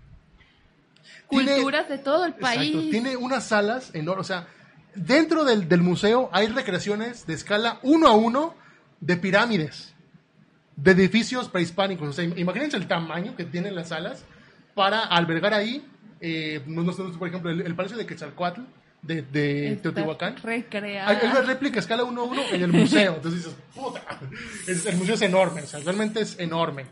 Speaker 1: Tiene-
Speaker 2: Culturas de todo el
Speaker 1: Exacto,
Speaker 2: país.
Speaker 1: tiene unas salas enormes. O sea, dentro del, del museo hay recreaciones de escala uno a uno de pirámides, de edificios prehispánicos. O sea, im- imagínense el tamaño que tienen las salas para albergar ahí, eh, no- no sé, por ejemplo, el, el Palacio de Quetzalcoatl de, de
Speaker 2: Está
Speaker 1: eh, Teotihuacán. Hay hay una
Speaker 2: Recreada.
Speaker 1: réplica a escala 1-1 en el museo. Entonces dices, puta, es- el museo es enorme, o sea, realmente es enorme.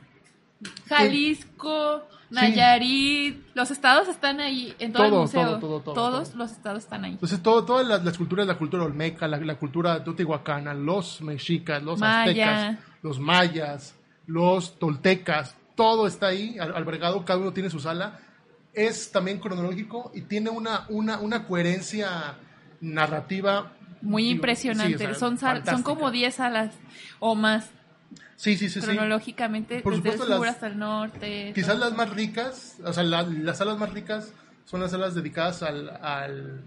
Speaker 2: Jalisco, Nayarit, los estados están ahí, en todo,
Speaker 1: Todo,
Speaker 2: el museo.
Speaker 1: todo, todo, todo,
Speaker 2: Todos
Speaker 1: todo.
Speaker 2: los estados están ahí.
Speaker 1: Entonces, todo, todas las, las culturas, la cultura olmeca, la, la cultura teotihuacana, los mexicas, los
Speaker 2: Maya.
Speaker 1: aztecas, los mayas, los toltecas, todo está ahí al- albergado, cada uno tiene su sala. Es también cronológico y tiene una, una, una coherencia narrativa.
Speaker 2: Muy
Speaker 1: digo,
Speaker 2: impresionante.
Speaker 1: sí, o sea,
Speaker 2: son, sal- son
Speaker 1: fantástica.
Speaker 2: como 10 salas o más,
Speaker 1: Sí, sí, sí, sí.
Speaker 2: cronológicamente,
Speaker 1: Por
Speaker 2: desde el
Speaker 1: supuesto,
Speaker 2: sur
Speaker 1: las-
Speaker 2: hasta el norte.
Speaker 1: Quizás las más ricas, o sea, la- las salas más ricas son las salas dedicadas al, al-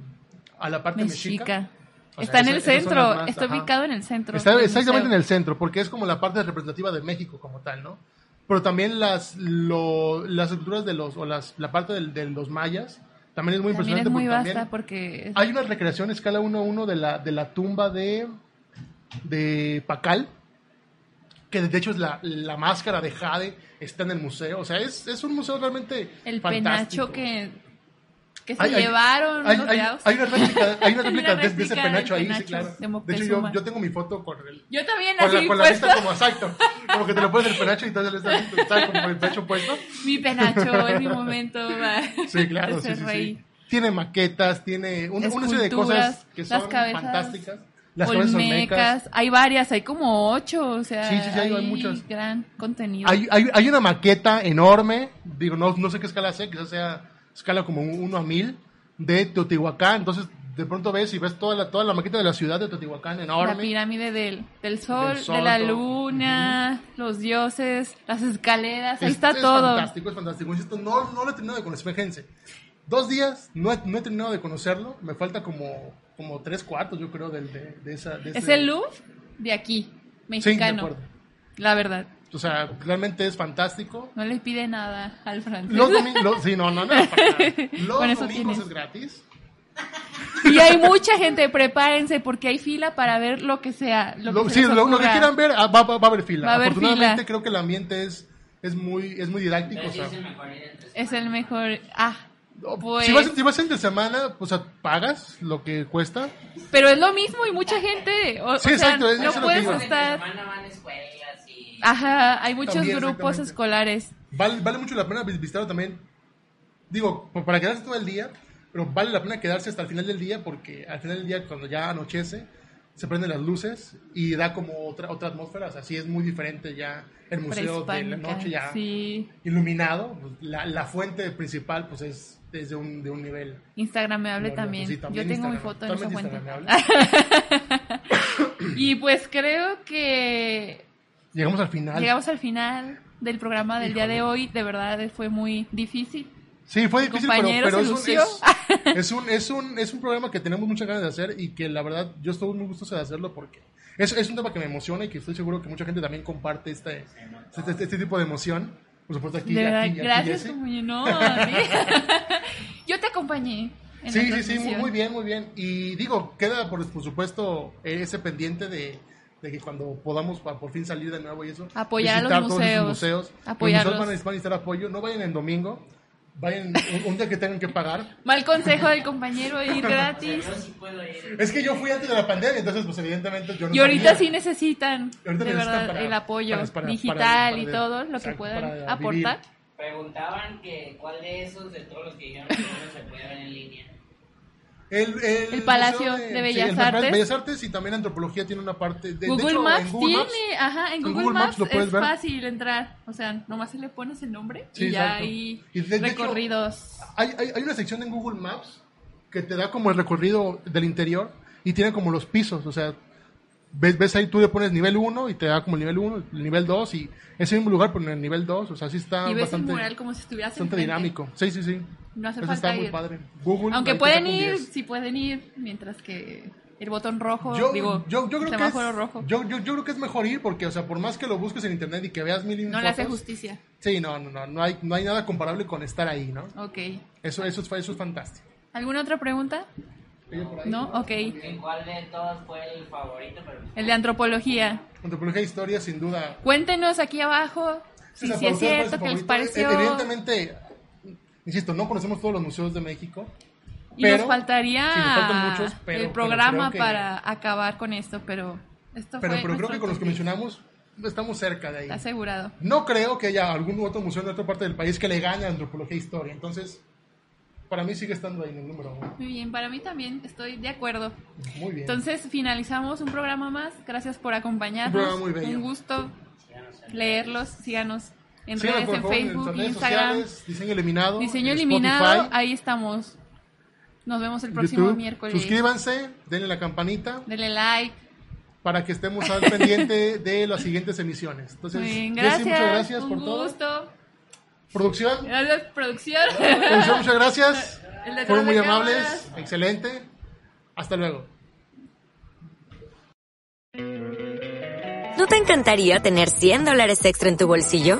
Speaker 1: a la parte mexica.
Speaker 2: Mexica.
Speaker 1: O sea,
Speaker 2: está en
Speaker 1: esa-
Speaker 2: el
Speaker 1: esas son
Speaker 2: centro,
Speaker 1: las más,
Speaker 2: está
Speaker 1: ajá.
Speaker 2: ubicado en el centro. eh,
Speaker 1: Está
Speaker 2: del
Speaker 1: exactamente en
Speaker 2: museo.
Speaker 1: el centro, porque es como la parte representativa de México como tal, ¿no? Pero también las lo- las estructuras de los o las la parte del- de, los mayas también es muy
Speaker 2: También
Speaker 1: impresionante
Speaker 2: es muy
Speaker 1: porque
Speaker 2: vasta
Speaker 1: también
Speaker 2: porque es-
Speaker 1: hay una recreación a escala 1 a 1 de la de la tumba de de Pacal que de hecho es la, la máscara de Jade está en el museo, o sea, es, es un museo realmente
Speaker 2: el
Speaker 1: fantástico.
Speaker 2: penacho que, que se
Speaker 1: Hay- hay-
Speaker 2: llevaron
Speaker 1: Hay,
Speaker 2: los
Speaker 1: hay-
Speaker 2: de Aus-
Speaker 1: hay una réplica, hay una
Speaker 2: Hay
Speaker 1: réplica
Speaker 2: una
Speaker 1: de, de ese
Speaker 2: réplica del
Speaker 1: penacho ahí, sí,
Speaker 2: penacho
Speaker 1: claro.
Speaker 2: de
Speaker 1: De hecho, yo,
Speaker 2: Moctezuma.
Speaker 1: yo tengo mi foto con el,
Speaker 2: Yo también
Speaker 1: con la,
Speaker 2: así
Speaker 1: con la vista
Speaker 2: puesta
Speaker 1: como exacto. Como que te lo pones el penacho y entonces le estás está como el pecho puesto.
Speaker 2: mi penacho en mi momento. va.
Speaker 1: Sí, claro,
Speaker 2: Ese
Speaker 1: sí, sí,
Speaker 2: rey.
Speaker 1: sí. Tiene maquetas, tiene un- una serie de cosas que
Speaker 2: Esculturas, las
Speaker 1: son
Speaker 2: cabezas
Speaker 1: fantásticas. Las cabezas olmecas.
Speaker 2: Olmecas, hay varias, hay como ocho, o sea,
Speaker 1: Sí, sí, sí, hay- hay muchas.
Speaker 2: gran contenido.
Speaker 1: Hay, hay, hay una maqueta enorme, digo, no, no sé qué escala sea, quizás sea escala como un- uno a mil, de Teotihuacán. Entonces, de pronto ves y ves toda la, toda la maqueta de la ciudad de Teotihuacán
Speaker 2: la
Speaker 1: enorme.
Speaker 2: pirámide del, del, sol,
Speaker 1: Del sol,
Speaker 2: de la
Speaker 1: todo.
Speaker 2: luna, los dioses, las escaleras, ahí
Speaker 1: Es-
Speaker 2: está
Speaker 1: es
Speaker 2: todo.
Speaker 1: fantástico, es fantástico. Insisto, no, no lo he terminado de conocer. Fíjense, dos días, no he, no he terminado de conocerlo. Me falta como, como tres cuartos, yo creo, del, de, de esa. de
Speaker 2: Es
Speaker 1: ese-
Speaker 2: el Louvre de aquí,
Speaker 1: Sí, de
Speaker 2: mexicano,
Speaker 1: acuerdo.
Speaker 2: la verdad.
Speaker 1: O sea, realmente es fantástico.
Speaker 2: No le pide nada al francés.
Speaker 1: Los domingos, sí, no, no, no, para nada. Los
Speaker 2: Con eso
Speaker 1: domingos
Speaker 2: tienes.
Speaker 1: es gratis.
Speaker 2: Y hay mucha gente, prepárense porque hay fila para ver lo que sea. Lo
Speaker 1: Lo-
Speaker 2: que se
Speaker 1: sí,
Speaker 2: les
Speaker 1: lo, lo que
Speaker 2: ocurra.
Speaker 1: quieran ver, ah, va, va- va a haber fila.
Speaker 2: Va a haber
Speaker 1: Afortunadamente
Speaker 2: fila.
Speaker 1: creo que el ambiente es, es muy, es muy didáctico.
Speaker 3: Pero
Speaker 1: o sea,
Speaker 3: sí es el mejor ir entre
Speaker 2: Es el mejor. Ah, pues.
Speaker 1: si, vas, si vas entre semana, pues a- pagas lo que cuesta.
Speaker 2: Pero es lo mismo y mucha gente. O, o
Speaker 1: Sí,
Speaker 2: sea,
Speaker 1: exacto, es- eso
Speaker 2: no
Speaker 1: es lo que
Speaker 2: puedes
Speaker 1: iba.
Speaker 3: semana.
Speaker 2: estar. Ah,
Speaker 3: semana van escuelas y...
Speaker 2: Ajá, hay muchos
Speaker 1: También,
Speaker 2: grupos
Speaker 1: exactamente.
Speaker 2: escolares.
Speaker 1: Vale, vale mucho la pena vis- visitarlo también. Digo, pa- para quedarse todo el día, pero vale la pena quedarse hasta el final del día porque al final del día, cuando ya anochece, se prenden las luces y da como otra, otra atmósfera. O sea, sí es muy diferente ya el museo de la
Speaker 2: prehispánicas,
Speaker 1: noche ya
Speaker 2: Sí.
Speaker 1: iluminado. Pues, La, la fuente principal, pues es, es de, un, de un nivel.
Speaker 2: Instagramable
Speaker 1: No, no,
Speaker 2: también.
Speaker 1: sí, también
Speaker 2: Yo tengo mi
Speaker 1: Instagram.
Speaker 2: foto en esa
Speaker 1: Totalmente
Speaker 2: cuenta.
Speaker 1: Instagramable.
Speaker 2: Y pues creo que
Speaker 1: Llegamos al final.
Speaker 2: llegamos al final del programa del día de hoy. De verdad fue muy difícil.
Speaker 1: Sí, fue
Speaker 2: Mi
Speaker 1: difícil, pero,
Speaker 2: compañero
Speaker 1: pero
Speaker 2: se
Speaker 1: es, un,
Speaker 2: lució.
Speaker 1: es- es un, es, un, es un programa que tenemos muchas ganas de hacer y que la verdad yo estoy muy gustoso de hacerlo porque es, es un tema que me emociona y que estoy seguro que mucha gente también comparte este, este, este- este tipo de emoción. Por supuesto, aquí,
Speaker 2: de verdad,
Speaker 1: aquí, aquí
Speaker 2: gracias,
Speaker 1: Jesse.
Speaker 2: Tomoyo. No, a ti. Yo te acompañé. en
Speaker 1: Sí,
Speaker 2: la
Speaker 1: sí, sí, muy,
Speaker 2: transmisión.
Speaker 1: muy bien, muy bien. Y digo, queda por, por supuesto eh, ese pendiente de, de que cuando podamos pa- por fin salir de nuevo y eso.
Speaker 2: Apoyar a los
Speaker 1: visitar todos esos
Speaker 2: museos,
Speaker 1: museos.
Speaker 2: apoyarlos.
Speaker 1: Los museos van a, van a necesitar apoyo. No vayan en domingo, vayan un- un día que tengan que pagar.
Speaker 2: Mal consejo del compañero ir
Speaker 3: O sea,
Speaker 2: gratis.
Speaker 3: yo sí puedo ir.
Speaker 1: Es que yo fui antes de la pandemia, entonces pues evidentemente yo no
Speaker 2: Y ahorita sí
Speaker 1: sabía.
Speaker 2: necesitan,
Speaker 1: Y ahorita
Speaker 2: de
Speaker 1: necesitan
Speaker 2: verdad,
Speaker 1: para-
Speaker 2: el apoyo
Speaker 1: para- para-
Speaker 2: digital
Speaker 1: para-
Speaker 2: y
Speaker 1: para-
Speaker 2: todo lo que
Speaker 1: exacto,
Speaker 2: puedan
Speaker 1: para
Speaker 2: aportar.
Speaker 1: vivir.
Speaker 3: Preguntaban que cuál de esos, de todos los que dijeron que no se puede ver en línea.
Speaker 1: El, el
Speaker 2: El Palacio
Speaker 1: Museo
Speaker 2: de Bellas
Speaker 1: el Palacio de
Speaker 2: Artes.
Speaker 1: Bellas Artes y también antropología tiene una parte de, de
Speaker 2: Google
Speaker 1: hecho,
Speaker 2: Maps
Speaker 1: en Google
Speaker 2: tiene,
Speaker 1: Maps-
Speaker 2: ajá, en
Speaker 1: en
Speaker 2: Google,
Speaker 1: Google
Speaker 2: Maps,
Speaker 1: Maps lo puedes
Speaker 2: es
Speaker 1: ver.
Speaker 2: fácil entrar. O sea, nomás le pones el nombre y
Speaker 1: Sí,
Speaker 2: ya
Speaker 1: exacto.
Speaker 2: hay
Speaker 1: Y de- de hecho-
Speaker 2: recorridos.
Speaker 1: hay, hay, hay una sección en Google Maps que te da como el recorrido del interior y tiene como los pisos, o sea, ves, ves ahí tú le pones nivel 1 y te da como el nivel 1, el nivel 2 y es el mismo lugar pero en el nivel 2, o sea, sí está
Speaker 2: y ves
Speaker 1: ah, bastante,
Speaker 2: el mural como si estuvieras
Speaker 1: bastante
Speaker 2: enfrente.
Speaker 1: dinámico. Sí, sí, sí.
Speaker 2: No hace
Speaker 1: Eso
Speaker 2: falta
Speaker 1: está muy
Speaker 2: ir.
Speaker 1: padre. Google,
Speaker 2: Aunque
Speaker 1: ahí te
Speaker 2: pueden
Speaker 1: saca un
Speaker 2: ir,
Speaker 1: 10.
Speaker 2: si pueden ir, mientras que el botón rojo,
Speaker 1: yo,
Speaker 2: digo,
Speaker 1: yo, yo creo
Speaker 2: el
Speaker 1: que es,
Speaker 2: semáforo rojo,
Speaker 1: Yo, yo, yo creo que es mejor ir porque, o sea, por más que lo busques en internet y que veas mil y un
Speaker 2: no le hace
Speaker 1: fotos,
Speaker 2: justicia.
Speaker 1: Sí, no, no, no, no hay, no hay nada comparable con estar ahí, ¿no?
Speaker 2: Ok.
Speaker 1: Eso, eso, es, eso es fantástico.
Speaker 2: ¿Alguna otra pregunta? No, ok.
Speaker 3: Que ¿Cuál de todos fue el favorito? Pero
Speaker 2: El de antropología.
Speaker 1: Antropología e historia, sin duda.
Speaker 2: Cuéntenos aquí abajo si,
Speaker 1: O sea,
Speaker 2: si
Speaker 1: para
Speaker 2: es
Speaker 1: ustedes,
Speaker 2: cierto que
Speaker 1: ¿cuál es
Speaker 2: les
Speaker 1: su
Speaker 2: pareció.
Speaker 1: favorito? E- Evidentemente, insisto, no conocemos todos los museos de México.
Speaker 2: y
Speaker 1: pero-
Speaker 2: nos faltaría
Speaker 1: sí, nos faltan muchos, pero-
Speaker 2: el
Speaker 1: pero
Speaker 2: programa
Speaker 1: creo que-
Speaker 2: para acabar con esto, pero esto
Speaker 1: Pero, pero
Speaker 2: fue
Speaker 1: creo
Speaker 2: nuestro
Speaker 1: que con los que
Speaker 2: top
Speaker 1: mencionamos estamos cerca de
Speaker 2: diez.
Speaker 1: ahí.
Speaker 2: Asegurado.
Speaker 1: No creo que haya algún otro museo en otra parte del país que le gane a antropología e historia. Entonces, para mí sigue estando ahí en el número uno.
Speaker 2: Muy bien, para mí también estoy de acuerdo.
Speaker 1: Muy bien.
Speaker 2: Entonces finalizamos un programa más. Gracias por acompañarnos.
Speaker 1: Un programa muy bello.
Speaker 2: Un gusto leerlos. Síganos en
Speaker 1: Síganos,
Speaker 2: redes,
Speaker 1: por
Speaker 2: en
Speaker 1: favor,
Speaker 2: Facebook,
Speaker 1: nuestras redes
Speaker 2: Instagram.
Speaker 1: sociales, diseño eliminado.
Speaker 2: Diseño
Speaker 1: en
Speaker 2: eliminado.
Speaker 1: Spotify,
Speaker 2: Ahí estamos. Nos vemos el próximo
Speaker 1: YouTube.
Speaker 2: miércoles.
Speaker 1: Suscríbanse, denle la campanita
Speaker 2: Denle like.
Speaker 1: para que estemos al pendiente de las siguientes emisiones. Entonces,
Speaker 2: Muy bien,
Speaker 1: Jessy,
Speaker 2: gracias.
Speaker 1: muchas gracias
Speaker 2: un
Speaker 1: por todo.
Speaker 2: gusto.
Speaker 1: Producción,
Speaker 2: Gracias, producción.
Speaker 1: producción, muchas gracias.
Speaker 2: El detrás
Speaker 1: Fueron muy
Speaker 2: de
Speaker 1: amables,
Speaker 2: cámaras.
Speaker 1: excelente. Hasta luego.
Speaker 4: ¿No te encantaría tener 100 dólares extra en tu bolsillo?